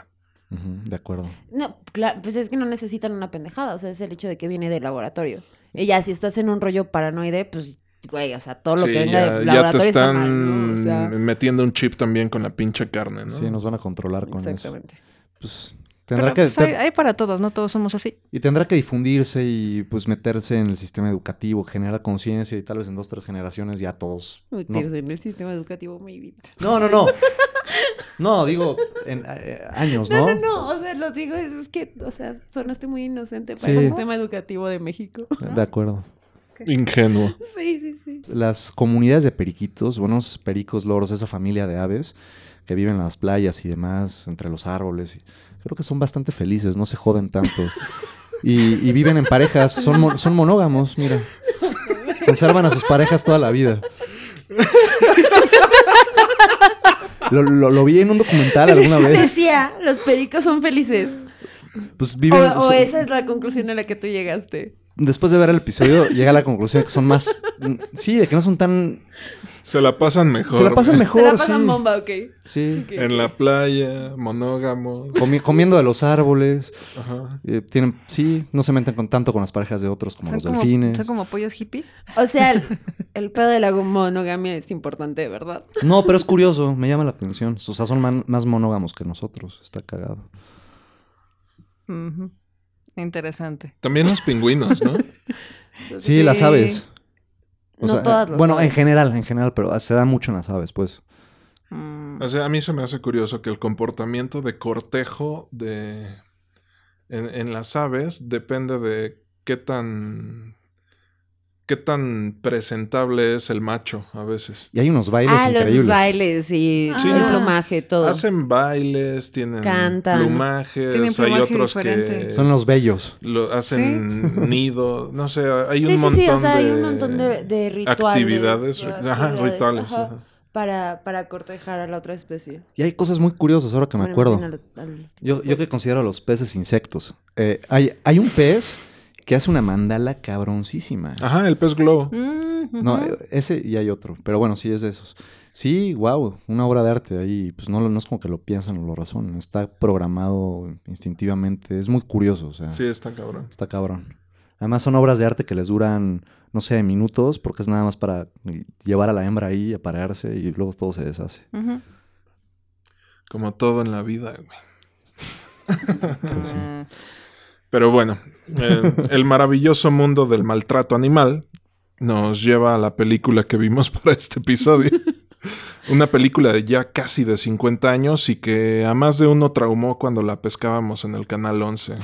Speaker 4: Ujú, de acuerdo.
Speaker 2: No, claro, pues es que no necesitan una pendejada, o sea, es el hecho de que viene del laboratorio. Y ya, si estás en un rollo paranoide, pues, güey, o sea, todo lo
Speaker 3: Sí,
Speaker 2: que venga del
Speaker 3: ya, ya te
Speaker 2: laboratorio está
Speaker 3: están
Speaker 2: mal, ¿no? O sea,
Speaker 3: metiendo un chip también con la pinche carne, ¿no?
Speaker 4: Sí, nos van a controlar con eso.
Speaker 2: exactamente.
Speaker 4: Pues,
Speaker 5: Pero
Speaker 4: tendrá que,
Speaker 5: pues,
Speaker 4: te-
Speaker 5: hay, hay para todos, no todos somos así.
Speaker 4: Y tendrá que difundirse y pues meterse en el sistema educativo, generar conciencia y tal vez en dos, tres generaciones ya todos. ¿no?
Speaker 2: Meterse en el sistema educativo, mi vida.
Speaker 4: No, no, no. No, digo, en eh, años, ¿no?
Speaker 2: No, no, no, o sea, lo digo, es, es que, o sea, sonaste muy inocente para
Speaker 4: Sí.
Speaker 2: el sistema educativo de México.
Speaker 4: De acuerdo.
Speaker 3: Ingenuo.
Speaker 2: Sí, sí, sí.
Speaker 4: Las comunidades de periquitos, buenos pericos, loros, esa familia de aves que viven en las playas y demás, entre los árboles, y- creo que son bastante felices, no se joden tanto. Y, y viven en parejas, son, mo- son monógamos, mira. Conservan a sus parejas toda la vida. Lo, lo- lo vi en un documental alguna vez.
Speaker 2: Decía, los pericos son felices.
Speaker 4: Pues
Speaker 2: O,
Speaker 4: viven,
Speaker 2: o
Speaker 4: son-
Speaker 2: esa es la conclusión a la que tú llegaste.
Speaker 4: Después de ver el episodio, (laughs) llega a la conclusión que son más. mm, Sí, de que no son tan.
Speaker 3: Se la pasan mejor.
Speaker 4: Se la pasan
Speaker 3: güey.
Speaker 4: mejor.
Speaker 2: Se la pasan
Speaker 4: Oh, sí.
Speaker 2: bomba, ok.
Speaker 4: Sí.
Speaker 2: Ok.
Speaker 3: En la playa, monógamos.
Speaker 4: Comi- comiendo de los árboles.
Speaker 3: Ajá.
Speaker 4: eh, tienen, sí, no se meten con tanto con las parejas de otros como
Speaker 5: Son
Speaker 4: los
Speaker 5: como,
Speaker 4: delfines.
Speaker 5: son como pollos hippies.
Speaker 2: O sea, (laughs) el, el pedo de la monogamia es importante, ¿verdad?
Speaker 4: No, pero es curioso, me llama la atención. O sea, son man- más monógamos que nosotros. Está cagado.
Speaker 5: Ujú. Interesante.
Speaker 3: También los pingüinos, ¿no?
Speaker 4: Sí, las aves. O
Speaker 2: no
Speaker 4: sea,
Speaker 2: todas las
Speaker 4: Bueno, en
Speaker 2: aves.
Speaker 4: general, en general, pero se da mucho en las aves, pues.
Speaker 5: Mm,
Speaker 3: O sea, a mí se me hace curioso que el comportamiento de cortejo de en, en las aves depende de qué tan qué tan presentable es el macho a veces.
Speaker 4: Y hay unos bailes
Speaker 2: Ah,
Speaker 4: increíbles.
Speaker 2: los bailes y
Speaker 5: Sí.
Speaker 2: el plumaje, todo.
Speaker 3: Hacen bailes, tienen
Speaker 2: Cantan.
Speaker 3: plumajes,
Speaker 5: Tienen
Speaker 3: hay
Speaker 5: plumaje
Speaker 3: otros
Speaker 5: diferente.
Speaker 3: que
Speaker 4: Son los bellos.
Speaker 3: Lo hacen nido, no sé, hay
Speaker 2: Sí,
Speaker 3: un
Speaker 2: sí,
Speaker 3: montón
Speaker 2: sí, o sea,
Speaker 3: de
Speaker 2: hay un montón de, de rituales.
Speaker 3: actividades,
Speaker 2: o
Speaker 3: ajá, rituales,
Speaker 2: ajá,
Speaker 3: ajá.
Speaker 2: Para, para cortejar a la otra especie.
Speaker 4: Y hay cosas muy curiosas ahora que me
Speaker 2: Bueno,
Speaker 4: acuerdo.
Speaker 2: más bien al- al-
Speaker 4: Yo, yo que considero a los peces insectos. Eh, hay, hay un pez que hace una mandala cabroncísima.
Speaker 3: Ajá, el pez globo.
Speaker 5: Mm,
Speaker 4: No,
Speaker 5: ujú.
Speaker 4: eh, ese y hay otro, pero bueno, sí es de esos. Sí, wow, una obra de arte ahí, pues no, lo- no es como que lo piensan o lo razonan, está programado instintivamente, es muy curioso, o sea,
Speaker 3: Sí, está cabrón.
Speaker 4: está cabrón. Además son obras de arte que les duran, no sé, minutos, porque es nada más para llevar a la hembra ahí a pararse y luego todo se deshace.
Speaker 5: Ujú.
Speaker 3: Como todo en la vida, güey.
Speaker 4: Pero sí.
Speaker 5: Ah,
Speaker 3: Pero bueno, eh, el maravilloso mundo del maltrato animal nos lleva a la película que vimos (laughs) para este episodio. Una película de ya casi de 50 años y que a más de uno traumó cuando la pescábamos en el Canal 11.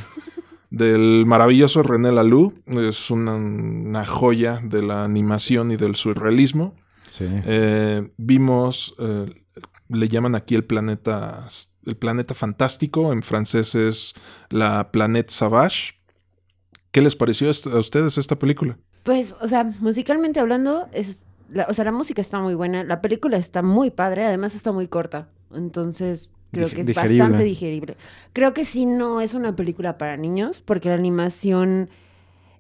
Speaker 3: Del maravilloso René Laloux, es una, una joya de la animación y del surrealismo.
Speaker 4: Sí.
Speaker 3: Eh, vimos, eh, le llaman aquí el planeta, el planeta fantástico, en francés es la Planète Savage. ¿Qué les pareció est- a ustedes esta película?
Speaker 2: Pues, o sea, musicalmente hablando, es, la- o sea, la música está muy buena, la película está muy padre, además está muy corta, entonces creo
Speaker 4: Dig-
Speaker 2: que es
Speaker 4: digerible.
Speaker 2: bastante digerible. Creo que sí no es una película para niños, porque la animación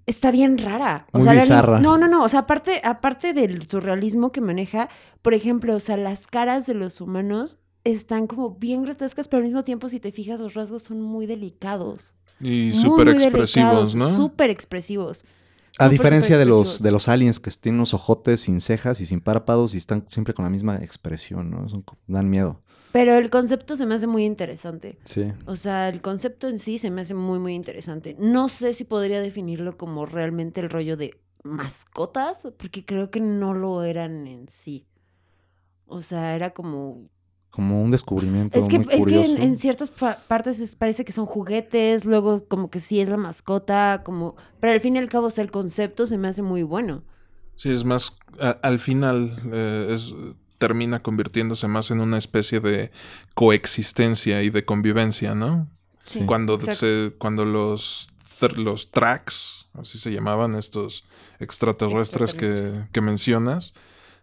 Speaker 2: está bien rara. O
Speaker 4: Muy
Speaker 2: sea, la anim-
Speaker 4: bizarra.
Speaker 2: no, no, no, o sea, aparte, aparte del surrealismo que maneja, por ejemplo, o sea, las caras de los humanos están como bien grotescas, pero al mismo tiempo, si te fijas, los rasgos son muy delicados.
Speaker 3: Y
Speaker 2: muy,
Speaker 3: súper
Speaker 2: muy
Speaker 3: expresivos,
Speaker 2: delicados,
Speaker 3: ¿no?
Speaker 2: Súper expresivos.
Speaker 4: A
Speaker 2: súper,
Speaker 4: diferencia
Speaker 2: súper
Speaker 4: de los,
Speaker 2: expresivos.
Speaker 4: de los aliens que tienen unos ojotes sin cejas y sin párpados y están siempre con la misma expresión, ¿no? Son co- dan miedo.
Speaker 2: Pero el concepto se me hace muy interesante.
Speaker 4: Sí.
Speaker 2: O sea, el concepto en sí se me hace muy, muy interesante. No sé si podría definirlo como realmente el rollo de mascotas, porque creo que no lo eran en sí. O sea, era como...
Speaker 4: Como un descubrimiento
Speaker 2: Es que,
Speaker 4: muy
Speaker 2: es que
Speaker 4: curioso.
Speaker 2: en, en ciertas pa- partes es- parece que son juguetes, luego como que sí es la mascota, como... Pero al fin y al cabo, o sea, el concepto se me hace muy bueno.
Speaker 3: Sí, es más, a- al final eh, es- termina convirtiéndose más en una especie de coexistencia y de convivencia, ¿no?
Speaker 4: Sí.
Speaker 3: Cuando,
Speaker 2: exacto.
Speaker 3: se- cuando los, thr- los tracks, así se llamaban estos extraterrestres,
Speaker 2: Extraterrestres.
Speaker 3: Que, que mencionas,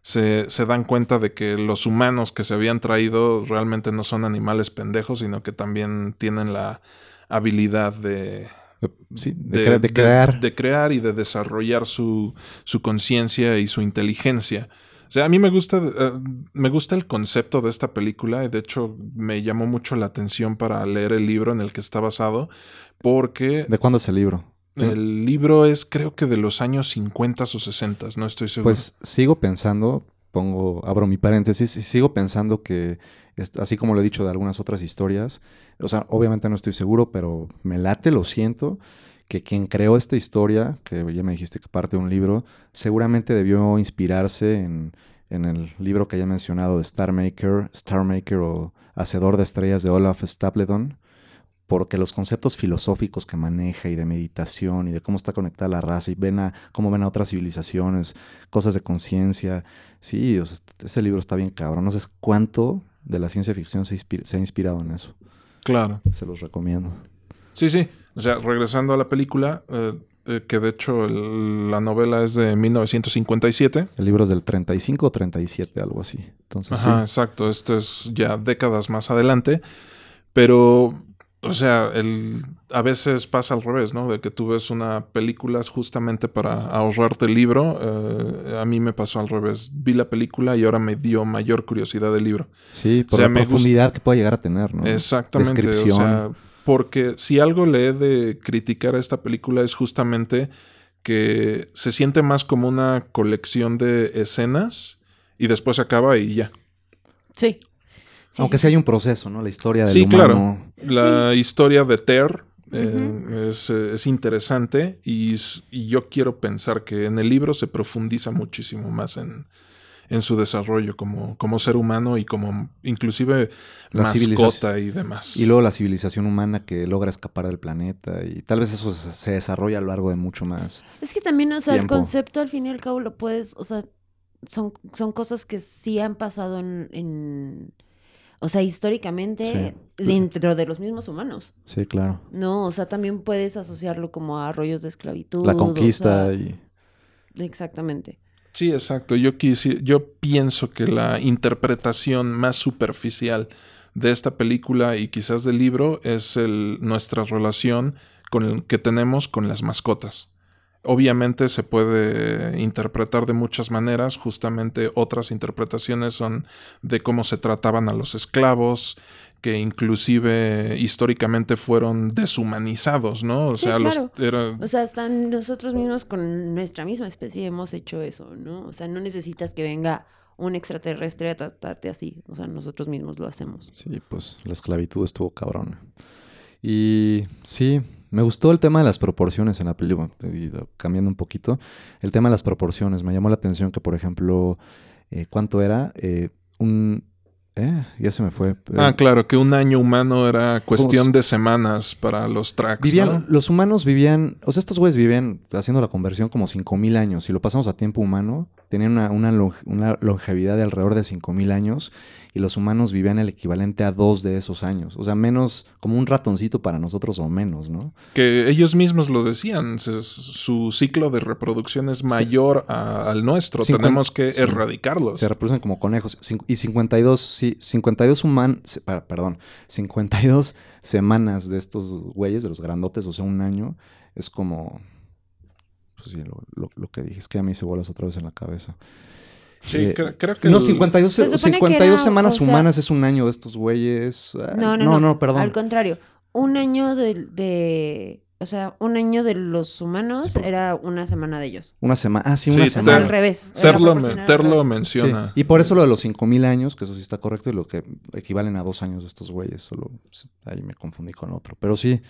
Speaker 3: se, se dan cuenta de que los humanos que se habían traído realmente no son animales pendejos, sino que también tienen la habilidad de,
Speaker 4: De- Eh, sí, de, cre- de crear.
Speaker 3: de crear y de desarrollar su, su conciencia y su inteligencia. O sea, a mí me gusta, eh, me gusta el concepto de esta película y de hecho me llamó mucho la atención para leer el libro en el que está basado porque
Speaker 4: ¿De cuándo es el libro?
Speaker 3: el libro es creo que de los años 50 o 60, no estoy seguro.
Speaker 4: Pues sigo pensando, pongo, abro mi paréntesis, y sigo pensando que, es- así como lo he dicho de algunas otras historias, o sea, obviamente no estoy seguro, pero me late, lo siento, que quien creó esta historia, que ya me dijiste que parte de un libro, seguramente debió inspirarse en, en el libro que ya he mencionado de Star Maker, Star Maker o Hacedor de Estrellas de Olaf Stapleton, porque los conceptos filosóficos que maneja y de meditación y de cómo está conectada la raza y ven a, cómo ven a otras civilizaciones, cosas de conciencia. Sí, o sea, est- ese libro está bien cabrón. No sé cuánto de la ciencia ficción se, inspir- se ha inspirado en eso.
Speaker 3: claro.
Speaker 4: Se los recomiendo.
Speaker 3: Sí, sí. O sea, regresando a la película, eh, eh, que de hecho el- la novela es de 1957.
Speaker 4: El libro es del 35 o 37, algo así. Entonces, sí.
Speaker 3: Ajá, exacto. Esto es ya décadas más adelante. Pero, o sea, el, a veces pasa al revés, ¿no? De que tú ves una película justamente para ahorrarte el libro. eh, a mí me pasó al revés. Vi la película y ahora me dio mayor curiosidad el libro.
Speaker 4: Sí, por
Speaker 3: O sea,
Speaker 4: la
Speaker 3: me gust-
Speaker 4: profundidad que pueda llegar a tener, ¿no?
Speaker 3: Exactamente. O sea,
Speaker 4: Descripción.
Speaker 3: porque si algo le he de criticar a esta película es justamente que se siente más como una colección de escenas y después acaba y ya.
Speaker 2: Sí. Sí,
Speaker 4: Aunque
Speaker 2: sí.
Speaker 4: sí hay un proceso, ¿no? La historia del
Speaker 3: Sí,
Speaker 4: humano.
Speaker 3: claro. La historia de Ter eh, es, eh, es interesante y, s- y yo quiero pensar que en el libro se profundiza muchísimo más en, en su desarrollo como, como ser humano y como inclusive
Speaker 4: La
Speaker 3: mascota
Speaker 4: civilización.
Speaker 3: y demás.
Speaker 4: Y luego la civilización humana que logra escapar del planeta y tal vez eso se se desarrolla a lo largo de mucho más.
Speaker 2: Es que también, o sea,
Speaker 4: tiempo.
Speaker 2: el concepto al fin y al cabo lo puedes, o sea, son, son cosas que sí han pasado en, en- o sea, históricamente
Speaker 4: pues
Speaker 2: dentro de los mismos humanos,
Speaker 4: Sí, claro.
Speaker 2: ¿no? O sea, también puedes asociarlo como a rollos de esclavitud.
Speaker 4: La
Speaker 2: o
Speaker 4: conquista
Speaker 2: sea,
Speaker 4: y...
Speaker 2: Exactamente.
Speaker 3: Sí, exacto. Yo, quisi- yo pienso que la interpretación más superficial de esta película y quizás del libro es el, nuestra relación con el que tenemos con las mascotas. Obviamente se puede interpretar de muchas maneras, justamente otras interpretaciones son de cómo se trataban a los esclavos, que inclusive históricamente fueron deshumanizados, ¿no? O
Speaker 2: Sí,
Speaker 3: sea,
Speaker 2: claro.
Speaker 3: los era-
Speaker 2: O sea, hasta nosotros mismos con nuestra misma especie hemos hecho eso, ¿no? O sea, no necesitas que venga un extraterrestre a tratarte así. O sea, nosotros mismos lo hacemos.
Speaker 4: Sí, pues la esclavitud estuvo cabrón. Y sí, me gustó el tema de las proporciones en la película, y, uh, cambiando un poquito. El tema de las proporciones, me llamó la atención que, por ejemplo, eh, ¿cuánto era? Eh, un... Eh, ya se me fue. Eh,
Speaker 3: Ah, claro, que un año humano era cuestión
Speaker 4: se-
Speaker 3: de semanas para los tracks.
Speaker 4: Pues, Vivían,
Speaker 3: ¿no?
Speaker 4: los humanos vivían, o sea, estos güeyes vivían, haciendo la conversión, como 5.000 años. Si lo pasamos a tiempo humano, tenían una, una longe- una longevidad de alrededor de 5.000 años y los humanos vivían el equivalente a dos de esos años. O sea, menos, como un ratoncito para nosotros o menos, ¿no?
Speaker 3: Que ellos mismos lo decían, se- su ciclo de reproducción es mayor a-
Speaker 4: Sí.
Speaker 3: al nuestro,
Speaker 4: Cincuenta-
Speaker 3: tenemos que
Speaker 4: sí.
Speaker 3: erradicarlos.
Speaker 4: Se reproducen como conejos. Cin- Y 52, sí, 52 human, se- pa- perdón, 52 semanas de estos güeyes, de los grandotes, o sea, un año, es como... Pues sí, lo, lo- lo que dije, es que a mí se bolas otra vez en la cabeza.
Speaker 3: Sí,
Speaker 4: Eh,
Speaker 3: cre- creo que
Speaker 4: No,
Speaker 3: el-
Speaker 4: 52,
Speaker 2: Se supone que
Speaker 4: 52
Speaker 2: era,
Speaker 4: semanas
Speaker 2: o sea-
Speaker 4: humanas es un año de estos güeyes. Ay,
Speaker 2: No, no, no.
Speaker 4: perdón.
Speaker 2: Al contrario, un año de, de- O sea, un año de los humanos era una semana de ellos.
Speaker 4: Una semana. Ah, sí,
Speaker 3: Sí,
Speaker 4: una
Speaker 3: te-
Speaker 2: O sea, al
Speaker 4: semana.
Speaker 2: revés. era
Speaker 3: Serlo men-
Speaker 2: proporcional al
Speaker 3: Terlo
Speaker 2: revés.
Speaker 4: Sí,
Speaker 3: menciona.
Speaker 4: Y por eso lo de los 5.000 años, que eso sí está correcto, y lo que equivalen a dos años de estos güeyes, solo pues, ahí me confundí con otro. Pero sí,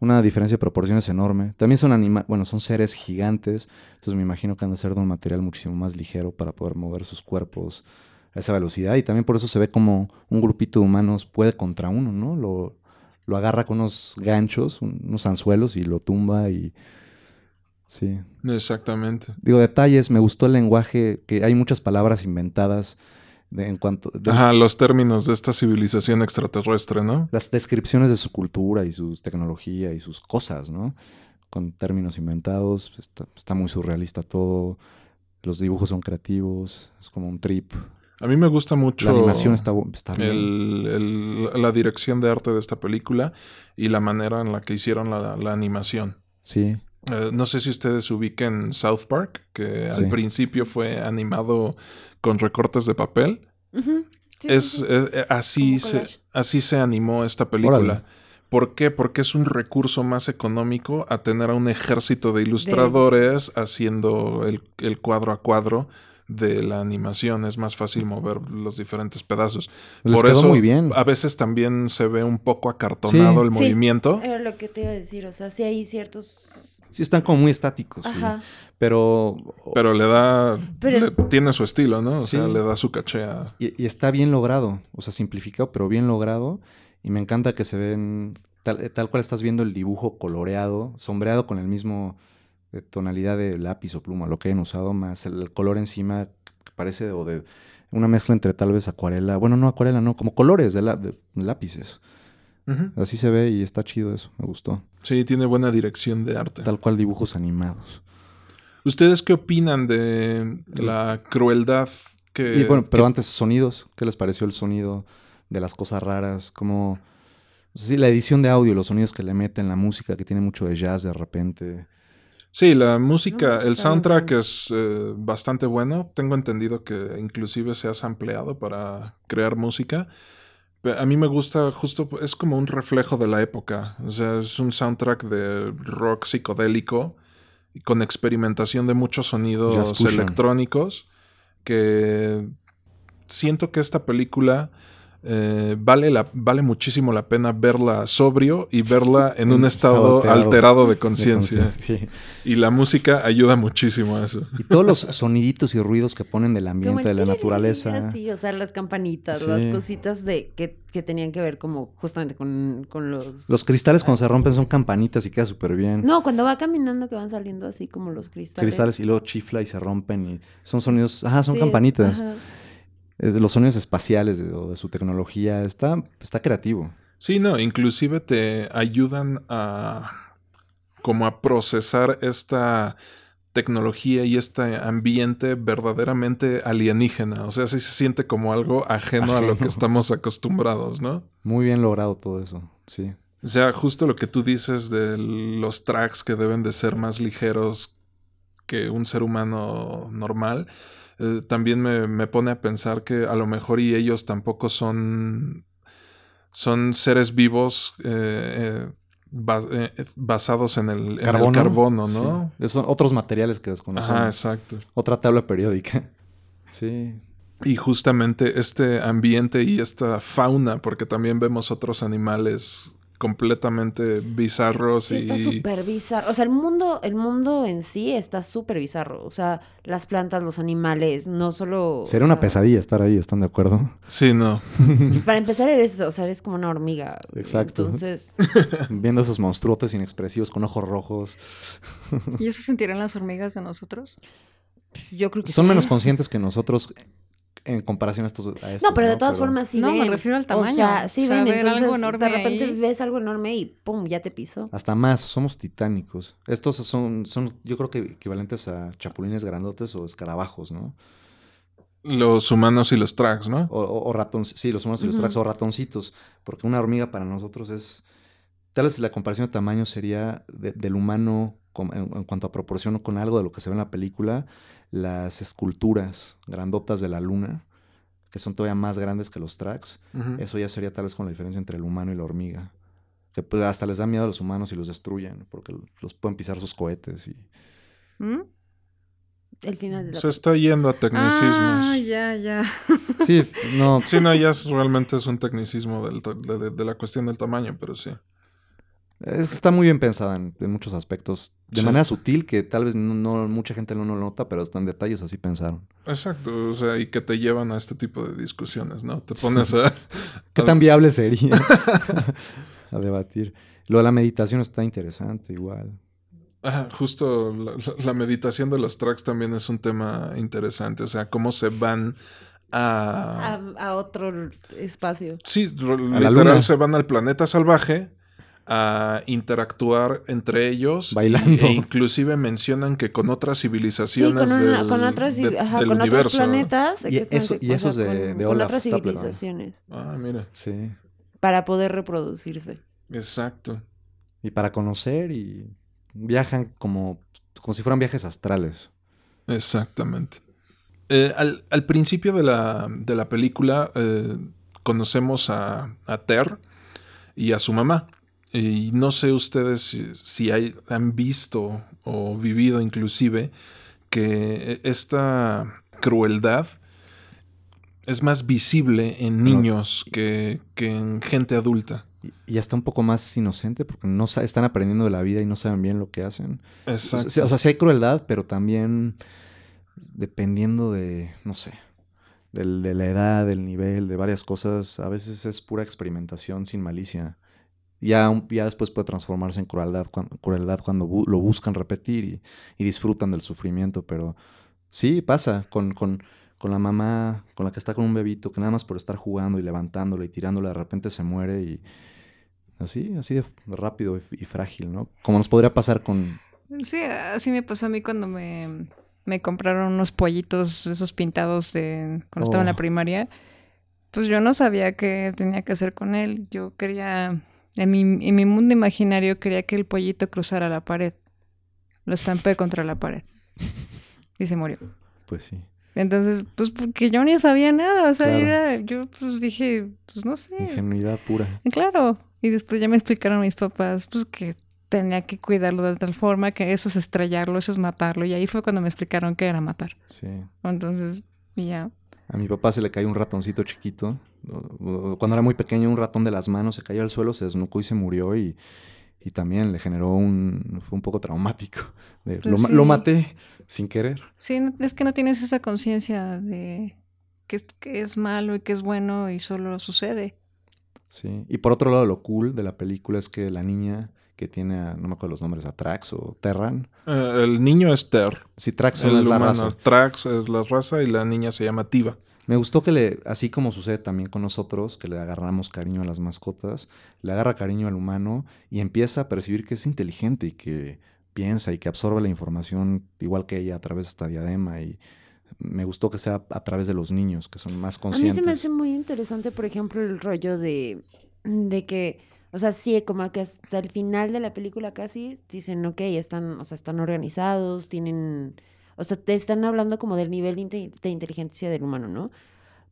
Speaker 4: una diferencia de proporciones enorme. También son anima bueno, son seres gigantes, entonces me imagino que han de ser de un material muchísimo más ligero para poder mover sus cuerpos a esa velocidad. Y también por eso se ve como un grupito de humanos puede contra uno, ¿no? Lo, lo agarra con unos ganchos, un- unos anzuelos y lo tumba y... Sí,
Speaker 3: Exactamente.
Speaker 4: digo, detalles, me gustó el lenguaje, que hay muchas palabras inventadas de- en cuanto de-
Speaker 3: Ajá, los términos de esta civilización extraterrestre, ¿no?
Speaker 4: las descripciones de su cultura y su tecnología y sus cosas, ¿no? Con términos inventados, está, está muy surrealista todo, los dibujos son creativos, es como un trip.
Speaker 3: A mí me gusta mucho
Speaker 4: La animación está, bu- está bien.
Speaker 3: el- el- la dirección de arte de esta película y la manera en la que hicieron la, la animación.
Speaker 4: Sí,
Speaker 3: Eh, no sé si ustedes ubiquen South Park, que
Speaker 4: Sí.
Speaker 3: al principio fue animado con recortes de papel.
Speaker 2: Ujú, sí, sí,
Speaker 3: es,
Speaker 2: sí.
Speaker 3: es- eh, así,
Speaker 2: Como
Speaker 3: se,
Speaker 2: collage.
Speaker 3: así se animó esta película.
Speaker 4: Órale.
Speaker 3: ¿Por qué? Porque es un recurso más económico a tener a un ejército de ilustradores haciendo el, el cuadro a cuadro de la animación. Es más fácil mover los diferentes pedazos.
Speaker 4: les
Speaker 3: Por
Speaker 4: quedó
Speaker 3: eso
Speaker 4: muy bien.
Speaker 3: a veces también se ve un poco acartonado
Speaker 4: Sí.
Speaker 3: el
Speaker 2: Sí.
Speaker 3: movimiento.
Speaker 2: Era lo que te iba a decir. O sea, sí hay ciertos.
Speaker 4: Sí, están como muy estáticos, Pues sí.
Speaker 2: Ajá.
Speaker 4: pero...
Speaker 3: Pero le da.
Speaker 2: Pero-
Speaker 3: le- tiene su estilo, ¿no? O sea,
Speaker 4: Sí.
Speaker 3: le da su caché a.
Speaker 4: Y, y está bien logrado, o sea, simplificado, pero bien logrado. Y me encanta que se ven tal, eh, tal cual estás viendo el dibujo coloreado, sombreado con el mismo eh, tonalidad de lápiz o pluma, lo que hayan usado, más el color encima que parece de- o de una mezcla entre tal vez acuarela, bueno, no acuarela, no, como colores de, la- de lápices.
Speaker 3: Ujú.
Speaker 4: Así se ve y está chido eso, me gustó.
Speaker 3: Sí, tiene buena dirección de arte.
Speaker 4: Tal cual dibujos animados.
Speaker 3: ¿Ustedes qué opinan de la crueldad que...
Speaker 4: Y bueno, pero
Speaker 3: que-
Speaker 4: antes sonidos, ¿qué les pareció el sonido de las cosas raras? Como no sé si la edición de audio, los sonidos que le meten, la música que tiene mucho de jazz de repente.
Speaker 3: Sí, la música,
Speaker 2: No, sí,
Speaker 3: el
Speaker 2: está bien
Speaker 3: soundtrack
Speaker 2: bueno.
Speaker 3: es eh, bastante bueno. Tengo entendido que inclusive se ha sampleado para crear música. Pe- A mí me gusta justo, es como un reflejo de la época. O sea, es un soundtrack de rock psicodélico y con experimentación de muchos
Speaker 4: Jazz
Speaker 3: sonidos
Speaker 4: fusion.
Speaker 3: electrónicos que siento que esta película eh, vale, la, vale muchísimo la pena verla sobrio y verla en un estado, alterado, de
Speaker 4: de
Speaker 3: conciencia.
Speaker 4: conciencia, sí.
Speaker 3: Y la música ayuda muchísimo a eso.
Speaker 4: Y todos los soniditos y ruidos que ponen del
Speaker 2: Como
Speaker 4: ambiente,
Speaker 2: el
Speaker 4: de la
Speaker 2: tiririrí,
Speaker 4: naturaleza.
Speaker 2: Sí, o sea, las campanitas,
Speaker 4: Sí.
Speaker 2: las cositas de que, que tenían que ver como justamente con, con los...
Speaker 4: Los cristales cuando se rompen son campanitas y queda súper bien.
Speaker 2: No, cuando va caminando que van saliendo así como los cristales.
Speaker 4: cristales y luego chifla y se rompen y son sonidos, ajá, son
Speaker 2: Sí, es-
Speaker 4: campanitas.
Speaker 2: ajá.
Speaker 4: Es- Los sonidos espaciales de, o de su tecnología, está, está creativo.
Speaker 3: Sí, no, inclusive te ayudan a como a procesar esta tecnología y este ambiente verdaderamente alienígena. O sea, sí se siente como algo ajeno a lo que
Speaker 4: Ajeno.
Speaker 3: estamos acostumbrados, ¿no?
Speaker 4: Muy bien logrado todo eso, sí.
Speaker 3: O sea, justo lo que tú dices de los tracks que deben de ser más ligeros que un ser humano normal, eh, también me, me pone a pensar que a lo mejor y ellos tampoco son, son seres vivos eh, eh, ba- eh, eh, basados en el en el carbono, ¿no?
Speaker 4: Sí. Son otros materiales que desconocemos.
Speaker 3: Ajá, exacto.
Speaker 4: Otra tabla periódica. Sí.
Speaker 3: Y justamente este ambiente y esta fauna, porque también vemos otros animales completamente bizarros
Speaker 2: Sí, está
Speaker 3: y...
Speaker 2: súper bizarro. O sea, el mundo, el mundo en sí está súper bizarro. O sea, las plantas, los animales, no solo. o
Speaker 4: Sería una
Speaker 2: sea,
Speaker 4: pesadilla estar ahí, ¿están de
Speaker 3: (laughs)
Speaker 4: acuerdo?
Speaker 3: Sí, no.
Speaker 2: Para empezar, eres, o sea, eres como una hormiga.
Speaker 4: Exacto.
Speaker 2: Entonces,
Speaker 4: Viendo esos monstruotes inexpresivos con ojos rojos.
Speaker 5: ¿Y eso sentirán las hormigas de nosotros?
Speaker 2: pues, yo creo que.
Speaker 4: Son
Speaker 2: sí.
Speaker 4: menos conscientes que nosotros en comparación a estos. a estos,
Speaker 2: No, pero de todas formas sí
Speaker 5: No, me
Speaker 2: ven.
Speaker 5: refiero al
Speaker 2: O
Speaker 5: tamaño.
Speaker 2: sea, sí
Speaker 5: O sea,
Speaker 2: ven,
Speaker 5: ver algo
Speaker 2: entonces de
Speaker 5: enorme
Speaker 2: repente
Speaker 5: ahí.
Speaker 2: ves algo enorme y pum, ya te pisó.
Speaker 4: Hasta más, somos titánicos. Estos son, son, yo creo que equivalentes a chapulines grandotes o escarabajos, ¿no?
Speaker 3: Los humanos y los tracks, ¿no?
Speaker 4: O, o, ratoncitos, sí, los humanos y los
Speaker 2: Ujú.
Speaker 4: tracks, o ratoncitos. Porque una hormiga para nosotros es. Tal vez la comparación de tamaño sería de- del humano con- en, en cuanto a proporción con algo de lo que se ve en la película, las esculturas grandotas de la luna, que son todavía más grandes que los tracks.
Speaker 3: Ujú.
Speaker 4: Eso ya sería tal vez con la diferencia entre el humano y la hormiga. Que pues, hasta les da miedo a los humanos y los destruyen, porque los pueden pisar sus cohetes. Y...
Speaker 5: ¿Mm?
Speaker 2: El final de la.
Speaker 3: Se está yendo a tecnicismos.
Speaker 5: Ah, ya, ya.
Speaker 4: Sí, no,
Speaker 3: Sí, no, ya es- realmente es un tecnicismo del ta- de, de- de la cuestión del tamaño, pero sí.
Speaker 4: Es- Está muy bien pensada en, en muchos aspectos. De
Speaker 3: Sí.
Speaker 4: manera sutil que tal vez no, no- mucha gente no lo nota, pero hasta en detalles así pensaron.
Speaker 3: Exacto, o sea, y que te llevan a este tipo de discusiones, ¿no? Te pones a... (laughs)
Speaker 4: ¿Qué
Speaker 3: a-
Speaker 4: tan viable sería? (laughs) a debatir. Lo de la meditación está interesante igual.
Speaker 3: Ajá, justo la, la- la meditación de los tracks también es un tema interesante, o sea, cómo se van
Speaker 2: A,
Speaker 3: a...
Speaker 2: a otro espacio.
Speaker 3: Sí, r-
Speaker 4: A la
Speaker 3: literal
Speaker 4: luna.
Speaker 3: se van al planeta salvaje a interactuar entre ellos.
Speaker 4: Bailando.
Speaker 3: E inclusive mencionan que con otras
Speaker 2: Sí,
Speaker 3: civilizaciones
Speaker 2: con, una-
Speaker 3: del-
Speaker 2: con, otras civi-
Speaker 3: de-
Speaker 2: ajá,
Speaker 3: del
Speaker 2: con otros
Speaker 3: universo.
Speaker 2: planetas.
Speaker 4: Y e-, eso-
Speaker 2: exactamente,
Speaker 4: y
Speaker 2: o
Speaker 4: eso es
Speaker 2: sea,
Speaker 4: de-
Speaker 2: con-
Speaker 4: de
Speaker 2: con
Speaker 4: Olaf
Speaker 2: otras
Speaker 4: Stapleton.
Speaker 2: civilizaciones.
Speaker 3: Ah, mira,
Speaker 4: Sí.
Speaker 2: Para poder reproducirse.
Speaker 3: exacto.
Speaker 4: Y para conocer y viajan como, como si fueran viajes astrales.
Speaker 3: Exactamente. Eh, al, al principio de la, de la película eh, conocemos a, a Ter y a su mamá. Y no sé ustedes si, si hay- han visto o vivido inclusive que esta crueldad es más visible en niños que, que en gente adulta.
Speaker 4: Y, y hasta un poco más inocente porque no sa- están aprendiendo de la vida y no saben bien lo que hacen. O
Speaker 3: Exacto.
Speaker 4: sea, o sea, sí hay crueldad, pero también dependiendo de, no sé, del- de la edad, del nivel, de varias cosas, a veces es pura experimentación sin malicia. Ya, un- ya después puede transformarse en crueldad, cuan- crueldad cuando bu- lo buscan repetir y, y disfrutan del sufrimiento, pero sí pasa con, con, con la mamá, con la que está con un bebito, que nada más por estar jugando y levantándolo y tirándolo de repente se muere y así, así de f- rápido y f- y frágil, ¿no? Como nos podría pasar con,
Speaker 5: Sí, así me pasó a mí cuando me, me compraron unos pollitos, esos pintados de cuando estaba en
Speaker 4: Oh.
Speaker 5: la primaria. Pues yo no sabía qué tenía que hacer con él. Yo quería, en mi, en mi mundo imaginario, quería que el pollito cruzara la pared. Lo estampé contra la pared. Y se murió.
Speaker 4: Pues sí.
Speaker 5: Entonces, pues porque yo ni sabía nada. O sea,
Speaker 4: Claro.
Speaker 5: era- yo pues dije, pues no sé.
Speaker 4: Ingenuidad pura.
Speaker 5: Claro. Y después ya me explicaron mis papás, pues que tenía que cuidarlo de tal forma que eso es estrellarlo, eso es matarlo. Y ahí fue cuando me explicaron que era matar.
Speaker 4: Sí.
Speaker 5: Entonces, y ya.
Speaker 4: A mi papá se le cayó un ratoncito chiquito. o- o- Cuando era muy pequeño, un ratón de las manos se cayó al suelo, se desnucó y se murió. Y, y también le generó un. Fue un poco traumático. de,
Speaker 5: Pues
Speaker 4: lo, ma-
Speaker 5: sí.
Speaker 4: lo maté sin querer.
Speaker 5: Sí, no- es que no tienes esa conciencia de que, es- que es malo y que es bueno y solo sucede.
Speaker 4: Sí. Y por otro lado, lo cool de la película es que la niña que tiene, a- no me acuerdo los nombres, a Trax o Terran.
Speaker 3: Eh, el niño es Ter.
Speaker 4: Sí, Trax
Speaker 3: El
Speaker 4: es la
Speaker 3: humano.
Speaker 4: raza.
Speaker 3: Trax es la raza y la niña se llama
Speaker 4: (laughs)
Speaker 3: Tiva.
Speaker 4: Me gustó que le, así como sucede también con nosotros, que le agarramos cariño a las mascotas, le agarra cariño al humano y empieza a percibir que es inteligente y que piensa y que absorbe la información igual que ella a través de esta diadema y me gustó que sea a través de los niños que son más
Speaker 2: A mí se me
Speaker 4: conscientes.
Speaker 2: hace muy interesante, por ejemplo, el rollo de, de que O sea, sí, como que hasta el final de la película casi dicen, ok, están, o sea, están organizados, tienen, o sea, te están hablando como del nivel de, inte- de inteligencia del humano, ¿no?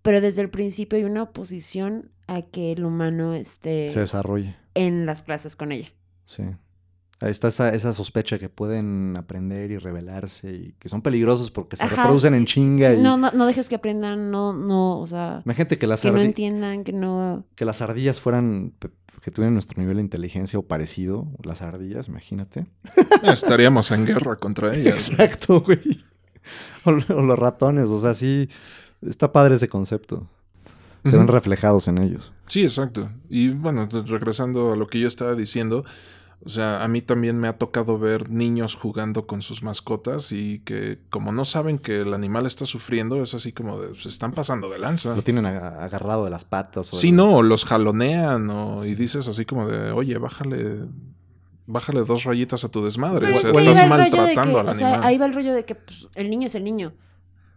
Speaker 2: Pero desde el principio hay una oposición a que el humano esté
Speaker 4: Se desarrolle.
Speaker 2: en las clases con ella.
Speaker 4: Sí. Ahí está esa, esa sospecha que pueden aprender y rebelarse y que son peligrosos porque se
Speaker 2: Ajá,
Speaker 4: reproducen en
Speaker 2: sí,
Speaker 4: chinga. y...
Speaker 2: No, no, no dejes que aprendan, no, no, o sea,
Speaker 4: Imagínate que las,
Speaker 2: que no
Speaker 4: ardi-
Speaker 2: entiendan, que no...
Speaker 4: que las ardillas fueran, pe- que tuvieran nuestro nivel de inteligencia o parecido, las ardillas, imagínate.
Speaker 3: Estaríamos en guerra contra ellas.
Speaker 4: Exacto, güey. O, lo- o los ratones, o sea, sí, está padre ese concepto. Se ven
Speaker 3: Ujú.
Speaker 4: reflejados en ellos.
Speaker 3: Sí, exacto. Y bueno, t- regresando a lo que yo estaba diciendo, o sea, a mí también me ha tocado ver niños jugando con sus mascotas y que como no saben que el animal está sufriendo, es así como de, se están pasando de lanza.
Speaker 4: Lo tienen aga- agarrado de las patas. O
Speaker 3: Ah. Sí,
Speaker 4: de-
Speaker 3: no, o los jalonean o, y dices así como de, oye, bájale, bájale dos rayitas a tu
Speaker 4: Pues,
Speaker 3: desmadre.
Speaker 2: Pero
Speaker 3: O
Speaker 2: es
Speaker 3: sea,
Speaker 2: que Pues, ahí
Speaker 3: estás
Speaker 2: va el rollo de que-
Speaker 3: maltratando al
Speaker 2: o sea,
Speaker 3: animal.
Speaker 2: ahí va el rollo de que pues, el niño es el niño.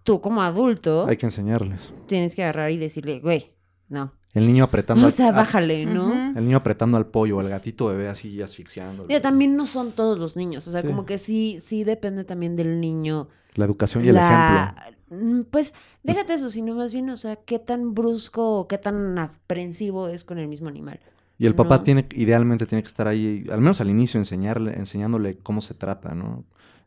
Speaker 2: Tú como adulto
Speaker 4: Hay que enseñarles.
Speaker 2: tienes que agarrar y decirle, güey, no.
Speaker 4: El niño apretando,
Speaker 2: (laughs) Ah, O
Speaker 4: al,
Speaker 2: sea,
Speaker 4: a-
Speaker 2: bájale, Eh, ¿no?
Speaker 5: Ujú.
Speaker 4: el niño apretando al pollo, al gatito bebé así asfixiando.
Speaker 2: Mira, también no son todos los niños. O sea,
Speaker 4: Sí.
Speaker 2: como que sí, sí depende también del niño.
Speaker 4: La educación y el
Speaker 2: la-
Speaker 4: ejemplo.
Speaker 2: Mm, Pues déjate eso, sino más bien, o sea, qué tan brusco o qué tan aprensivo es con el mismo animal.
Speaker 4: Y el papá
Speaker 2: no.
Speaker 4: tiene, idealmente tiene que estar ahí, al menos al inicio, enseñarle, enseñándole cómo se trata, ¿no?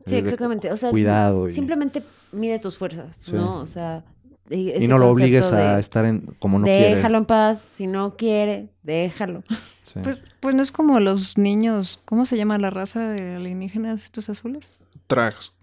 Speaker 2: Sí,
Speaker 4: Eh, de-
Speaker 2: exactamente. O sea,
Speaker 4: Cuidado. Y,
Speaker 2: simplemente mide tus fuerzas,
Speaker 4: Sí.
Speaker 2: ¿no? O sea,
Speaker 4: y no lo obligues a estar en como no quiere.
Speaker 2: déjalo en paz, si no quiere, déjalo.
Speaker 4: Sí.
Speaker 5: Pues, pues no es como los niños, ¿cómo se llama la raza de alienígenas estos azules?
Speaker 3: Trags.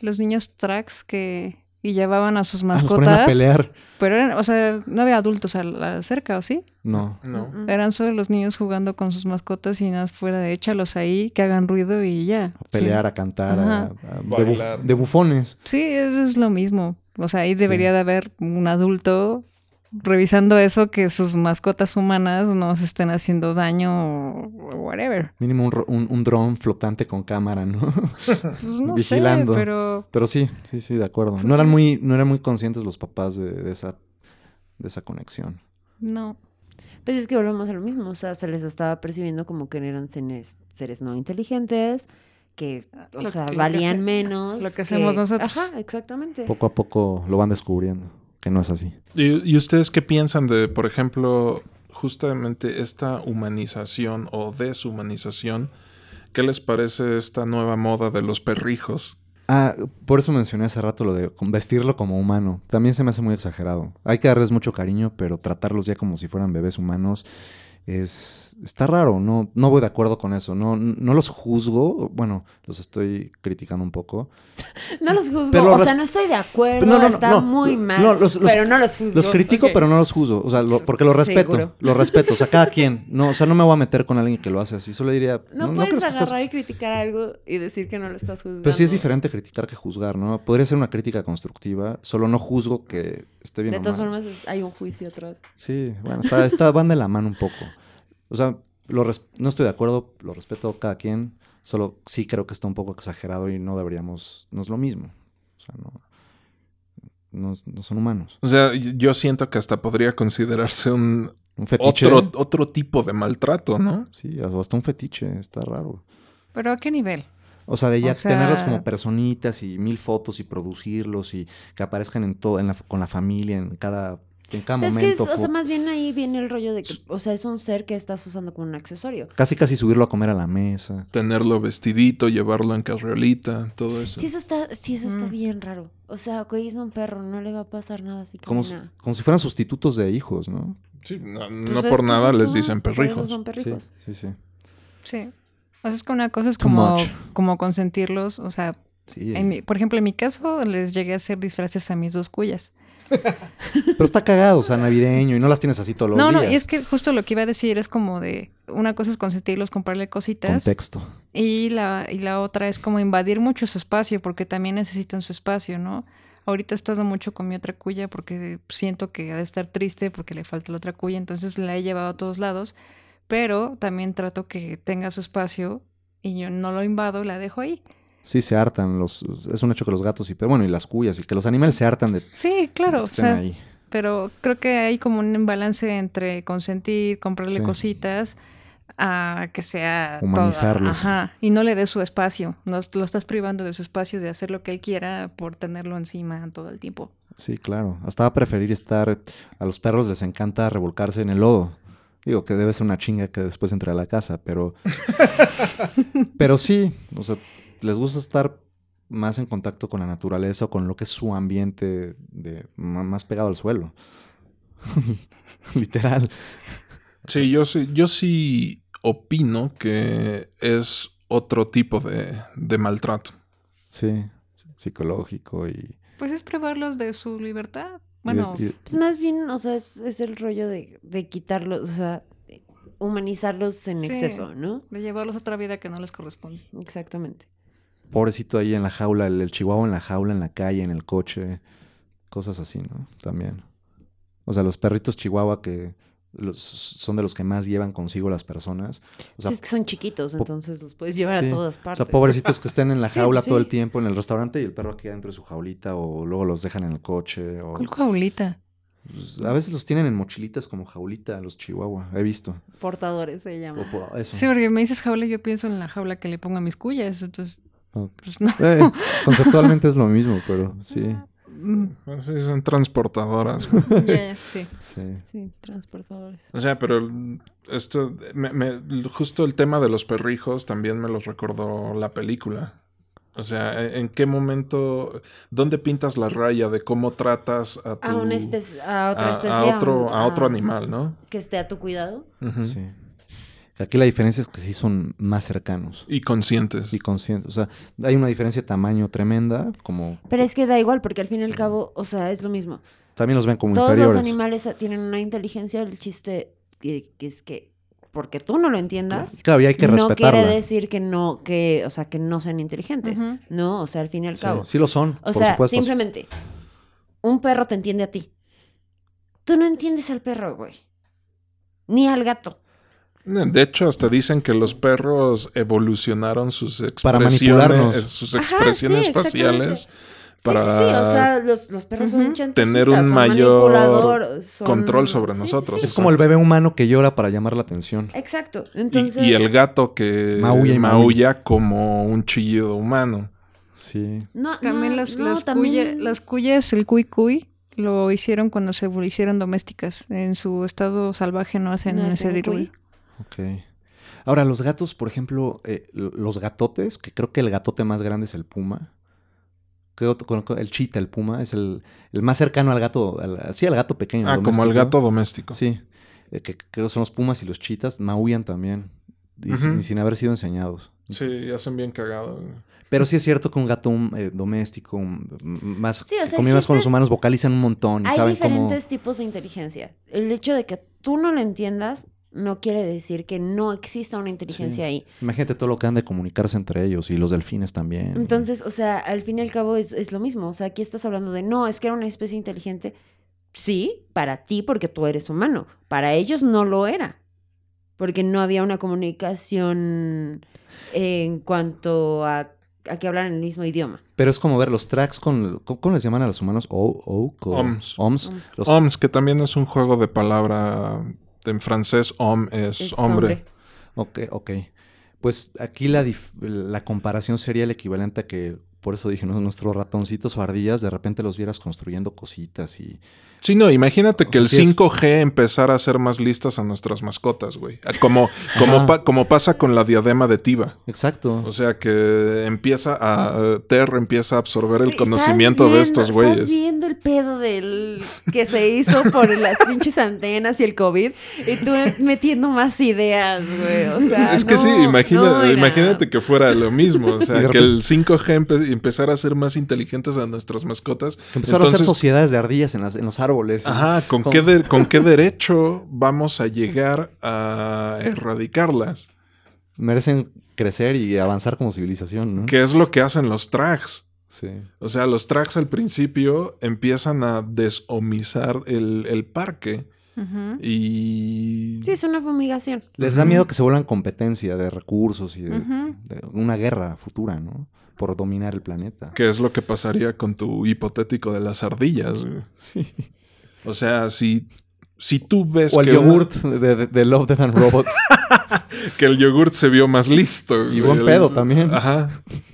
Speaker 5: Los niños tracks que y llevaban a sus
Speaker 4: Ah, los ponen a
Speaker 5: mascotas.
Speaker 4: pelear.
Speaker 5: pero eran, o sea, no había adultos al, al- cerca, ¿o sí?
Speaker 4: No.
Speaker 3: No.
Speaker 2: Mm.
Speaker 5: Eran solo los niños jugando con sus mascotas y nada fuera de échalos ahí, que hagan ruido y ya.
Speaker 4: A pelear, a cantar, a-
Speaker 5: Ajá.
Speaker 4: a- de, bu-
Speaker 3: Bailar.
Speaker 4: de bufones.
Speaker 5: Sí, eso es lo mismo. O sea, ahí debería de haber un adulto revisando eso, que sus mascotas humanas no se estén haciendo daño o o whatever.
Speaker 4: Mínimo un, ro- un, un dron flotante con cámara, ¿no? (laughs)
Speaker 5: Pues no
Speaker 4: Vigilando.
Speaker 5: sé, pero
Speaker 4: Pero sí, sí, sí, de acuerdo. No eran muy, no eran muy conscientes los papás de, de esa, de esa conexión.
Speaker 5: no.
Speaker 2: Pues es que volvemos a lo mismo, o sea, se les estaba percibiendo como que eran seres, seres no inteligentes, que, o
Speaker 5: Lo-
Speaker 2: sea,
Speaker 5: lo que
Speaker 2: valían
Speaker 5: hace-
Speaker 2: menos.
Speaker 5: lo que hacemos nosotros.
Speaker 2: Ajá, exactamente.
Speaker 4: Poco a poco lo van descubriendo, que no es así.
Speaker 3: ¿Y, y ustedes qué piensan de, por ejemplo, justamente esta humanización o deshumanización? ¿Qué les parece esta nueva moda de los perrijos?
Speaker 4: Ah, por eso mencioné hace rato lo de com- vestirlo como humano. También se me hace muy exagerado. Hay que darles mucho cariño, pero tratarlos ya como si fueran bebés humanos es está raro. No, no voy de acuerdo con eso. No, no los juzgo. Bueno, los estoy criticando un poco.
Speaker 2: No los juzgo,
Speaker 4: Pero
Speaker 2: o
Speaker 4: res-
Speaker 2: sea, no estoy de acuerdo,
Speaker 4: No, no, no,
Speaker 2: está
Speaker 4: no,
Speaker 2: muy
Speaker 4: no,
Speaker 2: mal,
Speaker 4: los- los-
Speaker 2: pero no los juzgo.
Speaker 4: Los critico,
Speaker 2: Pues ok.
Speaker 4: pero no los juzgo. O sea, lo- porque los respeto.
Speaker 2: Seguro.
Speaker 4: Los respeto. O sea, cada quien. No, o sea, no me voy a meter con alguien que lo hace así. Solo diría.
Speaker 2: No,
Speaker 4: No, no
Speaker 2: puedes
Speaker 4: crees que
Speaker 2: agarrar
Speaker 4: estás.
Speaker 2: y criticar algo y decir que no lo estás juzgando.
Speaker 4: Pero sí es diferente criticar que juzgar, ¿no? Podría ser una crítica constructiva. Solo no juzgo que esté bien.
Speaker 2: De
Speaker 4: o
Speaker 2: todas
Speaker 4: mal.
Speaker 2: formas, es- hay un juicio atrás.
Speaker 4: Sí, bueno, está, está- van de la mano un poco. O sea, lo res- no estoy de acuerdo, lo respeto a cada quien, solo sí creo que está un poco exagerado y no deberíamos, no es lo mismo. O sea, no, no, es- no son humanos.
Speaker 3: O sea, y- yo siento que hasta podría considerarse un
Speaker 4: Un fetiche.
Speaker 3: otro, otro tipo de maltrato, ¿no?
Speaker 4: Sí, o hasta un fetiche, está raro.
Speaker 5: ¿Pero a qué nivel?
Speaker 4: O sea, de ya
Speaker 5: O sea-
Speaker 4: tenerlos como personitas y mil fotos y producirlos y que aparezcan en todo, en la, con la familia, en cada, en cada
Speaker 2: ¿Sabes qué? Es,
Speaker 4: momento.
Speaker 2: o sea,
Speaker 4: fo-
Speaker 2: más bien ahí viene el rollo de que, o sea, es un ser que estás usando como un accesorio.
Speaker 4: Casi casi subirlo a comer a la mesa.
Speaker 3: Tenerlo vestidito, llevarlo en carriolita, todo eso.
Speaker 2: Sí, eso está, sí, eso está
Speaker 5: Mm.
Speaker 2: bien raro. O sea, güey, es un perro, no le va a pasar nada así que
Speaker 4: Como, si-
Speaker 2: nada.
Speaker 4: como si fueran sustitutos de hijos, ¿no?
Speaker 3: Sí, no
Speaker 2: Pues
Speaker 3: no
Speaker 2: es
Speaker 3: por
Speaker 2: que
Speaker 3: nada
Speaker 2: esos
Speaker 3: les
Speaker 2: son-
Speaker 3: dicen
Speaker 2: por eso
Speaker 3: perrijos.
Speaker 2: son perrijos.
Speaker 4: Sí, sí, sí.
Speaker 5: Sí. O sea, es que una cosa es
Speaker 4: Too
Speaker 5: como,
Speaker 4: much.
Speaker 5: como consentirlos. O sea,
Speaker 4: Sí.
Speaker 5: en mi- por ejemplo, en mi caso les llegué a hacer disfraces a mis dos cuyas.
Speaker 4: Pero está cagado, o sea, navideño, y no las tienes así todos los
Speaker 5: No,
Speaker 4: días.
Speaker 5: no, y es que justo lo que iba a decir es como de una cosa es consentirlos, comprarle cositas
Speaker 4: Contexto.
Speaker 5: y la, y la otra es como invadir mucho su espacio porque también necesitan su espacio, ¿no? Ahorita he estado mucho con mi otra cuya porque siento que ha de estar triste porque le falta la otra cuya, entonces la he llevado a todos lados, pero también trato que tenga su espacio y yo no lo invado, la dejo ahí.
Speaker 4: Sí, se hartan los... Es un hecho que los gatos y... Pero bueno, y las cuyas, y que los animales se hartan de...
Speaker 5: Sí, claro,
Speaker 4: que
Speaker 5: o
Speaker 4: estén
Speaker 5: sea,
Speaker 4: ahí.
Speaker 5: pero creo que hay como un balance entre consentir, comprarle
Speaker 4: Sí.
Speaker 5: cositas, a que sea todo.
Speaker 4: Humanizarlos.
Speaker 5: Ajá. Y no le des su espacio. No, lo estás privando de su espacio de hacer lo que él quiera por tenerlo encima todo el tiempo.
Speaker 4: Sí, claro. Hasta va a preferir estar. A los perros les encanta revolcarse en el lodo. Digo que debe ser una chinga que después entre a la casa, pero. pero sí, o sea, les gusta estar más en contacto con la naturaleza o con lo que es su ambiente de, m- más pegado al suelo. (laughs) Literal.
Speaker 3: Sí, yo sí, yo sí opino que es otro tipo de, de maltrato.
Speaker 4: Sí, psicológico y.
Speaker 5: Pues es privarlos de su libertad.
Speaker 4: y de-
Speaker 5: Bueno,
Speaker 4: y de-
Speaker 2: Pues más bien, o sea, es, es el rollo de, de quitarlos, o sea, de humanizarlos en
Speaker 5: Sí.
Speaker 2: exceso, ¿no?
Speaker 5: de llevarlos a otra vida que no les corresponde.
Speaker 2: Exactamente.
Speaker 4: pobrecito ahí en la jaula, el, el chihuahua en la jaula, en la calle, en el coche, cosas así, ¿no? También. O sea, los perritos chihuahua que los- son de los que más llevan consigo las personas. O sea,
Speaker 2: si es que son chiquitos,
Speaker 4: po-
Speaker 2: entonces los puedes llevar
Speaker 4: sí.
Speaker 2: a todas
Speaker 4: o
Speaker 2: partes.
Speaker 4: sea, pobrecitos que estén en la
Speaker 2: (laughs) Sí,
Speaker 4: jaula
Speaker 2: pues
Speaker 4: todo el
Speaker 2: sí.
Speaker 4: tiempo en el restaurante y el perro queda dentro de su jaulita o luego los dejan en el coche. O,
Speaker 5: ¿Cuál jaulita?
Speaker 4: Pues, a veces los tienen en mochilitas como jaulita los chihuahua, he visto.
Speaker 2: Portadores se llama.
Speaker 4: O por- eso.
Speaker 5: Sí, porque me dices jaula y yo pienso en la jaula que le pongo a mis cuyas. Entonces,
Speaker 4: Ok.
Speaker 5: pues no. (laughs)
Speaker 4: Eh, conceptualmente es lo mismo, pero
Speaker 2: (laughs)
Speaker 4: sí,
Speaker 5: Mm,
Speaker 3: Pues sí, son transportadoras. (laughs)
Speaker 5: ya, ya, sí.
Speaker 4: sí.
Speaker 2: Sí, transportadores.
Speaker 3: O sea, pero el- esto, me- me- justo el tema de los perrijos también me los recordó la película. O sea, e, ¿en- ¿en qué momento, dónde pintas la raya de cómo tratas a tu...
Speaker 2: A una especie, a
Speaker 3: a-
Speaker 2: otra
Speaker 3: a
Speaker 2: especie.
Speaker 3: otro,
Speaker 2: un-
Speaker 3: a otro animal, ¿no?
Speaker 2: Que esté a tu cuidado.
Speaker 3: Ujú.
Speaker 4: Sí. Aquí la diferencia es que sí son más cercanos
Speaker 3: Y conscientes.
Speaker 4: y conscientes. O sea, hay una diferencia de tamaño tremenda, como
Speaker 2: Pero es que da igual, porque al fin y al cabo, o sea, es lo mismo.
Speaker 4: también los ven como
Speaker 2: Todos
Speaker 4: inferiores.
Speaker 2: los animales tienen una inteligencia, el chiste que, que es que porque tú no lo entiendas,
Speaker 4: Claro, y hay que
Speaker 2: no
Speaker 4: respetarla.
Speaker 2: quiere decir que no, que, o sea, que no sean inteligentes,
Speaker 5: Ujú.
Speaker 2: ¿no? O sea, al fin y al
Speaker 4: Sí,
Speaker 2: cabo.
Speaker 4: sí lo son,
Speaker 2: o
Speaker 4: por
Speaker 2: sea,
Speaker 4: supuesto.
Speaker 2: simplemente, un perro te entiende a ti. Tú no entiendes al perro, güey. Ni al gato.
Speaker 3: Eh, De hecho, hasta dicen que los perros evolucionaron sus
Speaker 4: Para
Speaker 3: expresiones,
Speaker 4: manipularnos.
Speaker 3: eh, sus
Speaker 2: Ajá,
Speaker 3: expresiones
Speaker 2: sí,
Speaker 3: faciales
Speaker 2: Sí, sí, sí. O sea, los, los perros
Speaker 5: Ujú.
Speaker 2: son chantajistas,
Speaker 3: Tener un
Speaker 2: son
Speaker 3: mayor
Speaker 2: manipuladores, son-
Speaker 3: control sobre
Speaker 2: sí, sí,
Speaker 3: nosotros.
Speaker 2: sí.
Speaker 4: Es como el bebé humano que llora para llamar la atención.
Speaker 2: Exacto.
Speaker 3: y-
Speaker 2: Entonces,
Speaker 3: y, el gato que
Speaker 4: Maulla
Speaker 3: maulla,
Speaker 4: y maulla.
Speaker 3: como un chillido humano.
Speaker 4: Sí.
Speaker 2: no,
Speaker 5: También
Speaker 2: no,
Speaker 5: las,
Speaker 2: no,
Speaker 5: las,
Speaker 2: también-
Speaker 5: cuya- las cuyas, el cuy cuy, lo hicieron cuando se vol- hicieron domésticas. En su estado salvaje no hacen
Speaker 2: No
Speaker 5: ese
Speaker 2: hacen cuy.
Speaker 5: ruido.
Speaker 4: Ok. Ahora, los gatos, por ejemplo, eh, l- los gatotes, que creo que el gatote más grande es el puma. Creo que conozco el chita, el puma, es el, el más cercano al gato, al- sí, al gato pequeño.
Speaker 3: Ah, como el
Speaker 4: doméstico.
Speaker 3: gato doméstico.
Speaker 4: Sí, eh, que creo son los pumas y los chitas, maullan también, y, sin-
Speaker 3: Ujú.
Speaker 4: y sin haber sido enseñados.
Speaker 3: Sí, hacen bien cagado.
Speaker 4: Pero sí es cierto que un gato un, eh, doméstico, un- m- más,
Speaker 2: Sí, o sea,
Speaker 4: que
Speaker 2: el
Speaker 4: convive más
Speaker 2: chiste
Speaker 4: con los
Speaker 2: es-
Speaker 4: humanos, vocalizan un montón y
Speaker 2: Hay
Speaker 4: saben cómo...
Speaker 2: diferentes tipos de inteligencia. El hecho de que tú no la entiendas no quiere decir que no exista una inteligencia ahí.
Speaker 4: Imagínate todo lo que han de comunicarse entre ellos y los delfines también.
Speaker 2: Entonces, o sea, al fin y al cabo es, es lo mismo. O sea, aquí estás hablando de, no, es que era una especie inteligente. Sí, para ti, porque tú eres humano. Para ellos no lo era. Porque no había una comunicación en cuanto a, a que hablaran el mismo idioma.
Speaker 4: Pero es como ver los tracks con... ¿Cómo, cómo les llaman a los humanos? O, o, co-
Speaker 3: Oms.
Speaker 4: Oms.
Speaker 2: Oms.
Speaker 4: Los-
Speaker 3: Oms, que también es un juego de palabra. En francés, om es,
Speaker 2: Es
Speaker 3: hombre.
Speaker 4: Ok, ok. Pues aquí la, dif- la comparación sería el equivalente a que, por eso dije, ¿no? nuestros ratoncitos o ardillas, de repente los vieras construyendo cositas y...
Speaker 3: Sí, no, imagínate que
Speaker 4: O sea,
Speaker 3: el
Speaker 4: sí es-
Speaker 3: 5G empezara a ser más listas a nuestras mascotas, güey. Ah,
Speaker 4: (laughs)
Speaker 3: Como, como,
Speaker 4: Ajá.
Speaker 3: pa- como pasa con la diadema de Tiva.
Speaker 4: Exacto.
Speaker 3: O sea que empieza a. eh, Ter empieza a absorber el
Speaker 2: Estás
Speaker 3: conocimiento de
Speaker 2: viendo-
Speaker 3: estos
Speaker 2: Estás
Speaker 3: güeyes.
Speaker 2: viendo el pedo del que se hizo por las pinches antenas y el COVID y tú metiendo más ideas, güey. O sea,
Speaker 3: Es que sí,
Speaker 2: Ah, no,
Speaker 3: imagina-
Speaker 2: no era-
Speaker 3: imagínate que fuera lo
Speaker 4: (laughs)
Speaker 3: mismo. O
Speaker 4: Y de
Speaker 3: sea, que el 5G empe- empezara a ser más inteligentes a nuestras mascotas.
Speaker 4: Que empezaron a hacer
Speaker 3: Entonces,
Speaker 4: sociedades de ardillas en, las- en los árboles. y-
Speaker 3: Ajá, ¿con,
Speaker 4: con-
Speaker 3: Qué de- ¿con qué derecho vamos a llegar a erradicarlas?
Speaker 4: Merecen crecer y avanzar como civilización, ¿no?
Speaker 3: Que es lo que hacen los tracks.
Speaker 4: Sí.
Speaker 3: O sea, los tracks al principio empiezan a deshomizar el, el parque
Speaker 5: Ujú.
Speaker 3: y...
Speaker 2: Sí, es una fumigación.
Speaker 4: Les da
Speaker 3: Ujú.
Speaker 4: miedo que se vuelvan competencia de recursos y de,
Speaker 5: Ujú.
Speaker 4: de una guerra futura, ¿no? Por dominar el planeta.
Speaker 3: ¿Qué es lo que pasaría con tu hipotético de las ardillas? güey?
Speaker 4: Sí.
Speaker 3: O sea, si, si tú ves
Speaker 4: o el
Speaker 3: que una-
Speaker 4: yogurt de, de- de Love, Death and Robots.
Speaker 3: que el yogurt se vio más listo.
Speaker 4: Y
Speaker 3: güey.
Speaker 4: buen pedo también.
Speaker 3: Ajá,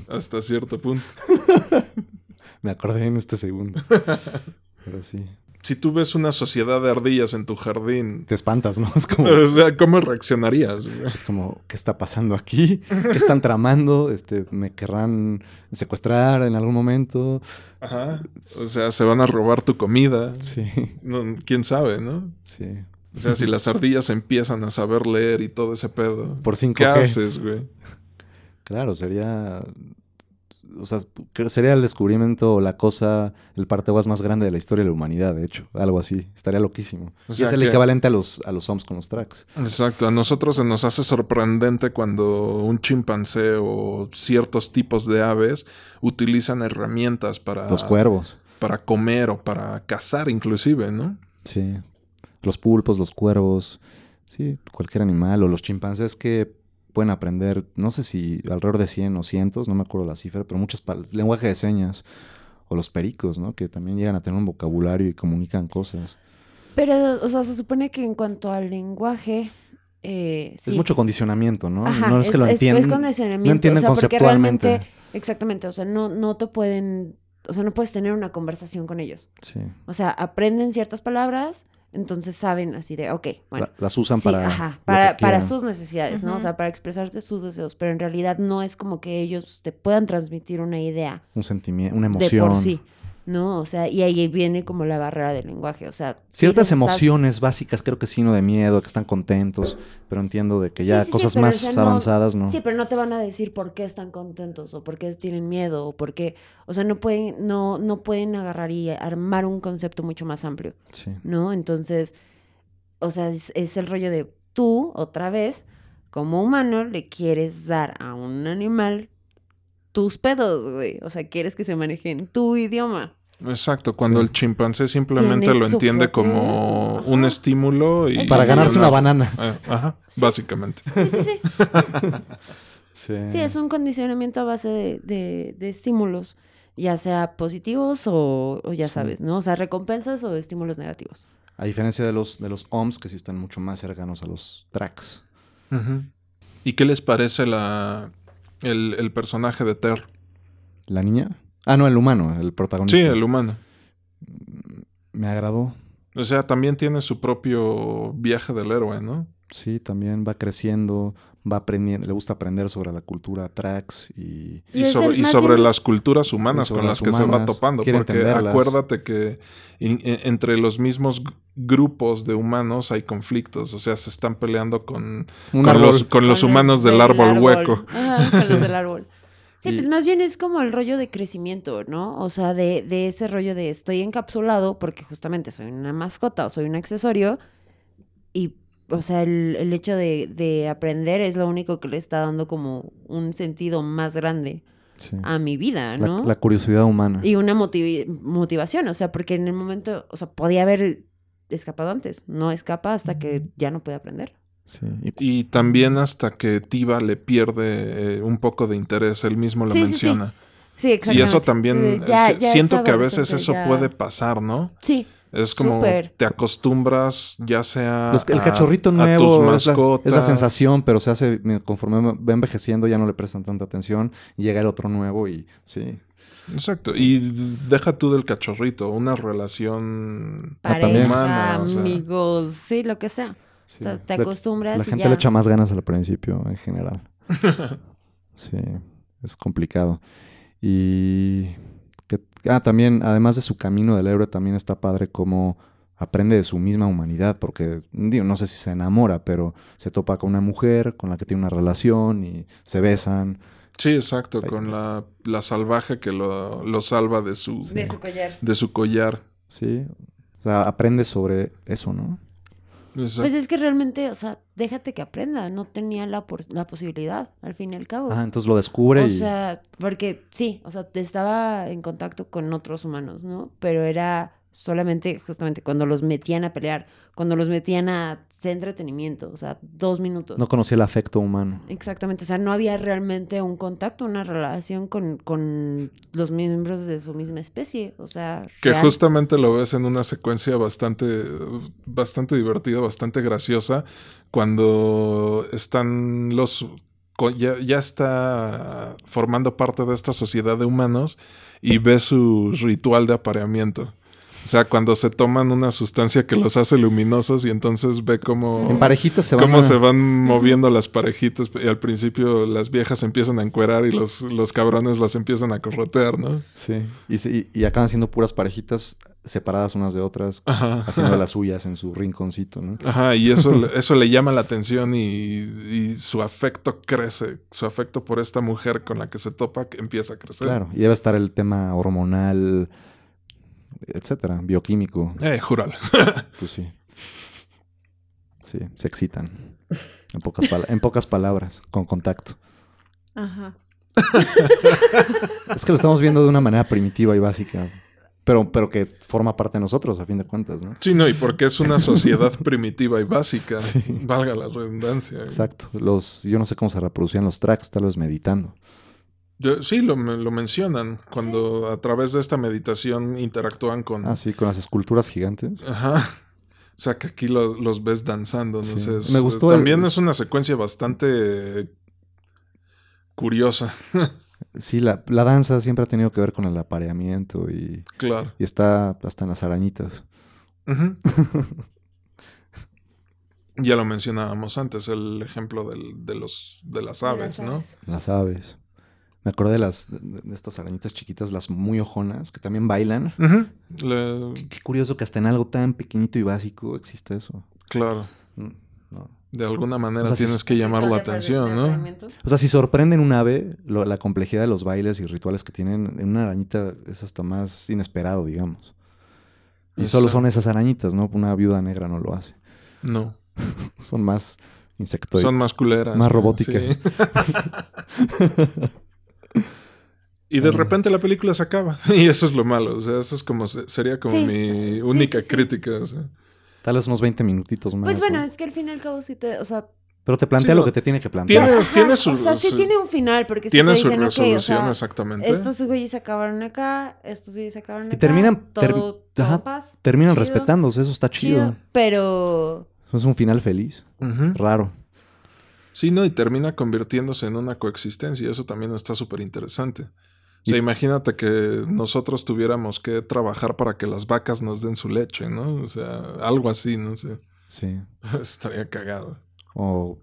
Speaker 3: hasta cierto punto.
Speaker 4: Me acordé en este segundo. Pero sí.
Speaker 3: Si tú ves una sociedad de ardillas en tu jardín,
Speaker 4: Te espantas, ¿no? (laughs) Es como,
Speaker 3: o sea, ¿cómo reaccionarías? güey?
Speaker 4: es como, ¿qué está pasando aquí? ¿Qué están tramando? Este, ¿Me querrán secuestrar en algún momento?
Speaker 3: Ajá. O sea, se van a robar tu comida.
Speaker 4: Sí,
Speaker 3: No, ¿Quién sabe, no?
Speaker 4: sí.
Speaker 3: O sea, si
Speaker 4: (laughs)
Speaker 3: las ardillas empiezan a saber leer y todo ese pedo.
Speaker 4: Por
Speaker 3: ¿Qué
Speaker 4: 5G.
Speaker 3: haces, güey?
Speaker 4: Claro, sería. O sea, creo- sería el descubrimiento, o la cosa, el parteaguas más grande de la historia de la humanidad, de hecho. Algo así. Estaría loquísimo.
Speaker 3: O
Speaker 4: Y
Speaker 3: sea
Speaker 4: es el
Speaker 3: que-
Speaker 4: equivalente a los, a los OMS con los tracks.
Speaker 3: Exacto, a nosotros se nos hace sorprendente cuando un chimpancé o ciertos tipos de aves utilizan herramientas para,
Speaker 4: Los cuervos.
Speaker 3: para comer o para cazar inclusive, ¿no?
Speaker 4: Sí. Los pulpos, los cuervos. Sí, cualquier animal. O los chimpancés que pueden aprender, no sé si alrededor de 100 o cientos, no me acuerdo la cifra, pero muchas pal- lenguaje de señas. O los pericos, ¿no? Que también llegan a tener un vocabulario y comunican cosas.
Speaker 2: Pero, o sea, se supone que en cuanto al lenguaje. eh, sí.
Speaker 4: Es mucho condicionamiento, ¿no?
Speaker 2: Ajá,
Speaker 4: no es, que lo entiendan.
Speaker 2: Es condicionamiento.
Speaker 4: no entienden
Speaker 2: o sea,
Speaker 4: conceptualmente.
Speaker 2: Porque realmente, exactamente. O sea, no, no te pueden. O sea, no puedes tener una conversación con ellos.
Speaker 4: Sí.
Speaker 2: O sea, aprenden ciertas palabras, entonces saben así de, ok, bueno.
Speaker 4: La- las usan
Speaker 2: sí,
Speaker 4: para,
Speaker 2: ajá,
Speaker 4: lo
Speaker 2: para,
Speaker 4: que
Speaker 2: para
Speaker 4: quieran.
Speaker 2: sus necesidades, ¿no? O
Speaker 5: Ujú.
Speaker 2: sea, para expresarte sus deseos, pero en realidad no es como que ellos te puedan transmitir una idea
Speaker 4: un sentimiento, una
Speaker 2: de
Speaker 4: emoción.
Speaker 2: por sí, ¿no? O sea, y ahí viene como la barrera del lenguaje, o sea... sí
Speaker 4: Ciertas
Speaker 2: los estás-
Speaker 4: emociones básicas, creo que sí, no de miedo, que están contentos, pero entiendo de que
Speaker 2: Sí,
Speaker 4: ya
Speaker 2: sí, sí,
Speaker 4: cosas
Speaker 2: pero,
Speaker 4: más
Speaker 2: o sea, no-
Speaker 4: avanzadas, ¿no?
Speaker 2: Sí, pero no te van a decir por qué están contentos o por qué tienen miedo o por qué... O sea, no pueden, no, no pueden agarrar y armar un concepto mucho más amplio.
Speaker 4: Sí.
Speaker 2: ¿no? Entonces, o sea, es, es el rollo de tú, otra vez, como humano, le quieres dar a un animal tus pedos, güey. O sea, quieres que se maneje en tu idioma.
Speaker 3: Exacto, cuando
Speaker 4: Sí.
Speaker 3: el chimpancé simplemente
Speaker 2: Tiene
Speaker 3: lo
Speaker 2: su
Speaker 3: entiende
Speaker 2: propio-
Speaker 3: como
Speaker 2: Ajá.
Speaker 3: un estímulo y...
Speaker 4: Para ganarse una banana.
Speaker 3: Ah, Ajá,
Speaker 2: Sí.
Speaker 3: básicamente.
Speaker 2: Sí, sí, sí.
Speaker 4: Sí.
Speaker 2: Sí, es un condicionamiento a base de, de- de estímulos, ya sea positivos o, o ya
Speaker 4: Sí.
Speaker 2: sabes, ¿no? O sea, recompensas o estímulos negativos.
Speaker 4: A diferencia de los, de los OMS, que sí están mucho más cercanos a los tracks.
Speaker 3: Ujú. ¿Y qué les parece la, el, el personaje de Ter?
Speaker 4: ¿La niña? Ah, no, el humano, el protagonista. Mm,
Speaker 3: Sí, el humano.
Speaker 4: Me agradó.
Speaker 3: O sea, también tiene su propio viaje del héroe, ¿no?
Speaker 4: Sí, también va creciendo, va aprendiendo, le gusta aprender sobre la cultura tracks y
Speaker 3: Y,
Speaker 2: Y es
Speaker 3: sobre,
Speaker 2: el
Speaker 3: y
Speaker 2: más
Speaker 3: sobre
Speaker 2: bien-
Speaker 3: las culturas
Speaker 4: Y
Speaker 3: humanas
Speaker 4: sobre
Speaker 3: con las
Speaker 4: las
Speaker 3: que se va
Speaker 4: humanas,
Speaker 3: topando.
Speaker 4: quiere
Speaker 3: Porque
Speaker 4: entenderlas.
Speaker 3: acuérdate que in- en- entre los mismos g- grupos de humanos hay conflictos. O sea, se están peleando con,
Speaker 4: un
Speaker 3: con,
Speaker 4: árbol.
Speaker 3: los, con los humanos del árbol, hueco.
Speaker 2: Ajá, con los
Speaker 3: (laughs)
Speaker 2: del árbol. Sí,
Speaker 4: Y-
Speaker 2: pues más bien es como el rollo de crecimiento, ¿no? O sea, de, de ese rollo de estoy encapsulado porque justamente soy una mascota o soy un accesorio y, o sea, el, el hecho de, de aprender es lo único que le está dando como un sentido más grande
Speaker 4: Sí.
Speaker 2: a mi vida,
Speaker 4: La-
Speaker 2: ¿no?
Speaker 4: la, curiosidad humana.
Speaker 2: Y una motivi- motivación, o sea, porque en el momento, o sea, podía haber escapado antes, no escapa hasta que ya no puede aprender.
Speaker 4: Sí, y-
Speaker 3: Y también hasta que Tiva le pierde eh, un poco de interés. Él mismo lo
Speaker 2: Sí, sí, sí.
Speaker 3: menciona.
Speaker 2: Sí,
Speaker 3: Y
Speaker 2: exactamente.
Speaker 3: eso también...
Speaker 2: Sí, ya-
Speaker 3: eh, se-
Speaker 2: ya es
Speaker 3: siento que a veces
Speaker 2: adolescente,
Speaker 3: eso
Speaker 2: ya.
Speaker 3: puede pasar, ¿no?
Speaker 2: Sí,
Speaker 3: Es como
Speaker 2: Súper.
Speaker 3: te acostumbras ya sea...
Speaker 4: los- pues, el
Speaker 3: a-
Speaker 4: cachorrito
Speaker 3: a
Speaker 4: nuevo
Speaker 3: tus
Speaker 4: es, la, es la
Speaker 3: mascotas.
Speaker 4: sensación, pero se hace conforme va envejeciendo, ya no le prestan tanta atención. y Llega el otro nuevo y sí.
Speaker 3: Exacto. Y deja tú del cachorrito, una relación
Speaker 4: Ah,
Speaker 2: pareja,
Speaker 4: también.
Speaker 3: humana. o sea.
Speaker 2: amigos, sí, lo que sea.
Speaker 4: sí.
Speaker 2: O sea, te
Speaker 4: La-
Speaker 2: acostumbras
Speaker 4: la,
Speaker 2: y
Speaker 4: gente
Speaker 2: ya.
Speaker 4: le echa más ganas al principio, en
Speaker 2: (laughs)
Speaker 4: general. sí, es complicado. Y. que- ah, también, además de su camino del héroe, también está padre cómo aprende de su misma humanidad, porque digo, no sé si se enamora, pero se topa con una mujer con la que tiene una relación y se besan.
Speaker 3: Sí, exacto. Con la, la salvaje que lo, lo salva de su,
Speaker 2: De su collar.
Speaker 3: de su collar.
Speaker 4: Sí. O sea, aprende sobre eso, ¿no?
Speaker 3: Exacto.
Speaker 2: Pues es que realmente, o sea, déjate que aprenda. No tenía la, por- la posibilidad, al fin y al cabo.
Speaker 4: Ah, entonces lo descubre
Speaker 2: Oh. o
Speaker 4: y.
Speaker 2: sea, porque sí, o sea, te estaba en contacto con otros humanos, ¿no? Pero era Solamente, justamente, cuando los metían a pelear, cuando los metían a hacer entretenimiento, o sea, dos minutos.
Speaker 4: No conocía el afecto humano.
Speaker 2: Exactamente, o sea, no había realmente un contacto, una relación con, con los miembros de su misma especie, o sea...
Speaker 3: Que
Speaker 2: real.
Speaker 3: justamente lo ves en una secuencia bastante, bastante divertida, bastante graciosa, cuando están los... co- Ya, ya está formando parte de esta sociedad de humanos y ves su ritual de apareamiento. O sea, cuando se toman una sustancia que los hace luminosos y entonces ve como...
Speaker 4: En parejitas se van.
Speaker 3: Cómo
Speaker 4: a-
Speaker 3: se van moviendo las parejitas y al principio las viejas se empiezan a encuerar y los, los cabrones las empiezan a corrotear, ¿no?
Speaker 4: Sí. Y, se- y- y acaban siendo puras parejitas separadas unas de otras,
Speaker 3: Ajá.
Speaker 4: haciendo las suyas en su rinconcito, ¿no?
Speaker 3: Ajá, y eso, le- eso le llama la atención y, y su afecto crece. Su afecto por esta mujer con la que se topa que empieza a crecer.
Speaker 4: Claro. Y debe estar el tema hormonal, etcétera, bioquímico.
Speaker 3: Eh, júralo.
Speaker 4: Pues sí. Sí, se excitan. En pocas, pala- en pocas palabras, con contacto.
Speaker 5: Ajá.
Speaker 4: Es que lo estamos viendo de una manera primitiva y básica, pero, pero que forma parte de nosotros, a fin de cuentas, ¿no?
Speaker 3: Sí, no, y porque es
Speaker 4: (laughs)
Speaker 3: una sociedad primitiva y básica. Valga la redundancia.
Speaker 4: Exacto. Los, yo no sé cómo se reproducían los tracks, tal vez meditando.
Speaker 3: Yo- sí, lo, men- lo mencionan cuando a través de esta meditación interactúan con...
Speaker 4: Ah, sí, con las esculturas gigantes.
Speaker 3: Ajá. O sea, que aquí lo- los ves danzando, no
Speaker 4: Sí.
Speaker 3: sé. es- eh,
Speaker 4: Me gustó el-
Speaker 3: También es una secuencia bastante curiosa,
Speaker 4: Sí, la, la danza siempre ha tenido que ver con el apareamiento y,
Speaker 3: claro.
Speaker 4: y está hasta en las arañitas.
Speaker 3: Ujú. (laughs) ya lo mencionábamos antes, el ejemplo del- de, los, de las aves, ¿no?
Speaker 4: Las aves. Me acordé de las de estas arañitas chiquitas, las muy ojonas, que también bailan.
Speaker 3: Ujú. Le-
Speaker 4: Qué curioso que hasta en algo tan pequeñito y básico existe eso.
Speaker 3: claro.
Speaker 4: Mm, no.
Speaker 3: De alguna manera
Speaker 4: O sea, sí
Speaker 3: tienes
Speaker 4: es-
Speaker 3: que llamar la atención, ¿no?
Speaker 4: O sea, si sorprenden un ave, lo- la complejidad de los bailes y rituales que tienen en una arañita es hasta más inesperado, digamos. Y solo
Speaker 3: Exacto.
Speaker 4: son esas arañitas, ¿no? Una viuda negra no lo hace.
Speaker 3: No.
Speaker 4: Son más insectoides.
Speaker 3: Son más culeras.
Speaker 4: Más (laughs)
Speaker 3: ¿no?
Speaker 4: robóticas.
Speaker 3: Sí. y de repente la película se acaba. (laughs) Y eso es lo malo. O sea, eso es como se- sería como
Speaker 2: Sí,
Speaker 3: mi
Speaker 2: sí,
Speaker 3: única
Speaker 2: sí, sí.
Speaker 3: crítica. o sea.
Speaker 4: Tal vez unos 20 minutitos más.
Speaker 2: Pues bueno,
Speaker 4: ¿no?
Speaker 2: es que al fin y al cabo sí te, o sea,
Speaker 4: Pero te plantea
Speaker 3: Sí,
Speaker 4: lo
Speaker 3: no.
Speaker 4: que te tiene que
Speaker 3: Tiene,
Speaker 4: plantear.
Speaker 3: tiene
Speaker 2: ajá,
Speaker 3: su,
Speaker 2: o sea, sí
Speaker 3: su-
Speaker 2: tiene un final, porque sí
Speaker 3: tiene
Speaker 2: te
Speaker 3: su
Speaker 2: dicen, "Ok, o sea,
Speaker 3: resolución, exactamente.
Speaker 2: estos güeyes se acabaron acá, estos güeyes se acabaron acá.
Speaker 4: Y terminan- ter-
Speaker 2: todo, todo
Speaker 4: ajá,
Speaker 2: en paz,
Speaker 4: Terminan
Speaker 2: Chido.
Speaker 4: respetándose, eso está
Speaker 2: chido,
Speaker 4: chido.
Speaker 2: pero
Speaker 4: Es un final feliz.
Speaker 3: Ujú.
Speaker 4: Raro.
Speaker 3: Sí, no, y termina convirtiéndose en una coexistencia. y Eso también está súper interesante. O sea,
Speaker 4: Y-
Speaker 3: imagínate que nosotros tuviéramos que trabajar para que las vacas nos den su leche, ¿no? O sea, algo así, no sé. (laughs)
Speaker 4: Sí.
Speaker 3: Estaría cagado.
Speaker 4: O,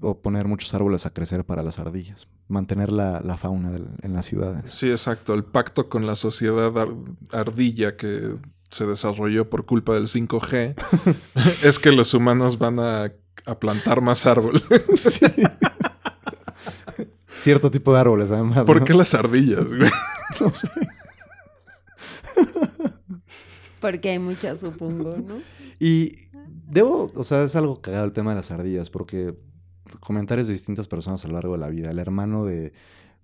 Speaker 4: o poner muchos árboles a crecer para las ardillas. Mantener la, la fauna del- en las ciudades.
Speaker 3: Sí, exacto. El pacto con la sociedad ar- ardilla que se desarrolló por culpa del (laughs) 5G es que los humanos van a, a plantar más árboles.
Speaker 4: Cierto tipo de árboles, además. ¿no?
Speaker 3: (laughs) ¿Por qué las ardillas, güey?
Speaker 4: No sé.
Speaker 2: porque hay muchas, supongo,
Speaker 4: (laughs)
Speaker 2: ¿no?
Speaker 4: Y debo, o sea, es algo cagado el tema de las ardillas, porque comentarios de distintas personas a lo largo de la vida. El hermano de,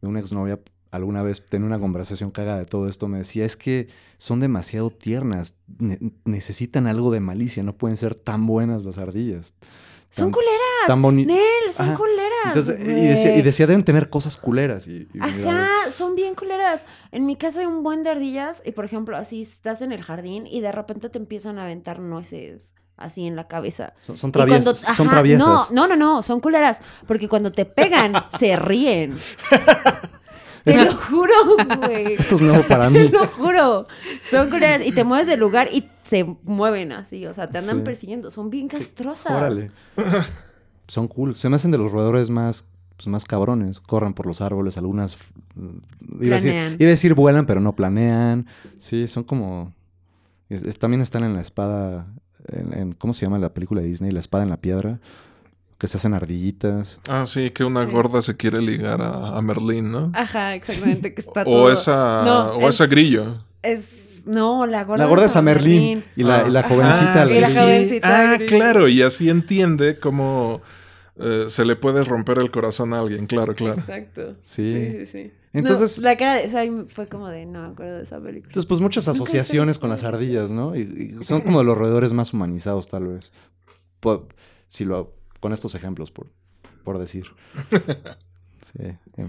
Speaker 4: de una exnovia alguna vez tenía una conversación cagada de todo esto, me decía, es que son demasiado tiernas, ne- necesitan algo de malicia, no pueden ser tan buenas las ardillas.
Speaker 2: Son
Speaker 4: Tan-
Speaker 2: culeras,
Speaker 4: Tan bonitas.
Speaker 2: Nel, son
Speaker 4: Ajá.
Speaker 2: culeras.
Speaker 4: Entonces, y, decía, y
Speaker 2: güey.
Speaker 4: decía, deben tener cosas culeras. Y, y mira,
Speaker 2: Ajá, son bien culeras. En mi casa hay un buen de ardillas y, por ejemplo, así estás en el jardín y de repente te empiezan a aventar nueces así en la cabeza.
Speaker 4: son, son
Speaker 2: Y cuando-
Speaker 4: traviesas. son
Speaker 2: ajá,
Speaker 4: traviesas.
Speaker 2: No, no, no, no, son culeras. Porque cuando
Speaker 4: (laughs)
Speaker 2: te pegan, se ríen. te lo juro,
Speaker 4: (laughs)
Speaker 2: güey.
Speaker 4: Esto es nuevo para mí.
Speaker 2: Te lo juro. Son
Speaker 4: (laughs)
Speaker 2: culeras y te mueves del lugar y se mueven así. O sea, te andan
Speaker 4: Sí.
Speaker 2: persiguiendo. Son bien castrosas.
Speaker 4: Órale. Son cool. Se me hacen de los roedores más, pues, más cabrones. Corren por los árboles, algunas. f- mm, Iba a, decir,
Speaker 2: Planean.
Speaker 4: iba a decir vuelan, pero no planean. Sí, son como. es- es- también están en la espada. En, en- ¿Cómo se llama la película de Disney? La espada en la piedra. Que se hacen ardillitas.
Speaker 3: Ah, sí, que una
Speaker 2: Sí.
Speaker 3: gorda se quiere ligar a, a Merlín, ¿no?
Speaker 2: Ajá, exactamente. Que está todo.
Speaker 3: O esa,
Speaker 2: No,
Speaker 3: o esa
Speaker 2: es-
Speaker 3: grillo.
Speaker 2: Es. No, la gorda.
Speaker 4: la gorda
Speaker 2: de
Speaker 4: es a
Speaker 2: San
Speaker 4: Merlín. Y la, y la
Speaker 3: Ah.
Speaker 4: jovencita.
Speaker 3: Ah,
Speaker 4: la
Speaker 2: Y la
Speaker 4: Lily.
Speaker 2: jovencita
Speaker 3: Ah,
Speaker 2: grillo.
Speaker 3: claro, y así entiende cómo eh, se le puede romper el corazón a alguien, claro, claro.
Speaker 2: Exacto.
Speaker 4: Sí.
Speaker 2: Sí, sí, sí.
Speaker 4: Entonces,
Speaker 2: No, la cara de Sam fue como de, no me acuerdo de esa película.
Speaker 4: entonces, pues muchas
Speaker 2: Nunca estoy
Speaker 4: asociaciones con las
Speaker 2: segura.
Speaker 4: ardillas, ¿no? Y, y son como de los roedores más humanizados, tal vez. Po- si lo, con estos ejemplos, por, por decir. Sí. sí.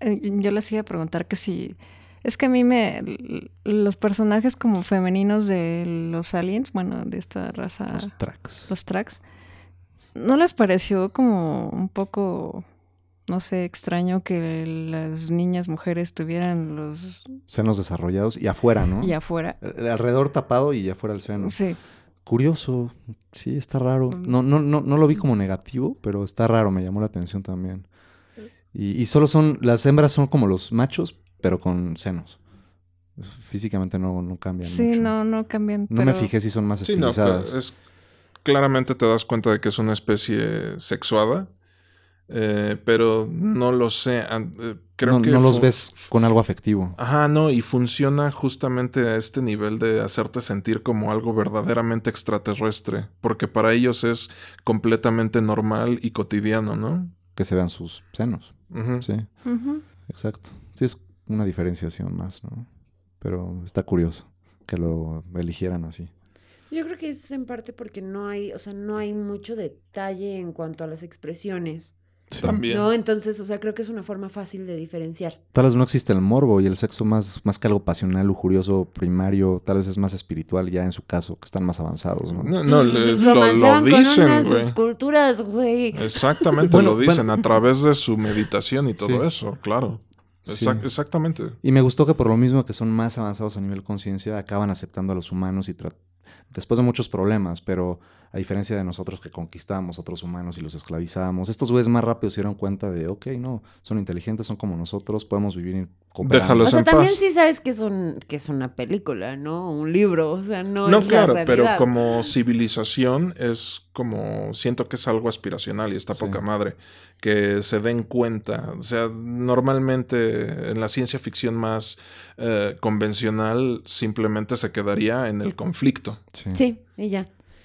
Speaker 5: Eh, Yo les iba a preguntar que si... Es que a mí me... l- Los personajes como femeninos de los aliens, bueno, de esta raza, Ah. los,
Speaker 4: Los tracks.
Speaker 5: tracks, ¿no les pareció como un poco, no sé, extraño que las niñas mujeres tuvieran los...
Speaker 4: Senos desarrollados y afuera, ¿no?
Speaker 5: y afuera?
Speaker 4: Eh, Alrededor tapado y afuera el seno.
Speaker 5: Sí,
Speaker 4: Curioso. Sí, está raro. No, no, no, no lo vi como negativo, pero está raro. Me llamó la atención también. Y, y solo son... Las hembras son como los machos, pero con senos. Físicamente no, no cambian
Speaker 5: sí,
Speaker 4: mucho.
Speaker 5: no, no cambian.
Speaker 4: No me
Speaker 5: pero-
Speaker 4: fijé si son más
Speaker 3: Sí, no,
Speaker 4: estilizadas.
Speaker 3: pero es, claramente te das cuenta de que es una especie sexuada, eh, pero no lo sé. an- eh, creo
Speaker 4: no
Speaker 3: que Ah.
Speaker 4: no los
Speaker 3: fu-
Speaker 4: ves con algo afectivo.
Speaker 3: Ajá, no, y funciona justamente a este nivel de hacerte sentir como algo verdaderamente extraterrestre, porque para ellos es completamente normal y cotidiano, ¿no?
Speaker 4: Que se vean sus senos.
Speaker 3: Ujú.
Speaker 4: Sí,
Speaker 5: Ujú.
Speaker 4: exacto. Sí, es una diferenciación más, ¿no? Pero está curioso que lo eligieran así.
Speaker 2: Yo creo que es en parte porque no hay, o sea, no hay mucho detalle en cuanto a las expresiones,
Speaker 3: También.
Speaker 2: ¿no? Entonces, o sea, creo que es una forma fácil de diferenciar.
Speaker 4: Tal vez no existe el morbo y el sexo más, más que algo pasional, lujurioso, primario, tal vez es más espiritual ya en su caso, que están más avanzados, ¿no?
Speaker 3: No,
Speaker 2: (laughs)
Speaker 3: no, le- lo- lo,
Speaker 2: Romanceaban con
Speaker 3: dicen,
Speaker 2: unas
Speaker 3: güey.
Speaker 2: esculturas, güey.
Speaker 3: Exactamente,
Speaker 4: Bueno,
Speaker 3: lo dicen
Speaker 4: bueno.
Speaker 3: a través de su meditación y todo
Speaker 4: Sí.
Speaker 3: eso, claro.
Speaker 4: Sí.
Speaker 3: Exac- Exactamente.
Speaker 4: Y me gustó que por lo mismo que son más avanzados a nivel conciencia, acaban aceptando a los humanos y tra- después de muchos problemas, pero a diferencia de nosotros que conquistamos otros humanos y los esclavizamos, estos güeyes más rápido se dieron cuenta de, ok, no, son inteligentes, son como nosotros, podemos vivir cooperando".
Speaker 3: Déjalos
Speaker 2: O sea,
Speaker 3: en
Speaker 2: también
Speaker 3: paz.
Speaker 2: sí sabes que es, un, que es una película, ¿no? Un libro, o sea, no,
Speaker 3: No,
Speaker 2: es
Speaker 3: claro,
Speaker 2: la
Speaker 3: pero
Speaker 2: realidad.
Speaker 3: como civilización es como, siento que es algo aspiracional y está
Speaker 4: Sí.
Speaker 3: poca madre, que se den cuenta, o sea, normalmente en la ciencia ficción más eh, convencional simplemente se quedaría en el conflicto.
Speaker 4: Sí.
Speaker 2: Sí, y ya.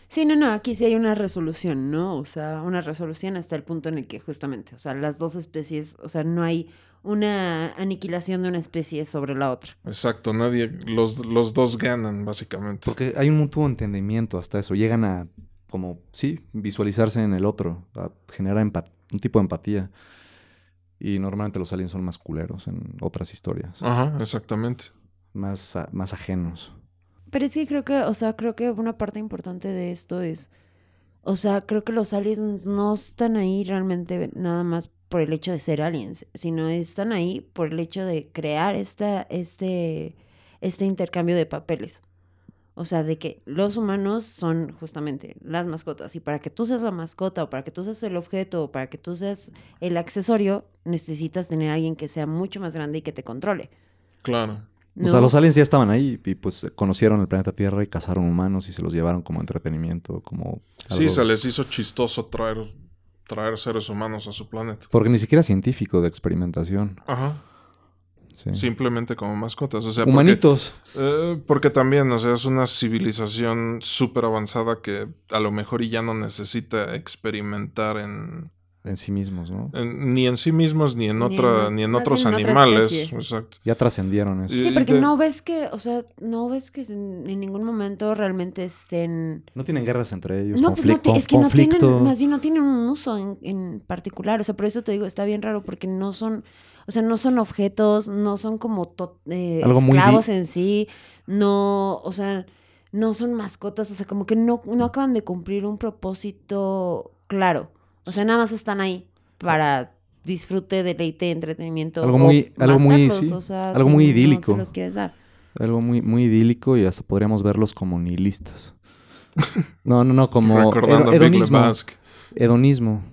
Speaker 2: Sí, no, no, aquí sí hay una resolución, ¿no? O sea, una resolución hasta el punto en el que justamente, o sea, las dos especies, o sea, no hay una aniquilación de una especie sobre la otra.
Speaker 3: Exacto, nadie, los, los dos ganan básicamente.
Speaker 4: Porque hay un mutuo entendimiento hasta eso. Llegan a, como, sí, visualizarse en el otro, a generar empa- un tipo de empatía. Y normalmente los aliens son más culeros en otras historias,
Speaker 3: Ajá, exactamente.
Speaker 4: más, a- más ajenos.
Speaker 2: Pero es que creo que, o sea, creo que una parte importante de esto es, o sea, creo que los aliens no están ahí realmente nada más por el hecho de ser aliens, sino están ahí por el hecho de crear esta, este, este intercambio de papeles. O sea, de que los humanos son justamente las mascotas y para que tú seas la mascota o para que tú seas el objeto o para que tú seas el accesorio, necesitas tener a alguien que sea mucho más grande y que te controle.
Speaker 3: Claro.
Speaker 4: O sea,
Speaker 2: ¿no?
Speaker 4: los aliens ya estaban ahí y pues conocieron el planeta Tierra y cazaron humanos y se los llevaron como entretenimiento, como...
Speaker 3: Sí,
Speaker 4: algo-
Speaker 3: se les hizo chistoso traer, traer seres humanos a su planeta.
Speaker 4: Porque ni siquiera científico de experimentación.
Speaker 3: Ajá.
Speaker 4: Sí.
Speaker 3: Simplemente como mascotas. O sea, porque-
Speaker 4: Humanitos.
Speaker 3: Eh, porque también, o sea, es una civilización súper avanzada que a lo mejor y ya no necesita experimentar en,
Speaker 4: En sí mismos, ¿no?
Speaker 3: en- ni en sí mismos ni en
Speaker 2: Ni en
Speaker 3: otra,
Speaker 2: o-
Speaker 3: ni en
Speaker 2: más
Speaker 3: otros
Speaker 2: bien en otra
Speaker 3: animales.
Speaker 2: especie.
Speaker 3: Exacto.
Speaker 4: Ya trascendieron eso.
Speaker 3: Y-
Speaker 2: Sí, porque
Speaker 3: de-
Speaker 2: no ves que, o sea, no ves que en, en ningún momento realmente estén...
Speaker 4: No tienen guerras entre ellos.
Speaker 2: No, pues no,
Speaker 4: conflicto,
Speaker 2: ti- es que no
Speaker 4: conflicto.
Speaker 2: tienen, más bien no tienen un uso en, en particular, o sea, por eso te digo, está bien raro, porque no son, o sea, no son objetos, no son como to- eh,
Speaker 4: Algo muy di-
Speaker 2: esclavos en sí, no, o sea, no son mascotas, o sea, como que no, no acaban de cumplir un propósito claro, o sea, nada más están ahí para disfrute, deleite, entretenimiento.
Speaker 4: Algo
Speaker 2: o
Speaker 4: muy- algo muy,
Speaker 2: matarlos,
Speaker 4: sí,
Speaker 2: o sea,
Speaker 4: algo
Speaker 2: si
Speaker 4: muy
Speaker 2: no se
Speaker 4: idílico.
Speaker 2: los quieres dar.
Speaker 4: Algo muy, muy idílico y hasta podríamos verlos como
Speaker 3: (laughs)
Speaker 4: nihilistas. No, no, no, como
Speaker 3: recordando
Speaker 4: hedo-
Speaker 3: a Big
Speaker 4: hedonismo.
Speaker 3: Lebowski. (laughs)
Speaker 4: Hedonismo.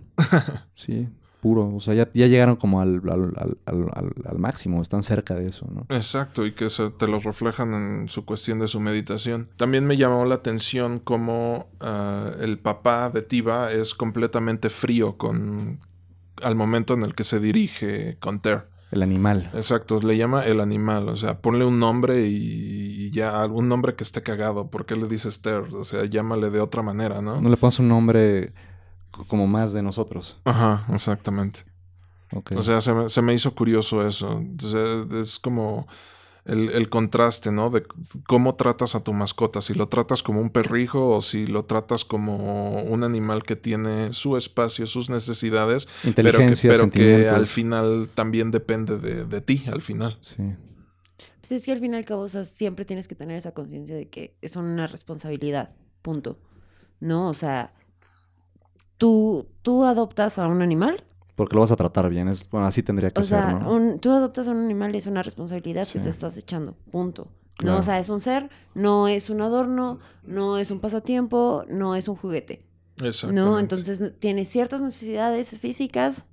Speaker 4: Sí, puro. O sea, ya, ya llegaron como al, al, al- al- al- al máximo, están cerca de eso, ¿no?
Speaker 3: Exacto, y que se te lo reflejan en su cuestión de su meditación. También me llamó la atención cómo ah, el papá de Tiva es completamente frío con al momento en el que se dirige con Ter.
Speaker 4: El animal.
Speaker 3: Exacto, le llama el animal, o sea, ponle un nombre y ya, algún nombre que esté cagado, ¿por qué le dices Ter? O sea, llámale de otra manera, ¿no?
Speaker 4: No le pones un nombre c- como más de nosotros.
Speaker 3: Ajá, exactamente.
Speaker 4: Ok.
Speaker 3: O sea, se me, se me hizo curioso eso. Entonces, es como el, el contraste, ¿no? De c- cómo tratas a tu mascota. Si lo tratas como un perrijo o si lo tratas como un animal que tiene su espacio, sus necesidades, pero que,
Speaker 4: Inteligencia,
Speaker 3: pero que
Speaker 4: sentimientos.
Speaker 3: al final también depende de, de ti, al final.
Speaker 4: Sí.
Speaker 2: Pues es que al fin y al cabo, o sea, siempre tienes que tener esa conciencia de que es una responsabilidad, punto. ¿No? O sea, tú, tú adoptas a un animal,
Speaker 4: Porque lo vas a tratar bien. Es, bueno, así tendría que
Speaker 2: o
Speaker 4: ser,
Speaker 2: sea,
Speaker 4: ¿no?
Speaker 2: un- tú adoptas a un animal y es una responsabilidad
Speaker 4: Sí.
Speaker 2: que te estás echando, punto. No,
Speaker 4: Claro.
Speaker 2: o sea, es un ser, no es un adorno, no es un pasatiempo, no es un juguete.
Speaker 3: Exacto.
Speaker 2: No, entonces n- tiene ciertas necesidades físicas,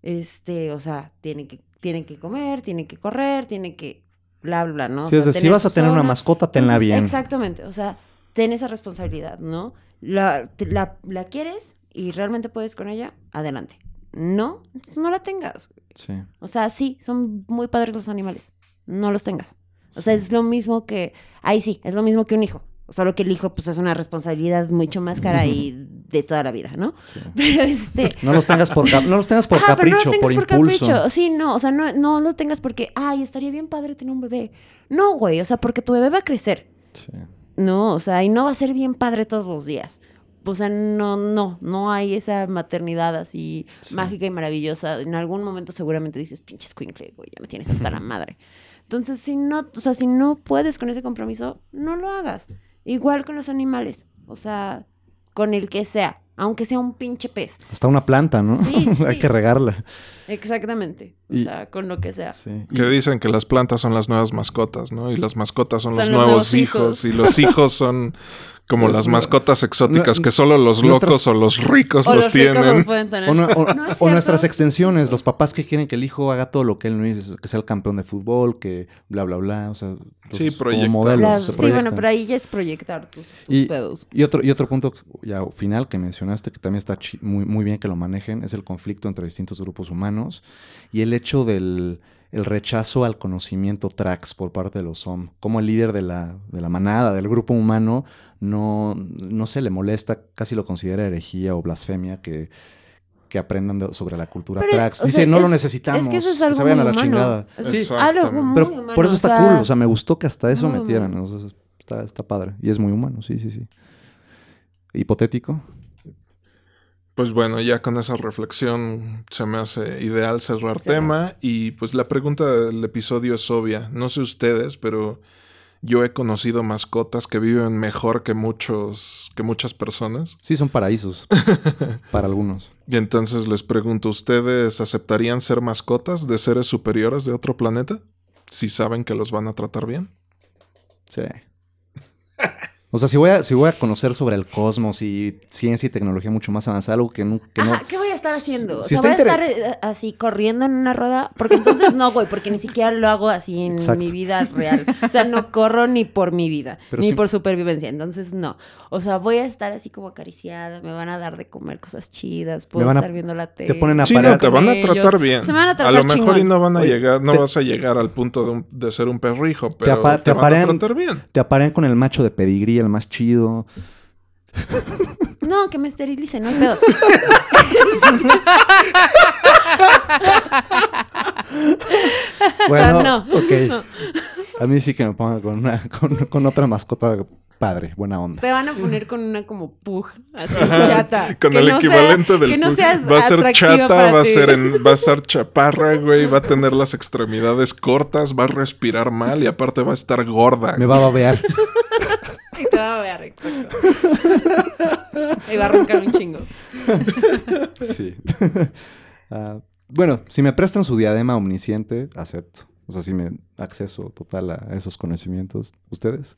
Speaker 2: este, o sea, tiene que, tiene que comer, tiene que correr, tiene que bla, bla, bla, ¿no? O
Speaker 4: Sí,
Speaker 2: sea,
Speaker 4: es decir, si
Speaker 2: tener
Speaker 4: vas a
Speaker 2: su
Speaker 4: tener una
Speaker 2: zona.
Speaker 4: mascota, tenla
Speaker 2: Entonces,
Speaker 4: bien.
Speaker 2: Exactamente, o sea, ten esa responsabilidad, ¿no? La, te- la, la quieres y realmente puedes con ella, adelante. No, entonces no la tengas.
Speaker 4: Sí.
Speaker 2: O sea, sí, son muy padres los animales, no los tengas. O sea,
Speaker 4: Sí.
Speaker 2: es lo mismo que, ahí sí, es lo mismo que un hijo. Solo que el hijo, pues, es una responsabilidad mucho más cara y
Speaker 4: (laughs)
Speaker 2: de toda la vida, ¿no? (laughs)
Speaker 4: sí.
Speaker 2: Pero este...
Speaker 4: No los tengas por, cap- no los tengas por
Speaker 2: Ajá, pero no lo
Speaker 4: capricho,
Speaker 2: tengas
Speaker 4: por impulso.
Speaker 2: Sí, no, o sea, no, no lo tengas porque, ay, estaría bien padre tener un bebé. No, güey, o sea, porque tu bebé va a crecer.
Speaker 4: Sí.
Speaker 2: No, o sea, y no va a ser bien padre todos los días. O sea, no, no, no hay esa maternidad así
Speaker 4: Sí.
Speaker 2: mágica y maravillosa. En algún momento seguramente dices, pinches escuincle, güey, ya me tienes hasta la madre. Entonces, si no, o sea, si no puedes con ese compromiso, no lo hagas. Igual con los animales, o sea, con el que sea, aunque sea un pinche pez.
Speaker 4: Hasta una planta, ¿no?
Speaker 2: Sí,
Speaker 4: (laughs) Hay
Speaker 2: sí.
Speaker 4: que regarla.
Speaker 2: Exactamente, o
Speaker 4: Y-
Speaker 2: sea, con lo que sea.
Speaker 4: Sí.
Speaker 3: Que dicen que las plantas son las nuevas mascotas, ¿no? Y las mascotas son,
Speaker 2: Son
Speaker 3: los,
Speaker 2: los
Speaker 3: nuevos,
Speaker 2: nuevos
Speaker 3: hijos. Y los hijos son
Speaker 4: (laughs)
Speaker 3: como las
Speaker 4: No,
Speaker 3: mascotas exóticas
Speaker 4: no,
Speaker 3: que solo los
Speaker 4: nuestras-
Speaker 3: locos o los ricos
Speaker 2: O
Speaker 3: los,
Speaker 2: los ricos
Speaker 3: tienen.
Speaker 2: los pueden tener.
Speaker 4: O, no- o-
Speaker 2: No es
Speaker 4: o nuestras
Speaker 2: cierto.
Speaker 4: extensiones, los papás que quieren que el hijo haga todo lo que él no dice, que sea el campeón de fútbol, que bla, bla, bla, o sea, los-
Speaker 3: Sí, proyectan.
Speaker 2: Las-
Speaker 4: modelos. se
Speaker 2: sí, bueno,
Speaker 4: proyectan.
Speaker 2: pero ahí ya es proyectar tus, tus
Speaker 4: Y-
Speaker 2: pedos.
Speaker 4: Y otro, y otro punto ya final que mencionaste, que también está chi- muy, muy bien que lo manejen, es el conflicto entre distintos grupos humanos y el hecho del el rechazo al conocimiento tracks por parte de los OM. Como el líder de la, de la manada, del grupo humano, no, no se le molesta, casi lo considera herejía o blasfemia que, que aprendan de- sobre la cultura
Speaker 2: Pero,
Speaker 4: tracks.
Speaker 2: o
Speaker 4: Dice,
Speaker 2: sea,
Speaker 4: no lo
Speaker 2: es-
Speaker 4: necesitamos,
Speaker 2: es que eso es
Speaker 4: se
Speaker 2: algo
Speaker 4: vayan a la
Speaker 2: muy humano.
Speaker 4: chingada.
Speaker 2: Es
Speaker 4: Sí,
Speaker 2: algo muy
Speaker 4: pero
Speaker 2: humano,
Speaker 4: por eso
Speaker 2: o
Speaker 4: está
Speaker 2: sea,
Speaker 4: cool, o sea, me gustó que hasta eso
Speaker 2: muy
Speaker 4: metieran,
Speaker 2: humano.
Speaker 4: o sea, está, está padre y es muy humano, sí, sí, sí. Hipotético.
Speaker 3: Pues bueno, ya con esa reflexión se me hace ideal cerrar
Speaker 2: Cerrar.
Speaker 3: tema y pues la pregunta del episodio es obvia. No sé ustedes, pero yo he conocido mascotas que viven mejor que muchos que muchas personas
Speaker 4: Sí, son
Speaker 2: (laughs)
Speaker 4: paraísos para algunos.
Speaker 3: y entonces les pregunto, ¿ustedes aceptarían ser mascotas de seres superiores de otro planeta si saben que los van a tratar bien?
Speaker 4: Sí. O sea, si voy a, si voy a conocer sobre el cosmos y ciencia y tecnología mucho más avanzada, algo que no... Que no
Speaker 2: Ajá, ¿qué voy a estar haciendo?
Speaker 4: Si
Speaker 2: o sea,
Speaker 4: está
Speaker 2: voy a estar
Speaker 4: inter-
Speaker 2: eh, así corriendo en una rueda. Porque entonces no, güey, porque ni siquiera lo hago así en
Speaker 4: Exacto.
Speaker 2: mi vida real. O sea, no corro ni por mi vida,
Speaker 4: Pero
Speaker 2: ni
Speaker 4: sí-
Speaker 2: por supervivencia. Entonces, no. O sea, voy a estar así como acariciada, me van a dar de comer cosas chidas, puedo
Speaker 4: van a-
Speaker 2: estar viendo la tele.
Speaker 4: te ponen a
Speaker 3: Sí,
Speaker 4: parar.
Speaker 3: no, te
Speaker 2: con
Speaker 3: van a
Speaker 2: ellos.
Speaker 3: tratar bien.
Speaker 2: Se me van a tratar
Speaker 3: lo mejor y
Speaker 2: chingón.
Speaker 3: no van a
Speaker 4: Oye,
Speaker 3: llegar, no
Speaker 4: te-
Speaker 3: vas a llegar al punto de, un- de ser un perrijo, pero te,
Speaker 4: apa- te
Speaker 3: van a
Speaker 4: aparean-
Speaker 3: tratar bien.
Speaker 4: Te aparean con el macho de pedigrí, el más chido.
Speaker 2: No, que me esterilicen, no hay pedo.
Speaker 4: Bueno,
Speaker 2: (laughs) (laughs) no.
Speaker 4: ok. A mí sí que me pongan con, una, con, con otra mascota padre, buena onda.
Speaker 2: Te van a poner con una como pug, así chata.
Speaker 3: Con
Speaker 2: que
Speaker 3: el
Speaker 2: no sea-
Speaker 3: equivalente del
Speaker 2: que no
Speaker 3: pug.
Speaker 2: seas
Speaker 3: va a ser
Speaker 2: atractiva
Speaker 3: chata,
Speaker 2: para
Speaker 3: va a
Speaker 2: ti. (laughs)
Speaker 3: ser, en- va a ser chaparra, güey, va a tener las extremidades cortas, va a respirar mal y aparte va a estar gorda.
Speaker 4: Me va a babear.
Speaker 2: Y te va a ver, exacto. Y va a arrancar un chingo.
Speaker 4: Sí. (laughs) Ah, bueno, si me prestan su diadema omnisciente, acepto. O sea, si me acceso total a esos conocimientos. ¿Ustedes?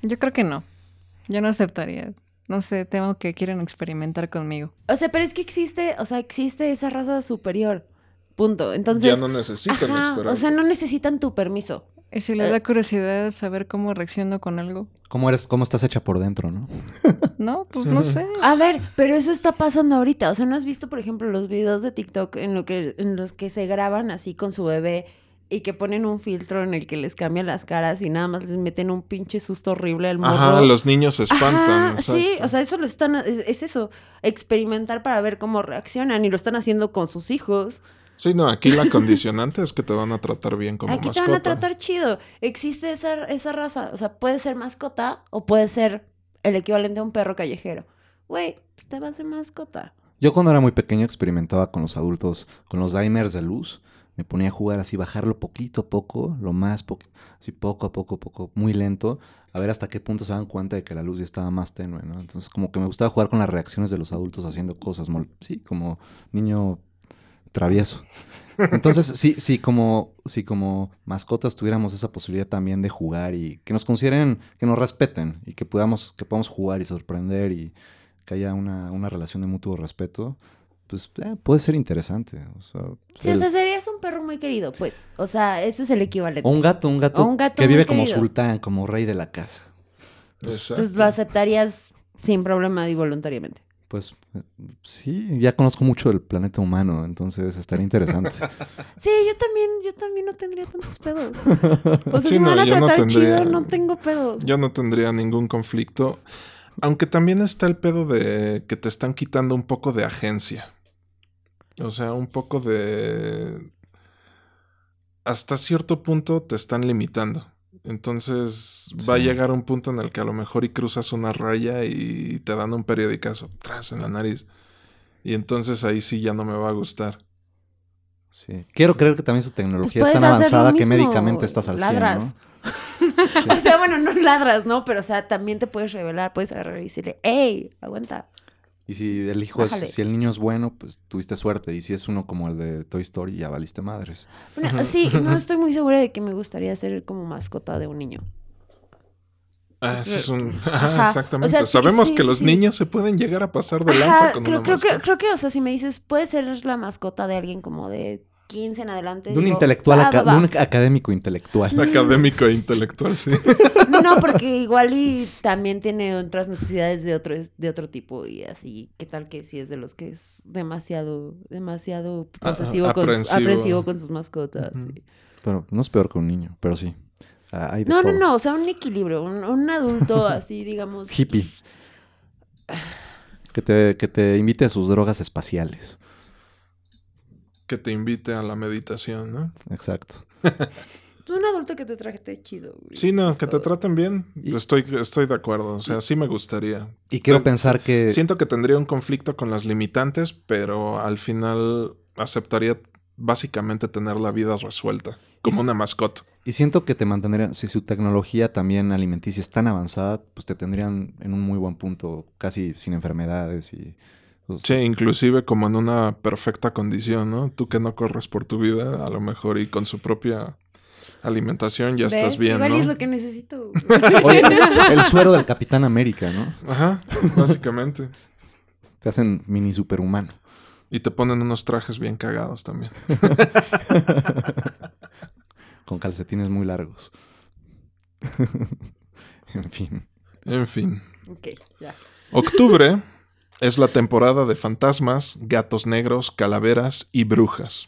Speaker 5: Yo creo que no. Yo no aceptaría. No sé, temo que quieren experimentar conmigo.
Speaker 2: O sea, pero es que existe, o sea, existe esa raza superior. Punto. Entonces.
Speaker 3: ya no necesitan
Speaker 2: ajá,
Speaker 3: esperar.
Speaker 2: o sea, no necesitan tu permiso.
Speaker 5: Y si les da curiosidad saber cómo reacciono con algo.
Speaker 4: ¿Cómo eres, cómo estás hecha por dentro, no?
Speaker 5: No, pues no sé.
Speaker 2: A ver, pero eso está pasando ahorita. O sea, ¿no has visto, por ejemplo, los videos de TikTok en, lo que, en los que se graban así con su bebé y que ponen un filtro en el que les cambia las caras y nada más les meten un pinche susto horrible al morro.
Speaker 3: Ajá, los niños se espantan.
Speaker 2: Ajá, sí,
Speaker 3: exacto.
Speaker 2: o sea, eso lo están, es, es eso, experimentar para ver cómo reaccionan y lo están haciendo con sus hijos.
Speaker 3: Sí, no, aquí la condicionante es que te van a tratar bien como
Speaker 2: Aquí
Speaker 3: mascota.
Speaker 2: te van a tratar chido. Existe esa, esa raza, o sea, puede ser mascota o puede ser el equivalente a un perro callejero. Güey, pues te vas de mascota.
Speaker 4: Yo cuando era muy pequeño experimentaba con los adultos, con los dimers de luz. Me ponía a jugar así, bajarlo poquito a poco, lo más poco, así poco a poco, poco, muy lento, a ver hasta qué punto se dan cuenta de que la luz ya estaba más tenue, ¿no? Entonces como que me gustaba jugar con las reacciones de los adultos haciendo cosas, mol- sí, como niño travieso. Entonces, sí, sí, como, sí, como mascotas tuviéramos esa posibilidad también de jugar y que nos consideren, que nos respeten y que podamos, que podamos jugar y sorprender y que haya una, una relación de mutuo respeto, pues eh, puede ser interesante. O, sea,
Speaker 2: Sí, o
Speaker 4: el-
Speaker 2: sea, serías un perro muy querido, pues. O sea, ese es el equivalente.
Speaker 4: o un gato, un gato,
Speaker 2: Eh, o un gato
Speaker 4: que vive
Speaker 2: muy
Speaker 4: como
Speaker 2: querido.
Speaker 4: sultán, como rey de la casa.
Speaker 3: Exacto.
Speaker 2: Entonces lo aceptarías sin problema y voluntariamente.
Speaker 4: Pues eh, sí, ya conozco mucho del planeta humano, entonces estaría
Speaker 2: (laughs)
Speaker 4: interesante.
Speaker 2: Sí, yo también, yo también no tendría tantos pedos. O sea,
Speaker 3: (laughs) Sí,
Speaker 2: si me
Speaker 3: no,
Speaker 2: van a
Speaker 3: yo no
Speaker 2: tratar
Speaker 3: tendría-
Speaker 2: chido, no tengo pedos.
Speaker 3: Yo no tendría ningún conflicto. Aunque también está el pedo de que te están quitando un poco de agencia. O sea, un poco de... Hasta cierto punto te están limitando. Entonces va a
Speaker 4: Sí.
Speaker 3: llegar un punto en el que a lo mejor y cruzas una raya y te dan un periodicazo tras en la nariz. Y entonces ahí sí ya no me va a gustar.
Speaker 4: Sí. Quiero creer que también su
Speaker 2: Pues
Speaker 4: tecnología es
Speaker 2: puedes
Speaker 4: tan
Speaker 2: hacer lo
Speaker 4: avanzada que
Speaker 2: mismo,
Speaker 4: médicamente estás al 100,
Speaker 2: ladras.
Speaker 4: ¿no? (laughs)
Speaker 2: O sea, bueno, no ladras, ¿no? Pero, o sea, también te puedes revelar, puedes agarrar y decirle, hey, aguanta.
Speaker 4: Y si el hijo es,
Speaker 2: Bájale.
Speaker 4: si el niño es bueno, pues tuviste suerte. Y si es uno como el de Toy Story, ya valiste madres.
Speaker 2: Bueno, sí, no
Speaker 3: (laughs)
Speaker 2: estoy muy segura de que me gustaría ser como mascota de un niño.
Speaker 3: Ah, ese es un...
Speaker 2: Eh,
Speaker 3: (laughs)
Speaker 2: Ajá.
Speaker 3: exactamente.
Speaker 2: O sea, sí,
Speaker 3: Sabemos
Speaker 2: sí,
Speaker 3: que los
Speaker 2: sí.
Speaker 3: niños se pueden llegar a pasar de lanza
Speaker 2: Ajá,
Speaker 3: con
Speaker 2: creo,
Speaker 3: una
Speaker 2: creo que,
Speaker 3: mascota.
Speaker 2: creo que, o sea, si me dices, puede ser la mascota de alguien como de 15 en adelante.
Speaker 4: De un
Speaker 2: digo,
Speaker 4: intelectual,
Speaker 2: va,
Speaker 4: aca-
Speaker 2: va,
Speaker 4: de
Speaker 2: va.
Speaker 4: un (laughs) académico
Speaker 2: mm.
Speaker 4: intelectual.
Speaker 2: (laughs)
Speaker 3: Académico e intelectual, sí.
Speaker 2: No, porque igual y también tiene otras necesidades de otro, de otro tipo y así. ¿Qué tal que si es de los que es demasiado, demasiado
Speaker 3: Ah,
Speaker 2: posesivo, con, sus-
Speaker 3: aprensivo.
Speaker 2: aprensivo con sus mascotas?
Speaker 3: Ujú.
Speaker 2: sí.
Speaker 4: Pero no es peor que un niño, pero sí. Ah, hay de
Speaker 2: No, no,
Speaker 4: todo.
Speaker 2: no, o sea, un equilibrio, un,
Speaker 4: (laughs)
Speaker 2: un adulto así, digamos. pues,
Speaker 4: Hippie.
Speaker 3: Pues,
Speaker 4: Que te, que te invite a sus drogas espaciales.
Speaker 3: que te invite a la meditación, ¿no?
Speaker 4: Exacto.
Speaker 2: pues, Un adulto que te trate chido. güey,
Speaker 3: Sí, no,
Speaker 2: eso es
Speaker 3: que te
Speaker 2: todo.
Speaker 3: traten bien.
Speaker 4: Y-
Speaker 3: Estoy, estoy de acuerdo, o sea, sí me gustaría.
Speaker 4: Y quiero
Speaker 3: Pero-
Speaker 4: pensar que...
Speaker 3: Siento que tendría un conflicto con las limitantes, pero al final aceptaría básicamente tener la vida resuelta, como
Speaker 4: Y-
Speaker 3: una mascota.
Speaker 4: Y siento que te mantendrían, si su tecnología también alimenticia es tan avanzada, pues te tendrían en un muy buen punto, casi sin enfermedades y... pues,
Speaker 3: Sí, inclusive como en una perfecta condición, ¿no? Tú que no corres por tu vida, a lo mejor y con su propia alimentación ya estás
Speaker 2: ¿Ves?
Speaker 3: bien,
Speaker 2: Igual
Speaker 3: ¿no?
Speaker 2: es lo que necesito. güey.
Speaker 4: Oye, el suero del Capitán América, ¿no?
Speaker 3: Ajá, básicamente.
Speaker 4: Te hacen mini superhumano.
Speaker 3: y te ponen unos trajes bien cagados también.
Speaker 4: con calcetines muy largos. (laughs) en fin.
Speaker 3: En fin.
Speaker 2: ok, ya.
Speaker 3: Octubre es la temporada de fantasmas, gatos negros, calaveras y brujas.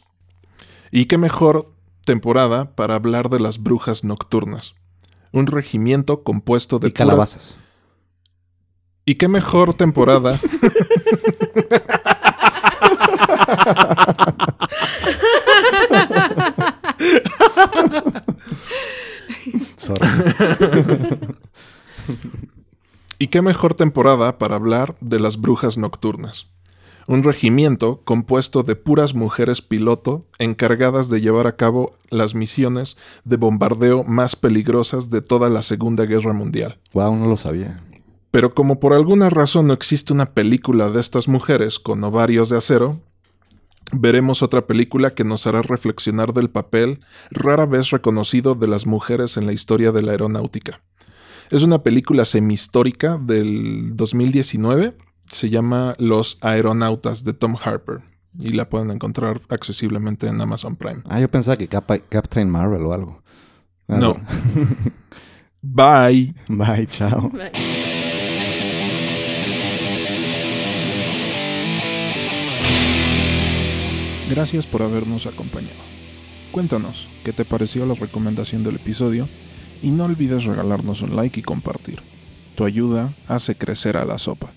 Speaker 3: Y qué mejor temporada para hablar de las brujas nocturnas. Un regimiento compuesto de
Speaker 4: Y
Speaker 3: pura-
Speaker 4: calabazas.
Speaker 3: Y qué mejor temporada.
Speaker 4: Sorry.
Speaker 3: y qué mejor temporada para hablar de las brujas nocturnas. Un regimiento compuesto de puras mujeres piloto encargadas de llevar a cabo las misiones de bombardeo más peligrosas de toda la Segunda Guerra Mundial.
Speaker 4: wow, no lo sabía.
Speaker 3: Pero como por alguna razón no existe una película de estas mujeres con ovarios de acero, veremos otra película que nos hará reflexionar del papel rara vez reconocido de las mujeres en la historia de la aeronáutica. Es una película semihistórica del 2019, se llama Los Aeronautas de Tom Harper y la pueden encontrar accesiblemente en Amazon Prime.
Speaker 4: Ah, yo pensaba que Cap- Captain Marvel o algo. Ah,
Speaker 3: No. Bye.
Speaker 4: (laughs) Bye, chao.
Speaker 3: Gracias por habernos acompañado. Cuéntanos qué te pareció la recomendación del episodio y no olvides regalarnos un like y compartir. Tu ayuda hace crecer a la sopa.